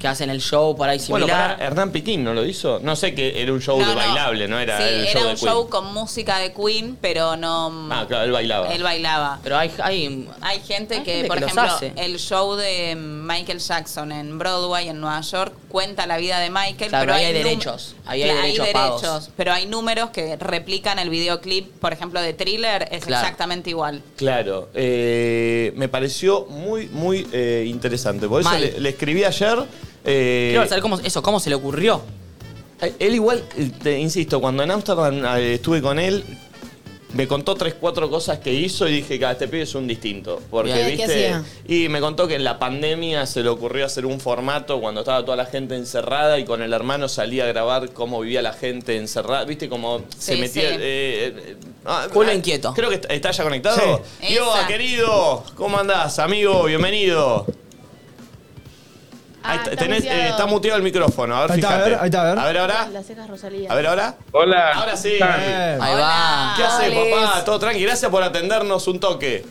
que hacen el show por ahí
bueno,
similar.
pará, eh. Hernán Piquín no lo hizo. No sé que era un show
No,
de
no.
bailable, no era
Sí,
el show de
era un
Queen.
show con música de Queen, pero no.
Ah, claro, él bailaba.
Él bailaba.
pero hay, hay
Hay gente
Hay
que,
gente
por
que los
ejemplo,
hace.
el show de Michael Jackson en Broadway, en Nueva York, cuenta la vida de Michael.
Claro,
pero
ahí hay
num-
derechos, ahí hay
Claro,
derechos pagos.
pero hay números que replican el videoclip, por ejemplo, de Thriller, es
Claro.
exactamente igual.
Claro, eh, me pareció muy, muy eh, interesante. Por eso
Mal.
le, le escribí ayer. eh,
Quiero saber cómo, eso, cómo se le ocurrió.
Él igual, eh, te insisto, cuando en Amsterdam eh, estuve con él, me contó tres, cuatro cosas que hizo y dije, cada este pibe es un distinto. Porque,
Bien. ¿Qué
viste,
hacía?
y me contó que en la pandemia se le ocurrió hacer un formato cuando estaba toda la gente encerrada y con el hermano salía a grabar cómo vivía la gente encerrada. Viste, como se
Sí,
metía...
sí.
eh, eh, ah,
Culo
ah,
inquieto.
Creo que está, está ya conectado.
Sí.
Yo,
Esa.
querido, ¿cómo andás, amigo? Bienvenido. Ahí está, tenés, eh,
Ah, muteado.
está muteado el micrófono. A ver,
Ahí está, a
fíjate.
ver, ahí está, a ver.
A ver ahora.
Las cejas Rosalía.
A ver ahora. Hola. Ahora sí. Ahí
va.
¿Qué hace,
Hola.
papá? Todo tranqui. Gracias por atendernos un toque.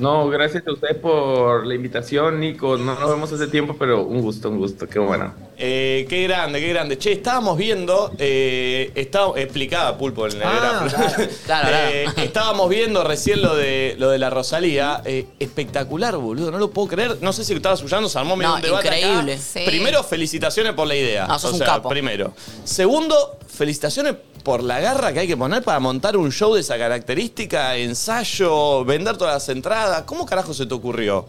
No, gracias a ustedes por la invitación, Nico. No nos vemos hace tiempo, pero un gusto, un gusto. Qué bueno.
Eh, qué grande, qué grande. Che, estábamos viendo, eh, está explicada Pulpo en la
Ah,
grapa. Eh, Estábamos viendo recién lo de lo de la Rosalía. Eh, espectacular, boludo. No lo puedo creer. No sé si estabas escuchando, se armó medio
No,
un debate. acá.
increíble. Sí.
Primero, felicitaciones por la idea.
Ah, sos
o
un
sea,
capo.
primero. Segundo, felicitaciones por la garra que hay que poner para montar un show de esa característica, ensayo, vender todas las entradas. ¿Cómo carajo se te ocurrió?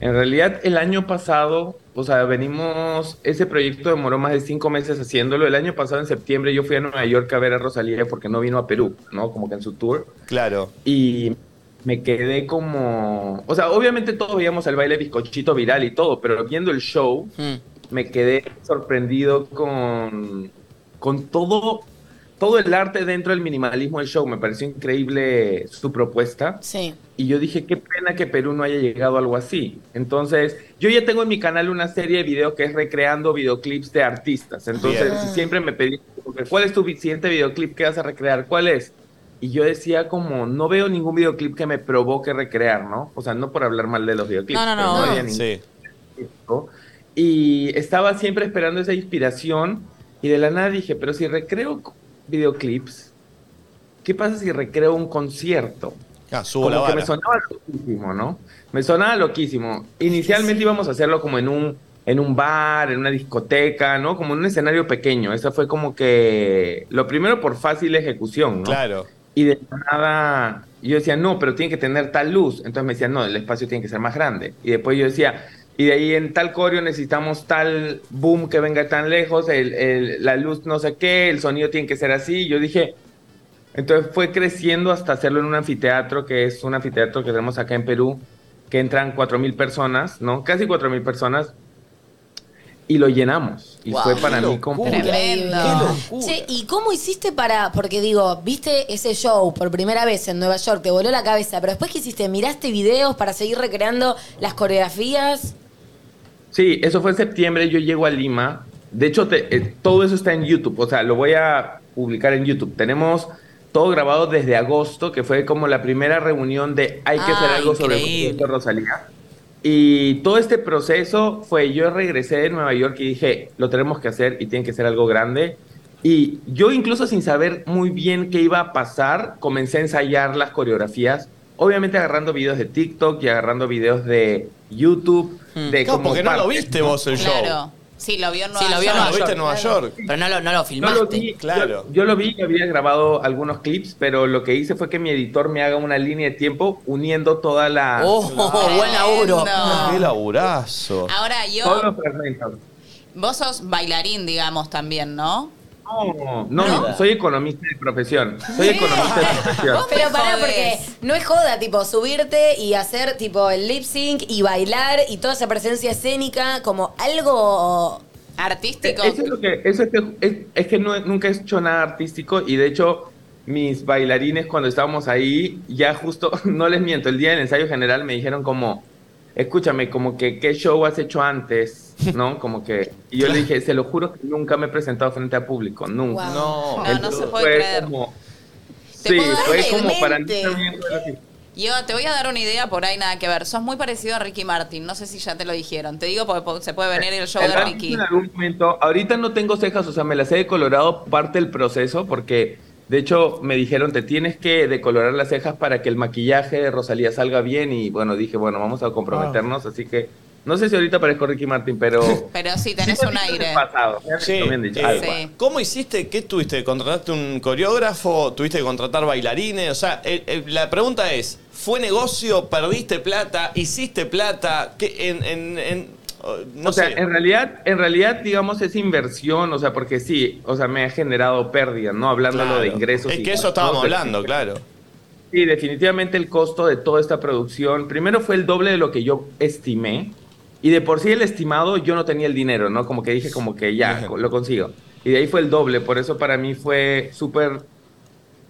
En realidad, el año pasado, o sea, venimos, ese proyecto demoró más de cinco meses haciéndolo. El año pasado, en septiembre, yo fui a Nueva York a ver a Rosalía porque no vino a Perú, ¿no? Como que en su tour.
Claro.
Y me quedé como, o sea, obviamente todos veíamos el baile bizcochito viral y todo, pero viendo el show, me quedé sorprendido con, con todo, todo el arte dentro del minimalismo del show. Me pareció increíble su propuesta.
Sí.
Y yo dije, qué pena que Perú no haya llegado a algo así. Entonces, yo ya tengo en mi canal una serie de videos que es recreando videoclips de artistas. Entonces,
Bien.
siempre me pedí, ¿cuál es tu vi- siguiente videoclip que vas a recrear? ¿Cuál es? Y yo decía como, no veo ningún videoclip que me provoque recrear, ¿no? O sea, no por hablar mal de los videoclips.
No, no,
pero
no.
había
No.
ningún videoclip. Y estaba siempre esperando esa inspiración y de la nada dije, pero si recreo c- videoclips, ¿qué pasa si recreo un concierto?
Ah,
como
la
que
vara.
me sonaba loquísimo, ¿no? Me sonaba loquísimo. Inicialmente íbamos a hacerlo como en un, en un bar, en una discoteca, ¿no? Como en un escenario pequeño. Esa fue como que lo primero por fácil ejecución, ¿no?
Claro.
Y de nada, yo decía, no, pero tiene que tener tal luz. Entonces me decían, no, el espacio tiene que ser más grande. Y después yo decía, y de ahí en tal coreo necesitamos tal boom que venga tan lejos, el- el- la luz no sé qué, el sonido tiene que ser así. Yo dije, entonces fue creciendo hasta hacerlo en un anfiteatro, que es un anfiteatro que tenemos acá en Perú, que entran 4.000 personas, ¿no? Casi 4.000 personas. Y lo llenamos. Y
Wow,
fue
qué
para mí como...
Che, ¿y cómo hiciste para.? Porque digo, viste ese show por primera vez en Nueva York, te voló la cabeza, pero después, ¿qué hiciste? ¿Miraste videos para seguir recreando las coreografías?
Sí, eso fue en septiembre, yo llego a Lima. De hecho, te- eh, todo eso está en YouTube, o sea, lo voy a publicar en YouTube. Tenemos todo grabado desde agosto, que fue como la primera reunión de hay que hacer
Ah,
algo sobre el
increíble.
concierto de Rosalía. Y todo este proceso fue, yo regresé de Nueva York y dije, lo tenemos que hacer y tiene que ser algo grande. Y yo incluso sin saber muy bien qué iba a pasar, comencé a ensayar las coreografías, obviamente agarrando videos de TikTok y agarrando videos de YouTube. De
Mm. Claro,
Eh, como
porque no lo
partes,
viste vos el show.
Claro. Sí, lo vio en Nueva
Sí, lo vio
York.
en Nueva York.
Nueva York.
Pero no lo, no lo
No
filmaste.
lo vi, claro. Yo, yo lo vi, había grabado algunos clips, pero lo que hice fue que mi editor me haga una línea de tiempo uniendo toda la.
¡Oh, buen laburo!
¡Qué laburazo!
Ahora yo,
Todos los fragmentos.
vos sos bailarín, digamos, también, ¿no?
No, no, soy economista de profesión. Soy economista de profesión.
Pero pará,
jodés.
porque no es joda, tipo, subirte y hacer, tipo, el lip sync y bailar y toda esa presencia escénica, como algo.
Eh,
Artístico.
Eso es lo que, eso es que, es, es que no- nunca he hecho nada artístico y de hecho mis bailarines cuando estábamos ahí, ya justo, no les miento, el día del ensayo general me dijeron como, escúchame, como que qué show has hecho antes, ¿no? Como que, y yo le dije, se lo juro que nunca me he presentado frente a público, nunca.
Wow. No. No,
no
Entonces
se puede
fue
creer.
como-
Te
sí,
puedo dar
fue
de
como para mí
mente.
también fue así.
Yo te voy a dar una idea por ahí, nada que ver. Sos muy parecido a Ricky Martin. No sé si ya te lo dijeron. Te digo porque po- se puede venir el show
El
de
racismo
Ricky.
En algún momento, ahorita no tengo cejas, o sea, me las he decolorado parte del proceso porque, de hecho, me dijeron, te tienes que decolorar las cejas para que el maquillaje de Rosalía salga bien y, bueno, dije, bueno, vamos a comprometernos, así que No sé si ahorita parezco Ricky Martin, pero.
Pero sí, tenés un aire.
pasado.
Sí,
También dicho,
eh,
algo.
Sí.
¿Cómo hiciste? ¿Qué tuviste? ¿Contrataste un coreógrafo? ¿Tuviste que contratar bailarines? O sea, el- el- la pregunta es, ¿fue negocio? ¿Perdiste plata? ¿Hiciste plata? ¿Qué, en, en- en- oh, no
o sea,
sé.
en realidad, en realidad, digamos, es inversión, o sea, porque sí, o sea, me ha generado pérdida, ¿no? Hablándolo
Claro.
de ingresos.
Es
y
que eso estábamos
gastos,
hablando,
etcétera.
claro.
Sí, definitivamente el costo de toda esta producción, primero fue el doble de lo que yo estimé, y de por sí el estimado yo no tenía el dinero, ¿no? Como que dije como que ya, co- lo consigo. Y de ahí fue el doble, por eso para mí fue súper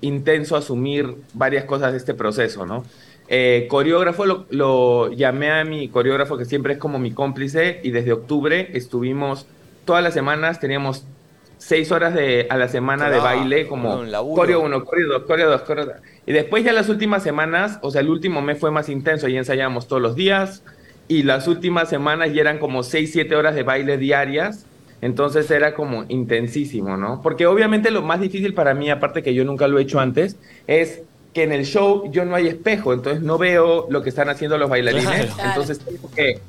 intenso asumir varias cosas de este proceso, ¿no? Eh, coreógrafo, lo, lo llamé a mi coreógrafo que siempre es como mi cómplice y desde octubre estuvimos todas las semanas, teníamos seis horas de, a la semana de
Claro,
baile como
un laburo.
coreo uno, coreo dos, coreo dos, coreo tres. Y después ya las últimas semanas, o sea, el último mes fue más intenso y ensayábamos todos los días y las últimas semanas ya eran como seis, siete horas de baile diarias. Entonces era como intensísimo, ¿no? Porque obviamente lo más difícil para mí, aparte que yo nunca lo he hecho antes, es que en el show yo no hay espejo, entonces no veo lo que están haciendo los bailarines.
Claro.
Entonces tengo que...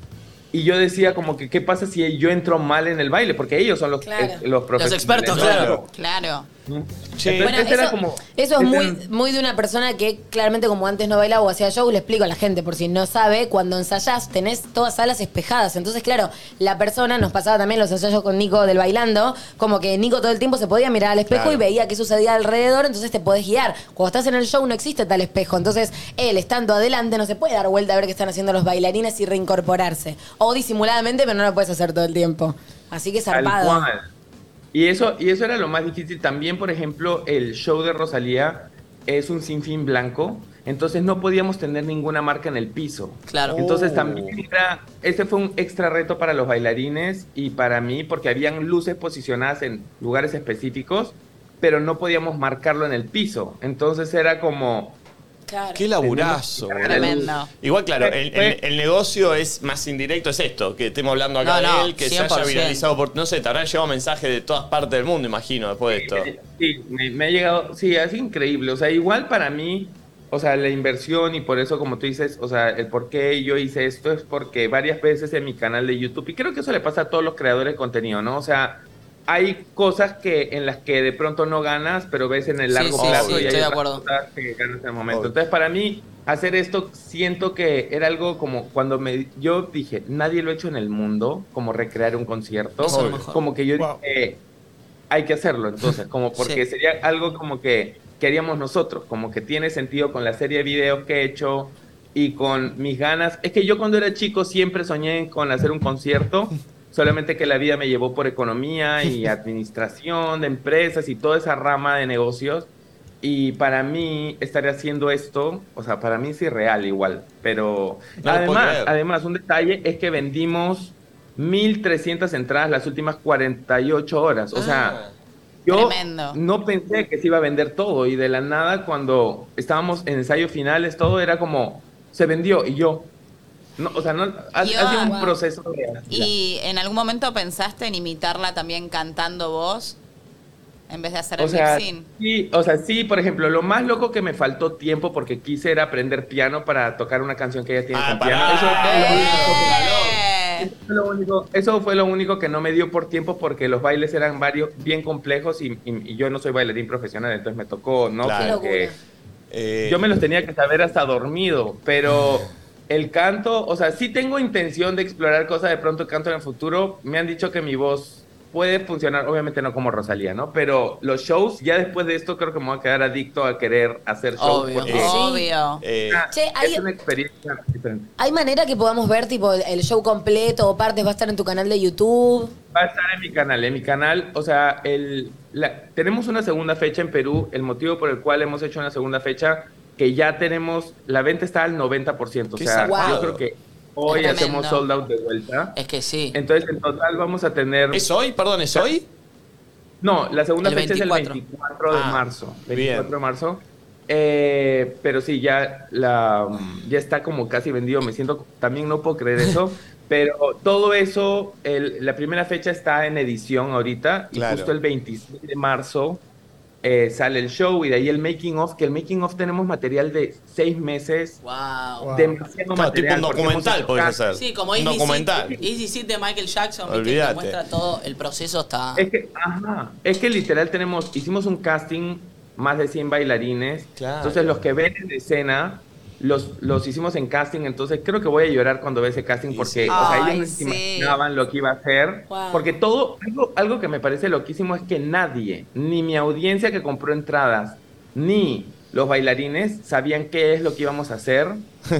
Y yo decía como que, ¿qué pasa si yo entro mal en el baile? Porque ellos son los,
Claro.
eh, los profesionales.
expertos,
¿no?
claro.
Claro.
Che,
Entonces,
Bueno,
este era
eso,
como-
eso es
este
muy,
era-
muy de una persona que claramente como antes no bailaba o hacía show, le explico a la gente, por si no sabe, cuando ensayás tenés todas salas espejadas. Entonces, claro, la persona nos pasaba también los ensayos con Nico del bailando, como que Nico todo el tiempo se podía mirar al espejo
Claro.
y veía qué sucedía alrededor, entonces te podés guiar. Cuando estás en el show no existe tal espejo, entonces él estando adelante no se puede dar vuelta a ver qué están haciendo los bailarines y reincorporarse. O disimuladamente, pero no lo puedes hacer todo el tiempo. Así que
Tal
zarpado.
cual. Y eso, y eso era lo más difícil. También, por ejemplo, el show de Rosalía es un sinfín blanco, entonces no podíamos tener ninguna marca en el piso.
Claro.
Entonces
Oh.
también era, este fue un extra reto para los bailarines y para mí, porque habían luces posicionadas en lugares específicos, pero no podíamos marcarlo en el piso. Entonces era como,
Claro.
Qué laburazo, boludo.
Tremendo.
Igual, claro, el, el- el negocio es más indirecto, es esto, que estemos hablando acá
No, no,
de él, que se haya
100%.
viralizado por. No sé, te habrán llegado mensajes de todas partes del mundo, imagino, después de esto.
Sí, me, me ha llegado, sí, es increíble. O sea, igual para mí, o sea, la inversión y por eso, como tú dices, o sea, el por qué yo hice esto es porque varias veces en mi canal de YouTube, y creo que eso le pasa a todos los creadores de contenido, ¿no? O sea, hay cosas que en las que de pronto no ganas, pero ves en el
Sí,
largo
sí,
plazo
sí,
y hay
estoy de
otras
acuerdo.
cosas que ganas en el momento.
Obvio.
Entonces, para mí, hacer esto siento que era algo como cuando me yo dije, nadie lo ha hecho en el mundo, como recrear un concierto,
Eso es lo mejor.
como que yo
Wow.
dije, hay que hacerlo entonces, como porque
Sí.
sería algo como que queríamos nosotros, como que tiene sentido con la serie de videos que he hecho y con mis ganas. Es que yo cuando era chico siempre soñé con hacer un concierto, solamente que la vida me llevó por economía y administración de empresas y toda esa rama de negocios. Y para mí estar haciendo esto, o sea, para mí es irreal igual, pero
No lo puedo
además,
creer.
además un detalle es que vendimos 1300 entradas las últimas 48 horas, o sea, yo
Ah, Tremendo.
no pensé que se iba a vender todo y de la nada cuando estábamos en ensayos finales todo era como se vendió y yo no, o sea, no ha, ha
Yo-
sido un
Wow.
proceso de-
¿Y en algún momento pensaste en imitarla también cantando vos? En vez de hacer
o
el
sea,
lip sync.
sí, o sea, sí, por ejemplo, lo más loco que me faltó tiempo porque quise era aprender piano para tocar una canción que ella tiene
Ah,
con
pará.
piano. Eso fue lo
Ah,
único que-
¡Eh!
Fue lo único- eso fue lo único que no me dio por tiempo porque los bailes eran varios bien complejos y, y- y yo no soy bailarín profesional, entonces me tocó, ¿no?
Claro.
Como que-
Eh,
yo me los tenía que saber hasta dormido, pero el canto, o sea, sí tengo intención de explorar cosas de pronto canto en el futuro. Me han dicho que mi voz puede funcionar, obviamente no como Rosalía, ¿no? Pero los shows, ya después de esto creo que me voy a quedar adicto a querer hacer shows
Obvio.
porque
Obvio.
eh,
Ah.
Che, ahí-
es una experiencia diferente.
¿Hay manera que podamos ver tipo el- el show completo o partes va a estar en tu canal de YouTube?
Va a estar en mi canal, en mi canal, o sea, el, la- tenemos una segunda fecha en Perú, el motivo por el cual hemos hecho una segunda fecha, que ya tenemos, la venta está al 90%, o
Qué
sea,
zarpado.
yo creo que hoy
Tremendo. Eh.
hacemos sold out de vuelta.
Es que sí.
Entonces, en total vamos a tener...
¿Es hoy? Perdón, ¿es hoy?
No, la segunda
El
fecha es
24.
el 24 de
Ah,
marzo.
bien.
24 de marzo. Eh, pero sí, ya, la, ya está como casi vendido. Me siento, también no puedo creer eso. Pero todo eso, el- la primera fecha está en edición ahorita.
Claro.
Y justo el 26 de marzo eh, sale el show y de ahí el making of, que el making of tenemos material de seis meses.
Wow.
Demasiado
Claro, tipo
material,
un
porque
documental
hemos
podés
hecho
hacer.
Sí, como
un
Easy
documental.
Seat- Easy Seat de Michael Jackson, ¿viste?
Olvídate.
que muestra todo el proceso está.
Es que, ajá, es que literal tenemos, hicimos un casting, más de 100 bailarines.
Claro.
Entonces los que ven en escena, los, los hicimos en casting, entonces creo que voy a llorar cuando ve ese casting porque
sí.
o sea,
Ay,
ellos no
sí.
se imaginaban lo que iba a hacer.
Wow.
Porque todo, algo, algo que me parece loquísimo es que nadie, ni mi audiencia que compró entradas, ni los bailarines sabían qué es lo que íbamos a hacer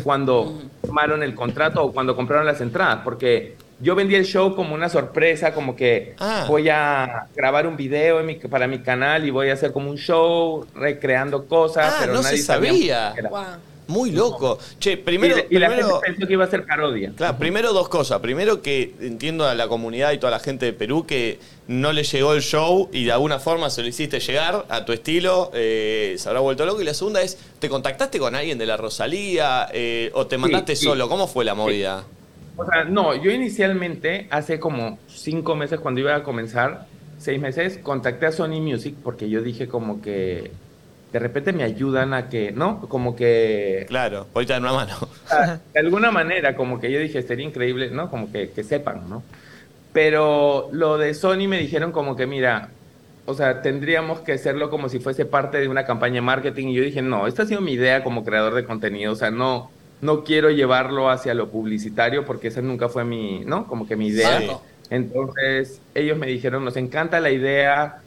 cuando tomaron el contrato o cuando compraron las entradas, porque yo vendí el show como una sorpresa, como que
Ah.
voy a grabar un video en mi- para mi canal y voy a hacer como un show recreando cosas.
Ah,
pero
no se
nadie sabía
sabía.
qué era.
Guau.
Muy loco. Che,
Y,
primero.
la- y la
primero-
gente pensó que iba a ser parodia.
Claro, primero dos cosas. Primero que entiendo a la comunidad y toda la gente de Perú que no le llegó el show y de alguna forma se lo hiciste llegar a tu estilo, eh, se habrá vuelto loco. Y la segunda es, ¿te contactaste con alguien de la Rosalía eh, o te mandaste
sí.
solo? ¿Cómo fue la movida?
O sea, no, yo inicialmente, hace como cinco meses cuando iba a comenzar, seis meses, contacté a Sony Music porque yo dije como que de repente me ayudan a que, ¿no? Como que
Claro, ahorita en una mano.
sea, de alguna manera, como que yo dije, sería increíble, ¿no? Como que, que sepan, ¿no? Pero lo de Sony me dijeron como que, mira, o sea, tendríamos que hacerlo como si fuese parte de una campaña de marketing. Y yo dije, no, esta ha sido mi idea como creador de contenido. O sea, no, no quiero llevarlo hacia lo publicitario porque esa nunca fue mi, ¿no? Como que mi idea.
Sí.
Entonces, ellos me dijeron, nos encanta la idea,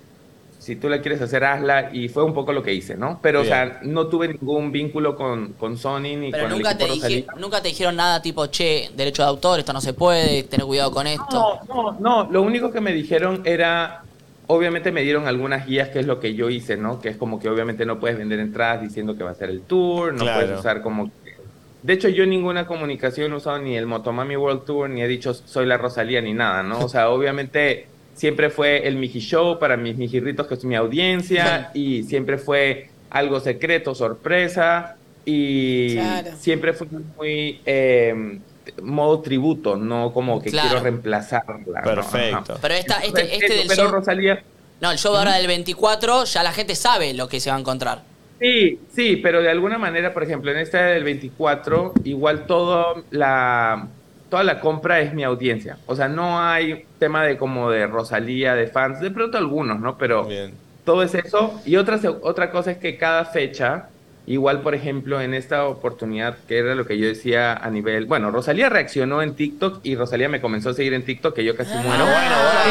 si tú la quieres hacer, hazla. Y fue un poco lo que hice, ¿no? Pero, o sea, no tuve ningún vínculo con, con Sony ni
Pero
con
nunca
el
te,
equipo
dije-
Rosalía.
nunca te dijeron nada tipo, che, derecho de autor, esto no se puede, tener cuidado con esto.
No, no, no, lo único que me dijeron era, obviamente me dieron algunas guías, que es lo que yo hice, ¿no? Que es como que obviamente no puedes vender entradas diciendo que va a ser el tour, no
Claro.
puedes usar como... que- De hecho, yo en ninguna comunicación he usado ni el Motomami World Tour, ni he dicho soy la Rosalía, ni nada, ¿no? O sea, obviamente siempre fue el Miji Show para mis mijirritos, que es mi audiencia, y siempre fue algo secreto, sorpresa, y
Claro.
siempre fue muy... eh, modo tributo, no como que
Claro.
quiero reemplazarla.
Perfecto.
Pero esta, este, este del
pero
show.
Rosalía.
No, el show ahora del 24, ya la gente sabe lo que se va a encontrar.
Sí, sí, pero de alguna manera, por ejemplo, en esta del 24, igual todo la, toda la compra es mi audiencia. O sea, no hay tema de como de Rosalía, de fans, de pronto algunos, ¿no? Pero
Bien.
todo es eso. Y otra, otra cosa es que cada fecha, igual por ejemplo en esta oportunidad, que era lo que yo decía a nivel, bueno, Rosalía reaccionó en TikTok y Rosalía me comenzó a seguir en TikTok, que yo casi muero.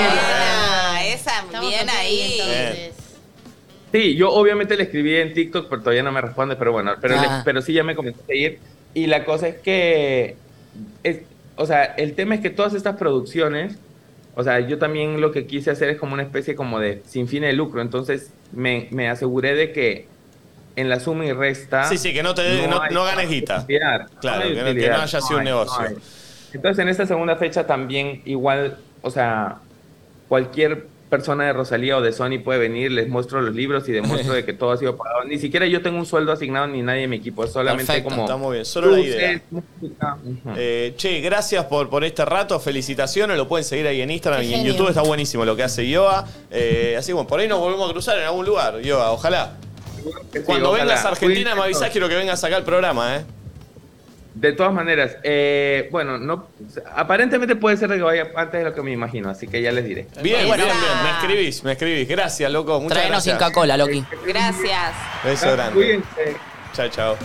Ah, esa
Estamos
bien
ok
ahí.
entonces.
Sí, yo obviamente le escribí en TikTok, pero todavía no me responde, pero bueno, pero, le-
Ah.
pero sí ya me comenzó a seguir. Y la cosa es que, es- o sea, el tema es que todas estas producciones, o sea, yo también lo que quise hacer es como una especie como de sin fin de lucro, entonces me, me aseguré de que en la suma y resta...
Sí, sí, que no te dé- no-
hay
no ganes guita.
utilidad,
Claro, que
hay
no- que no
utilidad,
haya sido un
hay,
negocio.
hay. Entonces en esta segunda fecha también igual, o sea, cualquier persona de Rosalía o de Sony puede venir, les muestro los libros y demuestro de que todo ha sido pagado. Ni siquiera yo tengo un sueldo asignado ni nadie en mi equipo, es solamente
Perfecto,
como...
Está muy bien, solo la idea.
luces, música. Ujú.
Eh, che, gracias por, por este rato, felicitaciones, lo pueden seguir ahí en Instagram
Qué
y en
genio.
YouTube, está buenísimo lo que hace Yoa. Eh, así que bueno, por ahí nos volvemos a cruzar en algún lugar, Yoa, ojalá.
Sí,
Cuando
ojalá.
vengas a Argentina me
Cuídense
avisás,
todos.
quiero que vengas acá al programa, ¿eh?
De todas maneras, eh, bueno, no, aparentemente puede ser que vaya antes de lo que me imagino, así que ya les diré.
Bien,
Bueno,
bien,
va.
bien, me escribís, me escribís. Gracias, loco, muchas
Traenos
gracias.
Inca Cola, Loki.
Gracias.
Ah,
Beso grande.
Cuídense.
Chao, chao.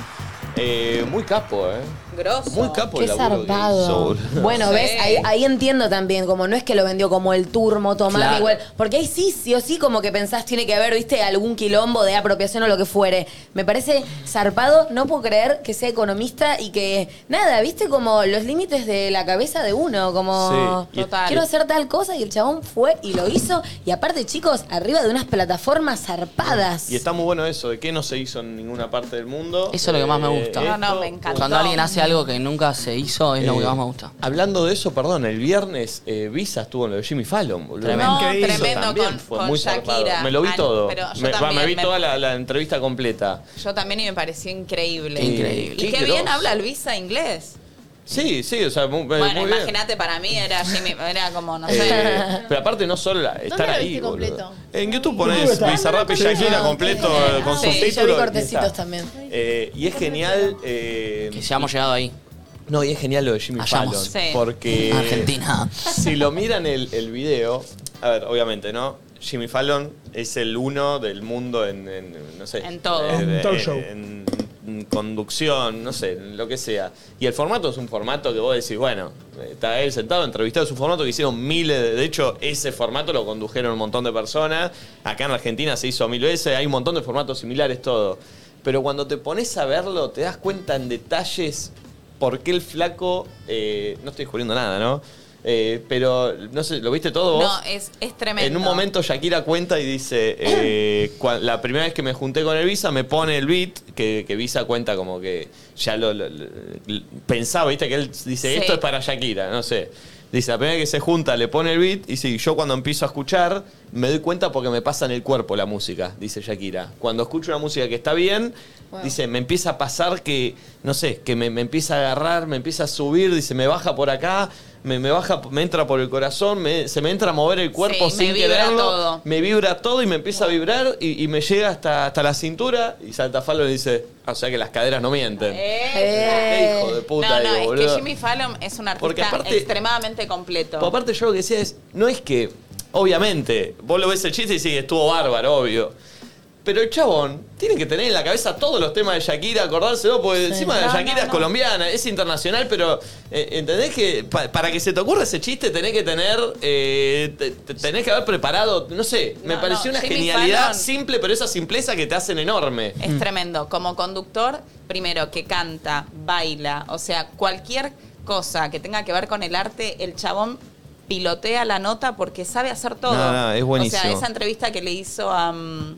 Eh, muy capo, ¿eh?
Grosso.
Muy capo
Qué
el laburo que hizo,
zarpado.
boludo.
Bueno,
Sí.
ves, ahí, ahí entiendo también, como no es que lo vendió como el turmo, tomar
Claro.
igual. Porque ahí sí, sí o sí, como que pensás tiene que haber, viste, algún quilombo de apropiación o lo que fuere. Me parece zarpado, no puedo creer que sea economista y que, nada, viste, como los límites de la cabeza de uno, como
Sí, y-
Total.
quiero hacer tal cosa y el chabón fue y lo hizo. Y aparte, chicos, arriba de unas plataformas zarpadas.
Y está muy bueno eso, de que no se hizo en ninguna parte del mundo. Eh,
Eso es lo que más me gusta. No,
no, me encanta.
Cuando alguien hace algo que nunca se hizo, es lo que
Eh,
más me gusta.
Hablando de eso, perdón, el viernes eh, Visa estuvo en lo de Jimmy Fallon, boludo.
Tremendo.
No,
¿Qué hizo?
tremendo
También
con-
fue
con
muy zarpado.
Shakira.
Me lo vi
Ah,
todo.
pero yo
me, va,
también
me vi
me-
toda la, la entrevista completa.
Yo también y me pareció increíble.
Qué increíble.
Y
Qué
qué bien
grosso.
habla Luisa inglés.
Sí, sí, o sea, muy, eh,
Bueno,
muy bien.
imagínate, para mí era Jimmy, era como, no sé.
Eh, pero aparte no solo la- estar
lo
ahí,
viste
boludo.
completo?
En YouTube
¿Dónde
pones
está?
Bizarrap y Shakira completo eh, con
Sí,
sus
yo vi
títulos.
cortecitos también.
y es genial. Eh, que
hayamos llegado ahí.
No, y es genial lo de Jimmy
Hayamos.
Fallon.
Sí.
Porque.
Argentina.
Si lo miran el, el video. A ver, obviamente, ¿no? Jimmy Fallon es el uno del mundo en. en, no sé.
En todo.
eh,
En talk
eh,
show.
en- en conducción, no sé, en lo que sea. Y el formato es un formato que vos decís, bueno, está él sentado, entrevistado, es un formato que hicieron miles, de, de hecho, ese formato lo condujeron un montón de personas, acá en la Argentina se hizo mil veces, hay un montón de formatos similares, todo. Pero cuando te pones a verlo, te das cuenta en detalles por qué el flaco, eh, no estoy descubriendo nada, ¿no? Eh, pero, no sé, ¿lo viste todo vos?
No, es, es tremendo.
En un momento Shakira cuenta y dice, eh, cua- la primera vez que me junté con el Visa me pone el beat, que, que Visa cuenta como que ya lo, lo- lo- pensaba, viste que él dice,
Sí.
esto es para Shakira, no sé. Dice, la primera vez que se junta le pone el beat y sí, yo cuando empiezo a escuchar me doy cuenta porque me pasa en el cuerpo la música, dice Shakira. Cuando escucho una música que está bien, dice, me empieza a pasar que, no sé, que me, me empieza a agarrar, me empieza a subir, dice, me baja por acá, me, me baja, me entra por el corazón, me- se me entra a mover el cuerpo
Sí, me
sin
vibra
quererlo,
todo.
me vibra todo y me empieza a vibrar y, y me llega hasta, hasta la cintura y Saltafalo dice, "Ah, o sea que las caderas no mienten.
Eh.
Qué hijo de puta,
no, no,
digo,
es
boludo.
que Jimmy Fallon es un
Porque
artista
aparte-
extremadamente completo.
Pero aparte yo lo que decía es, no es que, obviamente, vos lo ves el chiste y sí, estuvo bárbaro, obvio. Pero el chabón tiene que tener en la cabeza todos los temas de Shakira, acordárselo, porque encima de
No,
Shakira
no,
es
no.
colombiana, es internacional, pero eh, ¿entendés que pa- para que se te ocurra ese chiste tenés que tener, eh, te- te- tenés que haber preparado, no sé, me
No,
pareció
no,
una
Jimmy
genialidad
Fallon.
simple, pero esa simpleza que te hacen enorme.
Es tremendo. Como conductor, primero que canta, baila, o sea, cualquier cosa que tenga que ver con el arte, el chabón pilotea la nota porque sabe hacer todo.
No, no, es buenísimo.
O sea, esa entrevista que le hizo a, mm,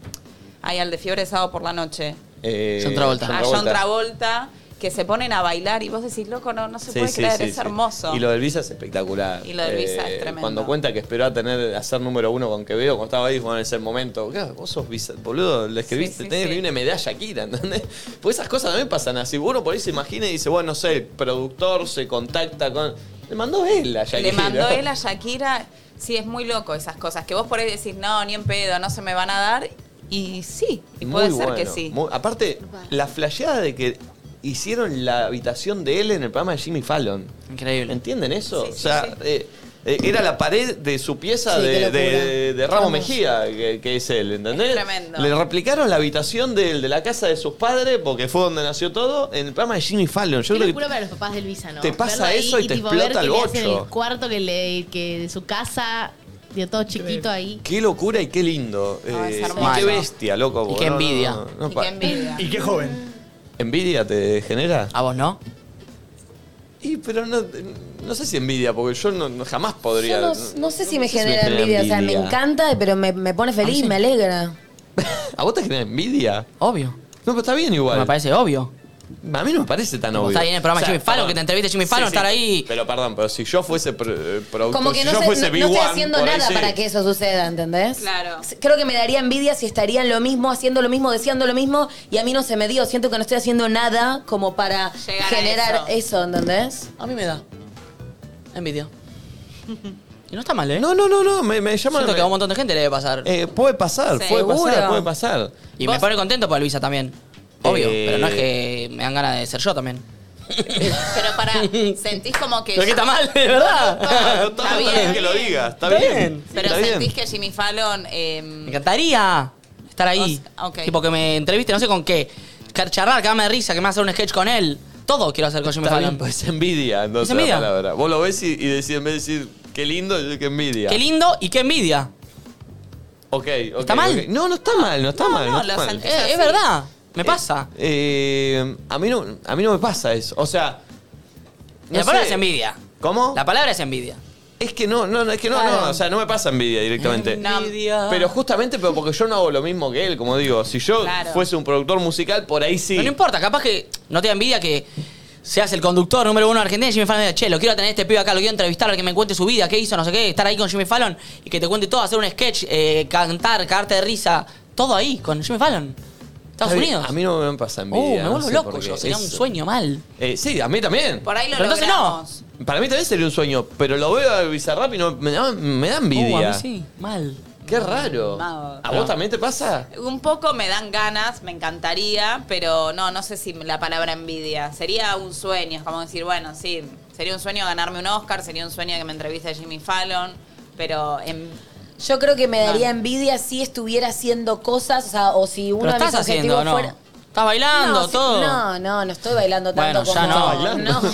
ay, al de Fiebre de Sábado por la Noche,
Eh,
John Travolta.
a Ah, John Travolta, que se ponen a bailar y vos decís, loco, no, no se
Sí,
puede
sí,
creer,
sí,
es
sí.
hermoso.
Y lo del Visa es espectacular. Eh,
Y lo del Visa es tremendo.
Cuando cuenta que esperó a tener a ser número uno con Quevedo, cuando estaba ahí, bueno, en ese momento. Claro, vos sos Visa, boludo, le escribiste, tenés que escribir una medalla aquí, ¿entendés? Pues esas cosas también pasan así. Uno por ahí se imagina y dice, bueno, no sé, el productor se contacta con. Le mandó él a Shakira.
Le mandó él a Shakira. Sí, es muy loco esas cosas. Que vos por ahí decís, no, ni en pedo, no se me van a dar. Y sí, y
Muy
puede ser que
bueno.
sí.
Muy- aparte, la flasheada de que hicieron la habitación de él en el programa de Jimmy Fallon.
Increíble.
¿Entienden eso?
Sí, sí,
o sea,
sí.
eh, eh, era la pared de su pieza
Sí, qué
de,
locura.
de- de Ramos
Ramos.
Mejía, que, que es él, ¿entendés?
Es tremendo.
Le replicaron la habitación de, de la casa de sus padres, porque fue donde nació todo, en el programa de Jimmy Fallon. Yo creo
Qué
que
locura para los papás del Visa, ¿no?
te pasa
Verlo ahí
eso y te
tipo,
explota
ver
el
que le hacen
bocho.
el cuarto que le que de su casa, de todo chiquito ahí.
Qué locura y qué lindo. Eh,
hermoso.
y qué bestia, loco.
Y
vos.
qué
No, no,
envidia.
no, no,
Y
pa-
qué envidia. Ah.
Y qué joven.
¿Envidia te genera?
¿A vos no?
Y, pero no, no sé si envidia, porque yo no, no- jamás podría.
Yo no, no sé si me genera envidia, o sea, me encanta, pero me, me pone feliz, me alegra.
¿A vos te genera envidia?
Obvio.
No, pero está bien igual.
Me parece obvio.
A mí no me parece tan obvio.
Está ahí en el programa Jimmy Fallon,
perdón.
que te entreviste Jimmy Fallon, estar ahí.
Pero perdón, pero si yo fuese pr- eh, productor,
Como que
si
no,
yo
sé-
fuese
no- no estoy
B1,
haciendo
por ahí
nada
sí.
para que eso suceda, ¿entendés?
Claro.
Creo que me daría envidia si estarían lo mismo, haciendo lo mismo, deseando lo mismo, y a mí no se me dio. Siento que no estoy haciendo nada como para
Llegar a
generar eso. ¿entendés?
A mí me da. Envidia. Y no está mal, ¿eh?
No, no, no, no, me, me llama.
Siento que a un montón de gente le debe pasar.
Eh, puede pasar, puede pasar, puede pasar.
Y me pone contento por Luisa también. Obvio,
Eh,
pero no es que me dan ganas de ser yo también.
Pero para, sentís como que.
Pero que está mal, de verdad.
Está bien, que lo digas, está,
Está
bien.
bien.
Pero
Está
sentís
bien.
que Jimmy Fallon. eh,
Me encantaría estar ahí.
ok.
Tipo que me entreviste, no sé con qué. Car- Charlar, cagarme de risa, que me va a hacer un sketch con él. Todo quiero hacer con Jimmy
Está bien,
Fallon.
pues es envidia, entonces
Es envidia.
la palabra. Vos lo ves y, y decís, en vez de decir qué lindo, yo digo, qué envidia.
Qué lindo y qué envidia.
Ok, ok.
¿Está mal? Ah.
ok. No, no está mal, no está mal.
no,
está
lo
mal.
sentís Eh, así. es verdad, me pasa.
Eh, a, mí no, a mí no me pasa eso. O sea.
La palabra
sé.
es envidia.
¿Cómo?
La palabra es envidia.
Es que no, no, no, es que no,
Claro.
no, o sea, no me pasa envidia directamente.
Envidia.
Pero justamente pero porque yo no hago lo mismo que él, como digo. Si yo
Claro.
fuese un productor musical, por ahí sí.
Pero no importa, capaz que no te da envidia que seas el conductor número uno de Argentina y Jimmy Fallon diga, che, lo quiero tener a este pibe acá, lo quiero entrevistar, que me cuente su vida, qué hizo, no sé qué, estar ahí con Jimmy Fallon y que te cuente todo, hacer un sketch, eh, cantar, cagarte de risa, todo ahí con Jimmy Fallon. ¿Estados
Está bien,
Unidos?
A mí no me pasa envidia.
Uh, me
no
vuelvo
sé
loco
por qué.
yo. Sería un
Es-
sueño mal.
Eh, sí, a mí también.
Por ahí lo
Pero entonces no.
logramos.
Para mí también sería un sueño, pero lo veo a Bizarrap y no, me, da, me da envidia.
Uh, a mí sí. Mal.
Qué raro.
No.
¿A vos también te pasa?
Un poco me dan ganas, me encantaría, pero no, no sé si la palabra envidia. Sería un sueño, es como decir, bueno, sí, sería un sueño ganarme un Oscar, sería un sueño que me entreviste Jimmy Fallon, pero en...
Yo creo que me daría envidia si estuviera haciendo cosas, o sea, o si uno
Pero
de mis
estás haciendo,
objetivos
¿no?
fuera...
Estás bailando,
no, si-
todo.
No, no, no estoy bailando tanto
Bueno, ya
como...
no. Estás bailando.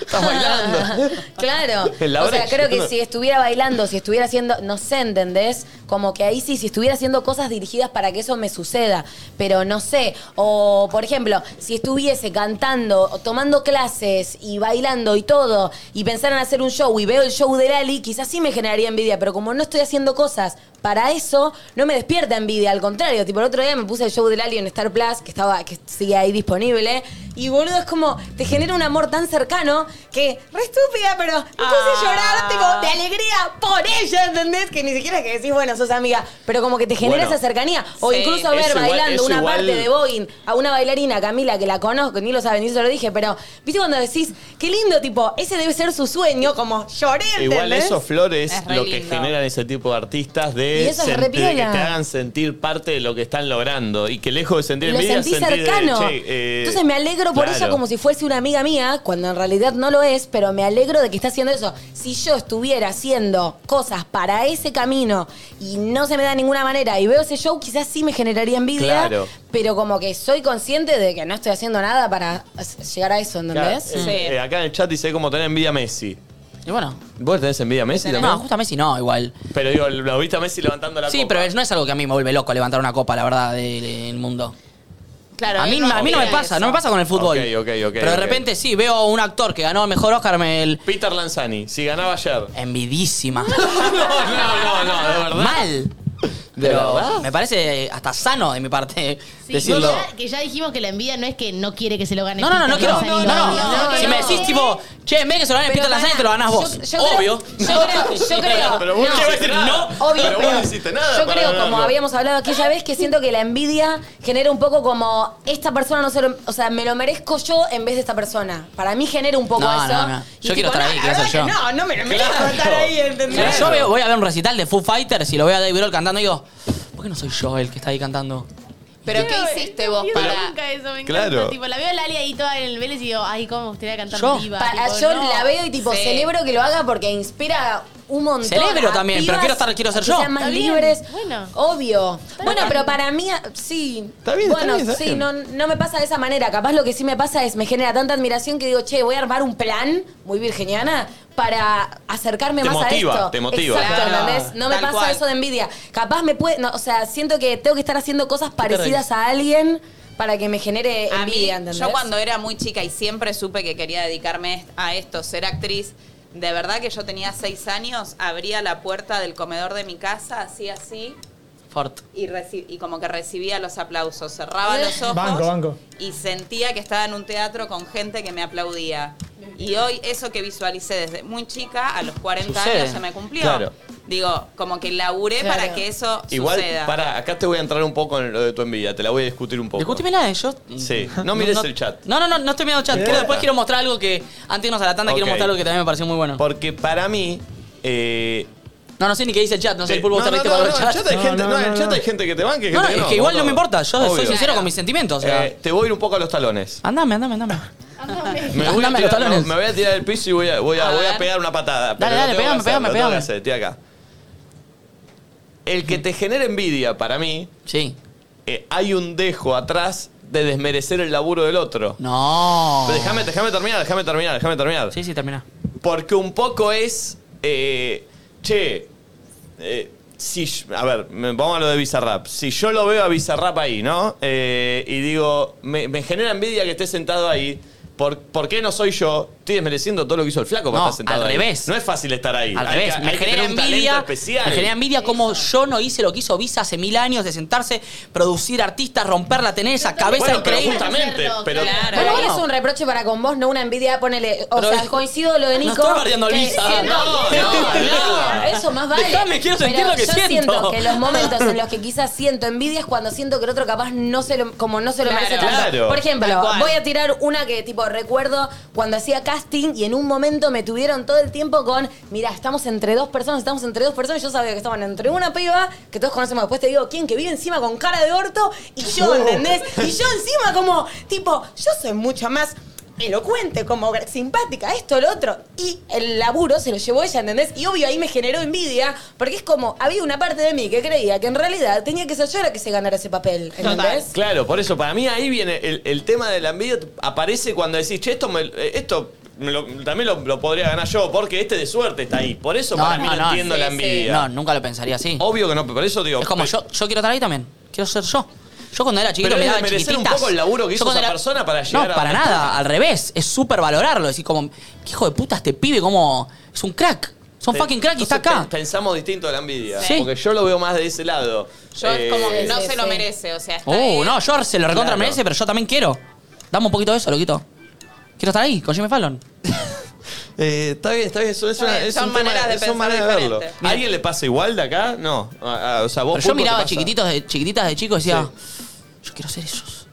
Estás bailando.
Claro.
En la
o sea,
brecha.
creo que si estuviera bailando, si estuviera haciendo, no sé, ¿entendés? Como que ahí sí, si estuviera haciendo cosas dirigidas para que eso me suceda, pero no sé. O, por ejemplo, si estuviese cantando, o tomando clases y bailando y todo, y pensaran hacer un show y veo el show de Lali, quizás sí me generaría envidia, pero como no estoy haciendo cosas para eso, no me despierta envidia, al contrario. Tipo, el otro día me puse el show de Lali en Star Plus, que estaba, que sigue ahí disponible, y boludo, es como, te genera un amor tan cercano que, re estúpida, pero me puse a llorar, tipo, de alegría por ella, ¿entendés? Que ni siquiera es que decís, bueno, sos amiga, pero como que te genera
Bueno.
esa cercanía. O
Sí.
incluso ver
Eso igual-
bailando
eso
una
igual-
parte de Boeing a una bailarina, Camila, que la conozco, ni lo sabe, ni se lo dije, pero, ¿viste cuando decís, qué lindo, tipo, ese debe ser su sueño, como lloré, ¿entendés?
Igual eso, Flores,
Es re
lo que
lindo.
generan ese tipo de artistas
Y
de,
eso es re
de que te
piola.
hagan sentir parte de lo que están logrando y que lejos de sentir
Y lo
envidia,
sentí
sentir de,
cercano.
che, eh,
Entonces me alegro por
claro.
ella como si fuese una amiga mía, cuando en realidad no lo es, pero me alegro de que está haciendo eso. Si yo estuviera haciendo cosas para ese camino y no se me da de ninguna manera y veo ese show, quizás sí me generaría envidia,
Claro.
pero como que soy consciente de que no estoy haciendo nada para llegar a eso,
Claro,
¿entendés?
eh,
Sí.
eh, acá en el chat dice cómo tener envidia a Messi.
Y bueno.
¿Vos tenés envidia a Messi también?
No, justo a Messi no, igual.
Pero digo, lo viste a Messi levantando la
sí,
copa.
pero no es algo que a mí me vuelve loco levantar una copa, la verdad, del, del mundo.
Claro,
a mí,
él
a mí no me
opina
pasa,
eso.
no me pasa con el fútbol.
Ok, ok, ok,
Pero de
ok.
repente sí, veo a un actor que ganó el mejor Oscar, me el...
Peter Lanzani, si ganaba ayer.
Envidísima.
no, no, no, no, de verdad.
Mal.
¿De
Pero
verdad?
me parece hasta sano de mi parte
Sí,
decirlo.
que ya- que ya dijimos que la envidia no es que no quiere que se lo gane.
No, no, no, no
Peter
quiero. No,
Lanzani,
no,
no,
Si
no,
me
no.
decís tipo, che, en vez de que se lo gane
Pero
Peter Lanzani,
pará,
te lo ganas
yo-
vos.
yo creo-
Obvio.
yo creo- yo creo-
Pero vos
no.
no,
Yo-
hiciste nada.
Obvio,
pero vos
pero
no hiciste nada.
Yo
para
creo,
ganarlo.
como habíamos hablado aquella vez, que siento que la envidia genera un poco como esta persona no se lo, o sea, me lo merezco yo en vez de esta persona. Para mí genera un poco
No,
eso.
no, no.
Y
Yo quiero estar
no,
ahí,
la
quiero ser
verdad
yo.
que No, no me lo merezco estar ahí, ¿entendés?
Pero yo veo- voy a ver un recital de Foo Fighters y lo veo a Dave Grohl cantando y digo, ¿por qué no soy yo el que está ahí cantando?
Pero ¿qué hiciste vos
Yo
para...?
nunca eso, me
Claro.
encanta. Tipo, la veo a Lali ahí toda en el Vélez y digo, ay, cómo me gustaría cantar
Yo.
diva.
Pa-
tipo,
yo
no.
la veo y tipo
Sí.
celebro que lo haga porque inspira un montón.
Celebro
a
también, pero
pibas
quiero estar- quiero ser
que
yo.
Sean más
Está bien,
libres.
bueno.
Obvio. bueno, pero para mí, a- sí.
Está bien, está
Bueno,
bien, está
sí,
bien.
No, no me pasa de esa manera. Capaz lo que sí me pasa es me genera tanta admiración que digo, che, voy a armar un plan muy virginiana para acercarme
Te
más
motiva,
a esto.
te motiva.
Exacto,
Claro.
¿entendés? No me
Tal
pasa
cual.
eso de envidia. Capaz me puede. no, o sea, siento que tengo que estar haciendo cosas parecidas a alguien para que me genere
A mí,
envidia, ¿entendés?
yo cuando era muy chica y siempre supe que quería dedicarme a esto, ser actriz, de verdad que yo tenía seis años, abría la puerta del comedor de mi casa, así, así,
Fort.
y, reci- y como que recibía los aplausos. Cerraba los ojos
Banco, banco.
y sentía que estaba en un teatro con gente que me aplaudía. Y hoy eso que visualicé desde muy chica, a los 40
Sucede.
años, se me cumplió.
Claro.
Digo, como que laburé
Claro.
para que eso
Igual,
suceda.
para, acá te voy a entrar un poco en lo de tu envidia, te la voy a discutir un poco.
Discútimela, eh, yo.
Sí. No mires el chat.
No, no, no, no estoy mirando el chat. Quiero- después quiero mostrar algo que. Antes de irnos a la tanda, quiero
Ok.
mostrar algo que también me pareció muy bueno.
Porque para mí. Eh,
No, no sé ni qué dice el chat, no sé el pulvo
no,
está
no,
listo
no,
para ver
no,
el
en el
chat.
chat hay
No,
gente-
no,
no, en
no,
el chat
no.
hay gente que te banca y gente
No, no,
que
es que igual no me
boludo.
importa, yo soy
Obvio.
sincero con mis sentimientos. O sea,
Eh, te voy a ir un poco a los talones.
andame, andame, andame.
Me voy, a
Andame a
tirar,
los talones.
no, me voy a tirar del piso y voy a, voy a,
A
voy a
ver.
pegar una patada.
Dale,
pero
dale,
lo tengo
pegame,
que hacer,
pegame,
lo tengo que
pegame.
hacer, estoy acá. El que te genera envidia, para mí,
Sí.
eh, hay un dejo atrás de desmerecer el laburo del otro.
No.
Pero Déjame déjame terminar, déjame terminar, déjame terminar.
Sí, sí, termina.
Porque un poco es. eh, che. eh, si, yo- a ver, me- vamos a lo de Bizarrap. Si yo lo veo a Bizarrap ahí, ¿no? Eh, y digo, me, me genera envidia que esté sentado ahí. ¿Por, por qué no soy yo? Estoy desmereciendo todo lo que hizo el flaco para
No,
estar sentado
al
ahí.
revés.
No es fácil estar ahí. Hay
Al
que-
revés, me
hay que
genera
tener un talento
envidia.
especial.
Me genera envidia como yo no hice lo que hizo Visa hace mil años de sentarse, producir artistas, romperla, tener esa cabeza
Bueno, pero
increíble.
justamente, pero-
Pero ahí es un reproche para con vos, no una envidia. Ponele, o
Pero
sea,
es-
coincido lo de
No
Nico.
estoy bardeando al
que
Visa.
siento-
No, no, no.
Eso más vale.
Dejame, quiero sentir
Pero
lo que
yo
siento.
que los momentos en los que quizás siento envidia es cuando siento que el otro capaz no se lo, como no se lo merece tanto.
Claro.
Por ejemplo,
Tal cual.
voy a tirar una que tipo recuerdo cuando hacía casting y en un momento me tuvieron todo el tiempo con, mira, estamos entre dos personas, estamos entre dos personas, y yo sabía que estaban entre una piba que todos conocemos, después te digo, ¿quién que vive encima con cara de orto? Y yo,
Oh.
¿entendés? Y yo encima como, tipo, yo soy mucho más elocuente, como simpática, esto, lo otro. Y el laburo se lo llevó ella, ¿entendés? Y obvio ahí me generó envidia, porque es como, había una parte de mí que creía que en realidad tenía que ser yo la que se ganara ese papel, ¿entendés?
Claro, por eso, para mí ahí viene el, el tema de la envidia. Aparece cuando decís, che, esto, me- eh, esto me lo- también lo, lo podría ganar yo, porque este de suerte está ahí. Por eso para mí no, entiendo la envidia.
No, nunca lo pensaría así.
Obvio que no, por eso digo.
Es como yo, yo quiero estar ahí también. Quiero ser yo. Yo cuando era chiquito
Pero
me
es
daba
de merecer un
chiquititas.
poco el laburo que
Yo
hizo
cuando
esa
era-
persona para llegar
No,
a
para
donde
nada,
está.
al revés. Es súper valorarlo. Decir como, qué hijo de puta este pibe, como. Es un crack. Es un
Pe-
fucking crack y está
entonces
acá.
pe- Pensamos distinto de la envidia.
Sí.
Porque yo lo veo más de ese lado.
Yo como que
Eh,
no se lo merece, o sea, está
Uh, no, yo se lo recontra
Claro.
merece, pero yo también quiero. Dame un poquito de eso, loquito. Quiero estar ahí, con Jimmy Fallon.
eh, está bien, está bien. Eso es
Está
una-
bien,
es
son
un tema-
maneras de
son
pensar
maneras de verlo.
diferentes.
¿A alguien le pasa igual de acá? No. Ah, ah, o sea, vos
Pero yo
Pulpo, ¿te
miraba
pasa?
chiquititos de, chiquititas de chico y decía, yo quiero ser ellos.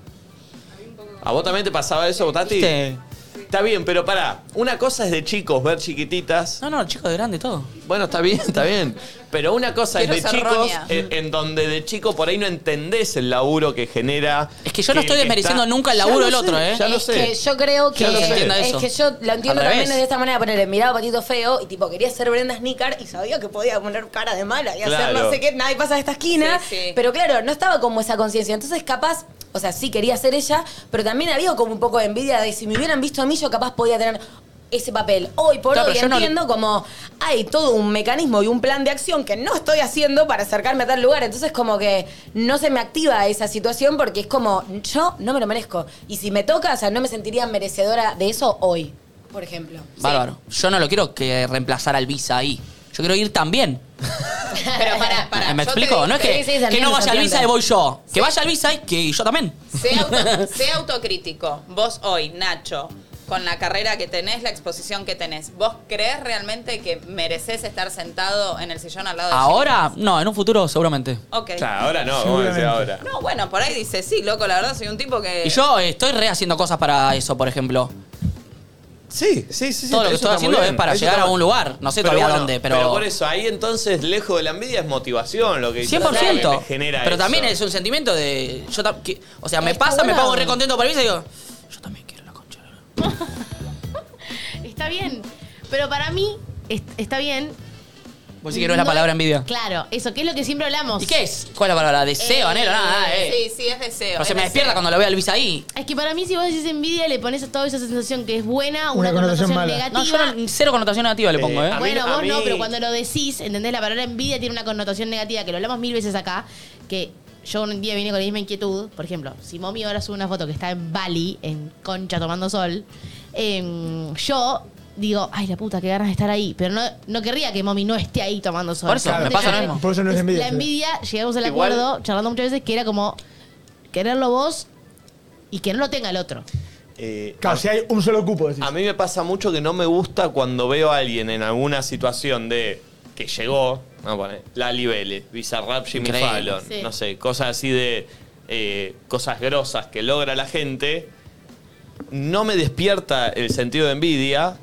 ¿A vos también te pasaba eso, Tati?
¿Viste?
Está bien, pero pará. Una cosa es de chicos ver chiquititas.
No, no, chico de grande, todo.
Bueno, está bien, está bien. Pero una cosa
Quiero
es de
ser
chicos
Ronia.
en, en donde de chico por ahí no entendés el laburo que genera. Es
que yo no estoy desmereciendo nunca el laburo del otro, ¿eh?
Ya lo
es
sé.
que yo creo que
Ya lo sé.
es que yo lo entiendo
Al
también
revés.
de esta manera ponerle miraba a patito feo y tipo quería ser Brenda Snicker y sabía que podía poner cara de mala y hacer
Claro.
no sé qué nadie pasa de esta esquina
Sí, sí.
pero claro no estaba como esa conciencia entonces capaz o sea sí quería ser ella pero también había como un poco de envidia de si me hubieran visto a mí yo capaz podía tener ese papel hoy por
Claro,
hoy
pero yo no-
entiendo como hay todo un mecanismo y un plan de acción que no estoy haciendo para acercarme a tal lugar entonces como que no se me activa esa situación porque es como yo no me lo merezco y si me toca o sea no me sentiría merecedora de eso hoy por ejemplo
Bárbaro. Yo no lo quiero que reemplazar al Visa ahí. Yo quiero ir también.
Pero para, para.
¿Me explico? No es que, que no vaya al Visa y voy yo. Que vaya al Visa y que yo también.
Sé, auto- sé autocrítico. Vos hoy, Nacho, con la carrera que tenés, la exposición que tenés, ¿vos crees realmente que mereces estar sentado en el sillón al lado de
Ahora, no, en un futuro seguramente.
Jimmy? Ok.
Claro, ahora no, vamos a decir ahora.
No, bueno, por ahí dice, sí, loco, la verdad soy un tipo que.
Y yo eh, estoy rehaciendo cosas para eso, por ejemplo.
Sí, sí, sí.
Todo lo
eso
que estoy
está
haciendo
muy
es
bien,
para
eso
llegar
está
a un
muy-
lugar. No sé todavía
bueno,
dónde, pero-
Pero por eso, ahí entonces, lejos de la envidia es motivación lo que dice.
100%.
que genera
pero
eso.
también es un sentimiento de. Yo tam- que- o sea, me
Está
pasa, me
bueno.
pongo re contento por el Visa y digo.
Está bien. Pero para mí est- está bien.
Vos sí que no es la palabra envidia.
Claro, eso, que es lo que siempre hablamos.
¿Y qué es? ¿Cuál es la palabra? Deseo,
Eh,
anhelo, nada, eh.
Sí, sí, es deseo.
No se
es
me
deseo.
despierta cuando lo veo al Visa ahí.
Es que para mí, si vos decís envidia, le pones a toda esa sensación que es buena, una,
Una connotación
connotación,
mala. No, yo
negativa.
no- cero connotación negativa le pongo, eh.
bueno, vos no, pero cuando lo decís, ¿entendés? La palabra envidia tiene una connotación negativa, que lo hablamos mil veces acá, que yo un día vine con la misma inquietud. Por ejemplo, si Momi ahora sube una foto que está en Bali, en Concha tomando sol, em, yo digo, ay, la puta, qué ganas de estar ahí. Pero no, no querría que Momi no esté ahí tomando sol.
Por eso, me pasa lo mismo.
Por eso no es envidia.
La envidia, llegamos al
Igual-
acuerdo, charlando muchas veces, que era como quererlo vos y que no lo tenga el otro.
Eh,
Claro, si hay un solo cupo. decís.
A mí me pasa mucho que no me gusta cuando veo a alguien en alguna situación de que llegó, vamos a poner, Lali Vélez, Bizarrap, Jimmy
Increíble.
Fallon,
Sí.
no sé, cosas así de eh, cosas grosas que logra la gente, no me despierta el sentido de envidia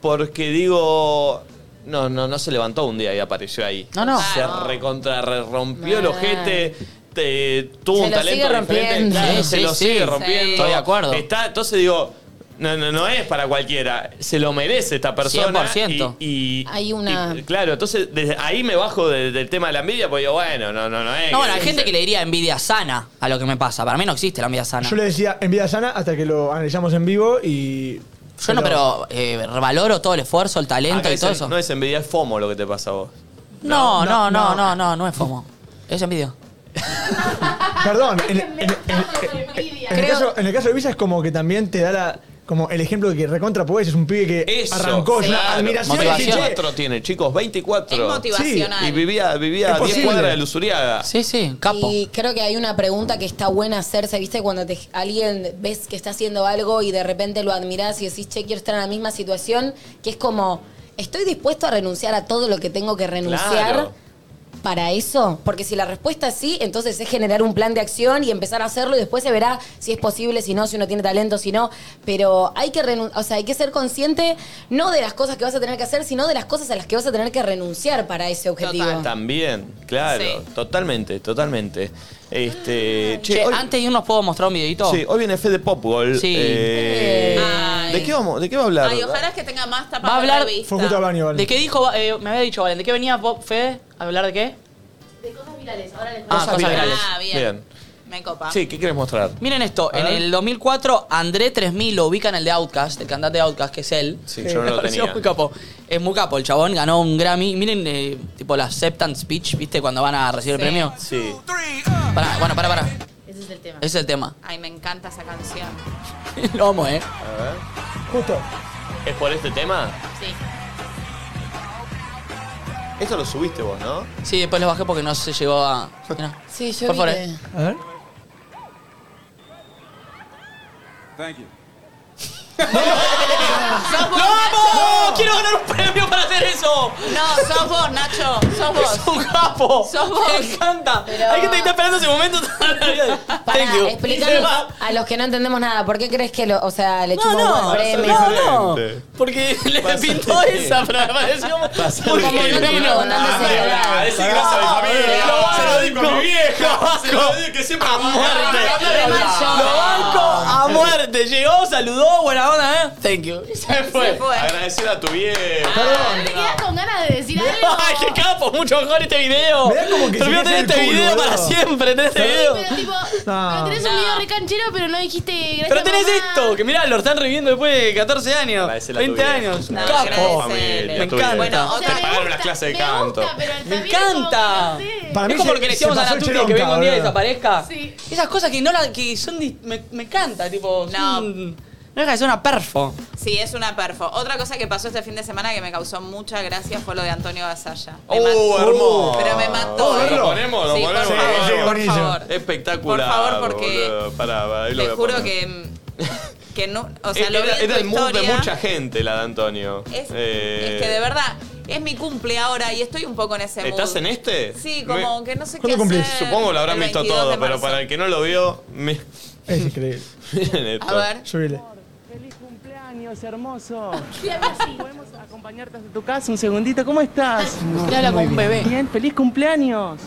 porque digo, no, no, no se levantó un día y apareció ahí.
No, no.
Se recontra, re- rompió el ojete. te- tuvo
Se
un
lo
talento
sigue
diferente,
rompiendo.
claro,
Sí,
se
sí,
lo
sí.
sigue rompiendo.
Sí. Estoy de acuerdo.
Está- entonces digo, no, no, no es para cualquiera. Se lo merece esta persona.
100%.
Y, y-
hay una
y, claro, entonces desde ahí me bajo de- del tema de la envidia porque digo, bueno, no, no, no es.
No, bueno,
que-
hay gente que le diría envidia sana a lo que me pasa. Para mí no existe la envidia sana.
Yo le decía envidia sana hasta que lo analizamos en vivo y.
Yo no, pero eh, valoro todo el esfuerzo, el talento
Acá
y
es
todo
en-
eso.
No es envidia, es FOMO lo que te pasa a vos.
No, no, no, no, no,
no,
no, es FOMO. Es envidia.
Perdón, en, en- en- en- en el caso, en el caso de Villa es como que también te da la. como el ejemplo de que recontra podés, es un pibe que
Eso,
arrancó, es una
claro.
admiración. y dije,
24 tiene, chicos, 24.
Es motivacional.
Sí, Y vivía, vivía
Es
a 10
posible.
cuadras de Luzuriaga.
Sí, sí,
Y creo que hay una pregunta que está buena hacerse, ¿viste? Cuando te, alguien ves que está haciendo algo y de repente lo admirás y decís, che, quiero estar en la misma situación, que es como, ¿estoy dispuesto a renunciar a todo lo que tengo que renunciar?
Claro.
Para eso, porque si la respuesta es sí, entonces es generar un plan de acción y empezar a hacerlo y después se verá si es posible, si no, si uno tiene talento, si no. Pero hay que renun- o sea, hay que ser consciente no de las cosas que vas a tener que hacer, sino de las cosas a las que vas a tener que renunciar para ese objetivo.
También, claro, totalmente, totalmente.
Ah.
Este, che,
Che,
hoy-
antes de irnos puedo mostrar un videito.
sí, hoy viene Fede Popgol.
Sí.
Eh,
Ay.
¿de, qué vamos, ¿De qué va a hablar?
Ay, ojalá que tenga más tapas
Va a
para la
hablar.
vista.
baño, Valen.
¿De qué dijo? eh, me había dicho, Valen. ¿De qué venía Bob Fede a hablar de qué?
De cosas virales, ahora les
Ah, cosas virales.
Ah, bien.
Bien.
Me copa.
Sí, ¿qué quieres mostrar?
Miren esto,
A
en
ver.
el 2004 André 3000 lo ubican el de Outcast, el cantante de Outcast que es él.
Sí, yo no
Me
lo
pareció
tenía.
muy capo. Es muy capo, el chabón ganó un Grammy. Miren, eh, tipo la acceptance speech, ¿viste? Cuando van a recibir
Sí.
el premio.
Sí.
Pará, bueno, para, para.
Ese es el tema.
Ese es el tema.
Ay, me encanta esa canción.
lo amo, ¿eh?
Justo.
¿Es por este tema?
Sí.
Esto lo subiste vos, ¿no?
Sí, después lo bajé porque no se llegó a... Mirá.
Sí, yo
Por
vi
favor,
que-
eh.
A ver.
¡Sos vos,
Ah, ¡Lo amo!
Nacho!
¡Quiero ganar un premio para hacer eso!
No, sos vos, Nacho. Sos
¡Es
vos.
un capo!
Sos vos.
¡Me encanta!
Pero-
Hay gente que está esperando ese momento toda la vida.
Para
Thank you. Y se
explicarnos
va.
a los que no entendemos nada, ¿por qué crees que lo, o sea, le
No,
chupa un huevo
no,
el premio?
no, no.
diferente.
Porque le
Va a ser
pintó
diferente.
esa, pero me pareció
Como
muy
no
genuino.
tenemos abundante celular.
Ah, decir gracias a mi familia. Se lo digo a mi vieja. Se lo digo que siempre a
muerte.
Lo
Lo banco a muerte. Llegó, saludó, buena onda, ¿eh? Thank you. Y se
Se
fue.
fue. Ah,
Agradecer a tu vieja.
Te quedas con ganas de decir algo.
Ay, qué capo, mucho mejor este video.
Me da como que
Pero
se
voy a
me
tener
hace el
este
culo,
video
boludo.
para siempre, tenés este video.
Pero tipo,
No.
pero tenés un
No.
video recanchero, pero no dijiste gracias.
Pero tenés
mamá.
esto, que mirá, lo están reviviendo después de 14 años,
Agradecela a tu
20
vieja.
años.
No,
Oh,
Capo.
agradecele.
Familia,
Me
tu vieja.
encanta.
Bueno,
O sea,
otra
me
pagaron
gusta,
las clases de
me
canto.
gusta, pero
Me
también es como
encanta.
que no sé.
Para mí
es como
se-
lo que le
se
decíamos a
pasó
la
el
tuya que
cheronca,
venga un día y
boludo.
desaparezca.
Sí.
Esas cosas que no la, que son dis- me, me encanta, tipo.
No.
son- no deja de ser una perfo.
Sí, es una perfo. Otra cosa que pasó este fin de semana que me causó mucha gracia fue lo de Antonio Gasalla. Me
¡Oh,
mató.
hermoso! Oh,
Pero me mató.
¿Lo
eh.
ponemos? ¿Lo
Sí,
ponemos?
Por
Sí, sí,
favor, por
buenísimo.
favor.
Espectacular.
Por favor, porque
boludo. Pará, ahí lo
Te
voy a
juro
poner.
que. mm, que no. O sea, lo vi
era
en
era
tu
el mood de
historia.
mucha gente, la de Antonio.
Es,
Eh,
es que de verdad, es mi cumple ahora y estoy un poco en ese mood.
¿Estás en este?
Sí,
Me-
como que no sé qué
¿Cuándo cumplís?
hacer.
Supongo lo habrán
El
visto
22 de
todo, pero
marzo.
para el que no lo vio, me-
Es increíble.
miren esto.
A ver.
Subile.
Feliz cumpleaños, hermoso. ¿Podemos acompañarte hasta tu casa un segundito? ¿Cómo estás?
Te habla como un bebé.
Bien, feliz cumpleaños.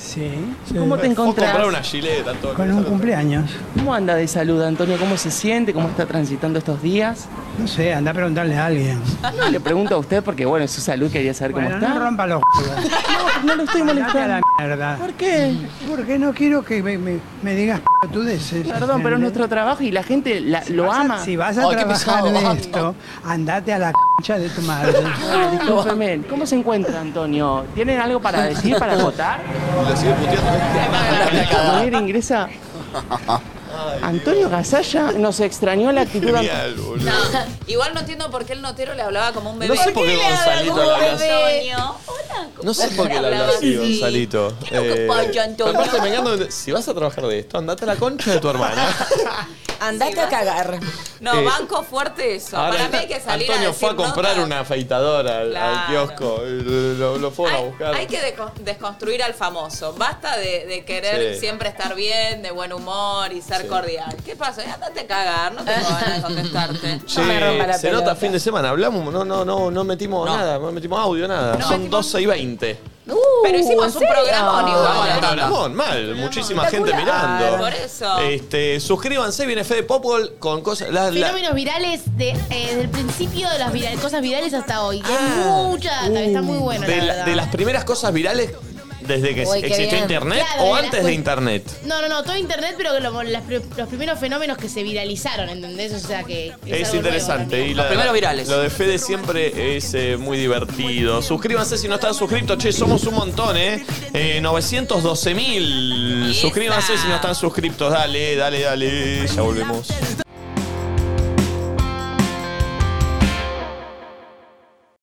Sí. ¿Cómo te
Fue a comprar una
encontrás?
gileta, Antonio.
Con un cumpleaños.
¿Cómo anda de salud, Antonio? ¿Cómo se siente? ¿Cómo está transitando estos días?
No sé, anda a preguntarle a alguien.
No, le pregunto a usted porque, bueno, su salud quería saber
Bueno,
cómo
no
está.
rompa los huevos.
No, no lo estoy
Andate a la
molestando.
mierda.
¿Por qué?
Porque no quiero que me, me- me digas pelotudeces.
Perdón, pero es
¿entendés?
nuestro trabajo y la gente la-
Si
lo
vas a-
ama.
Si vas a
Ay, qué
trabajar
pesado,
de
amo.
esto, andate a la concha de tu madre.
Discúlpeme, ¿Cómo se encuentra, Antonio? ¿Tienen algo para decir, para votar?
Lo sigue puteando.
La mujer ingresa. Antonio Gasalla nos extrañó la actitud.
Genial, boludo.
No, igual no entiendo por qué el notero le hablaba como un bebé.
No sé por qué Gonzalito
Como
le habla así.
Antonio. Hola, ¿cómo
No sé por qué le habla
hablaba
así, Gonzalito. Eh,
¿Qué loco pollo, Antonio?
aparte me encanta, si vas a trabajar de esto, andate a la concha de tu hermana.
Andate a cagar.
No,
Eh,
banco fuerte eso.
Ahora,
Para mí hay que salir
Antonio
a decir
fue a comprar
nota.
una afeitadora al, al
Claro.
kiosco. Lo, lo fueron a
Hay,
buscar.
hay que deco- desconstruir al famoso. Basta de, de querer
Sí.
siempre estar bien, de buen humor y ser
Sí.
cordial. ¿Qué pasa? Eh, Andate a cagar, no tengo ganas de contestarte.
Che,
me rompa la
se nota
pelota.
fin de semana, hablamos, no, no, no, no metimos
No.
nada, no metimos audio, nada.
No
Son
metimos-
12 y 20.
Pero hicimos
Uh, ¿en
un
serio?
programón
Vamos a la
igual.
tanda.
Programón, mal, muchísima gente
Espectacular.
mirando.
Por eso.
Este, suscríbanse, viene Fede Popol con cosas. la- la-
Fenómenos virales de, eh, desde el principio de las vira- cosas virales hasta hoy.
Ah.
Hay mucha data, está muy bueno.
de,
la
la-
verdad.
de las primeras cosas virales desde que
Uy, qué
existió
bien.
internet
Claro,
o
de las
antes de
cuest-
internet.
No, no, no, todo internet, pero que lo- las pri- los primeros fenómenos que se viralizaron, ¿entendés? O sea que. que
Es
algo
interesante.
nuevo
Y
también.
la-
primeros virales.
Lo de Fede siempre es eh, muy divertido. Suscríbanse si no están suscritos. Che, somos un montón, ¿eh? 912 mil. Suscríbanse si no están suscritos. Dale, dale, dale. Ya volvemos.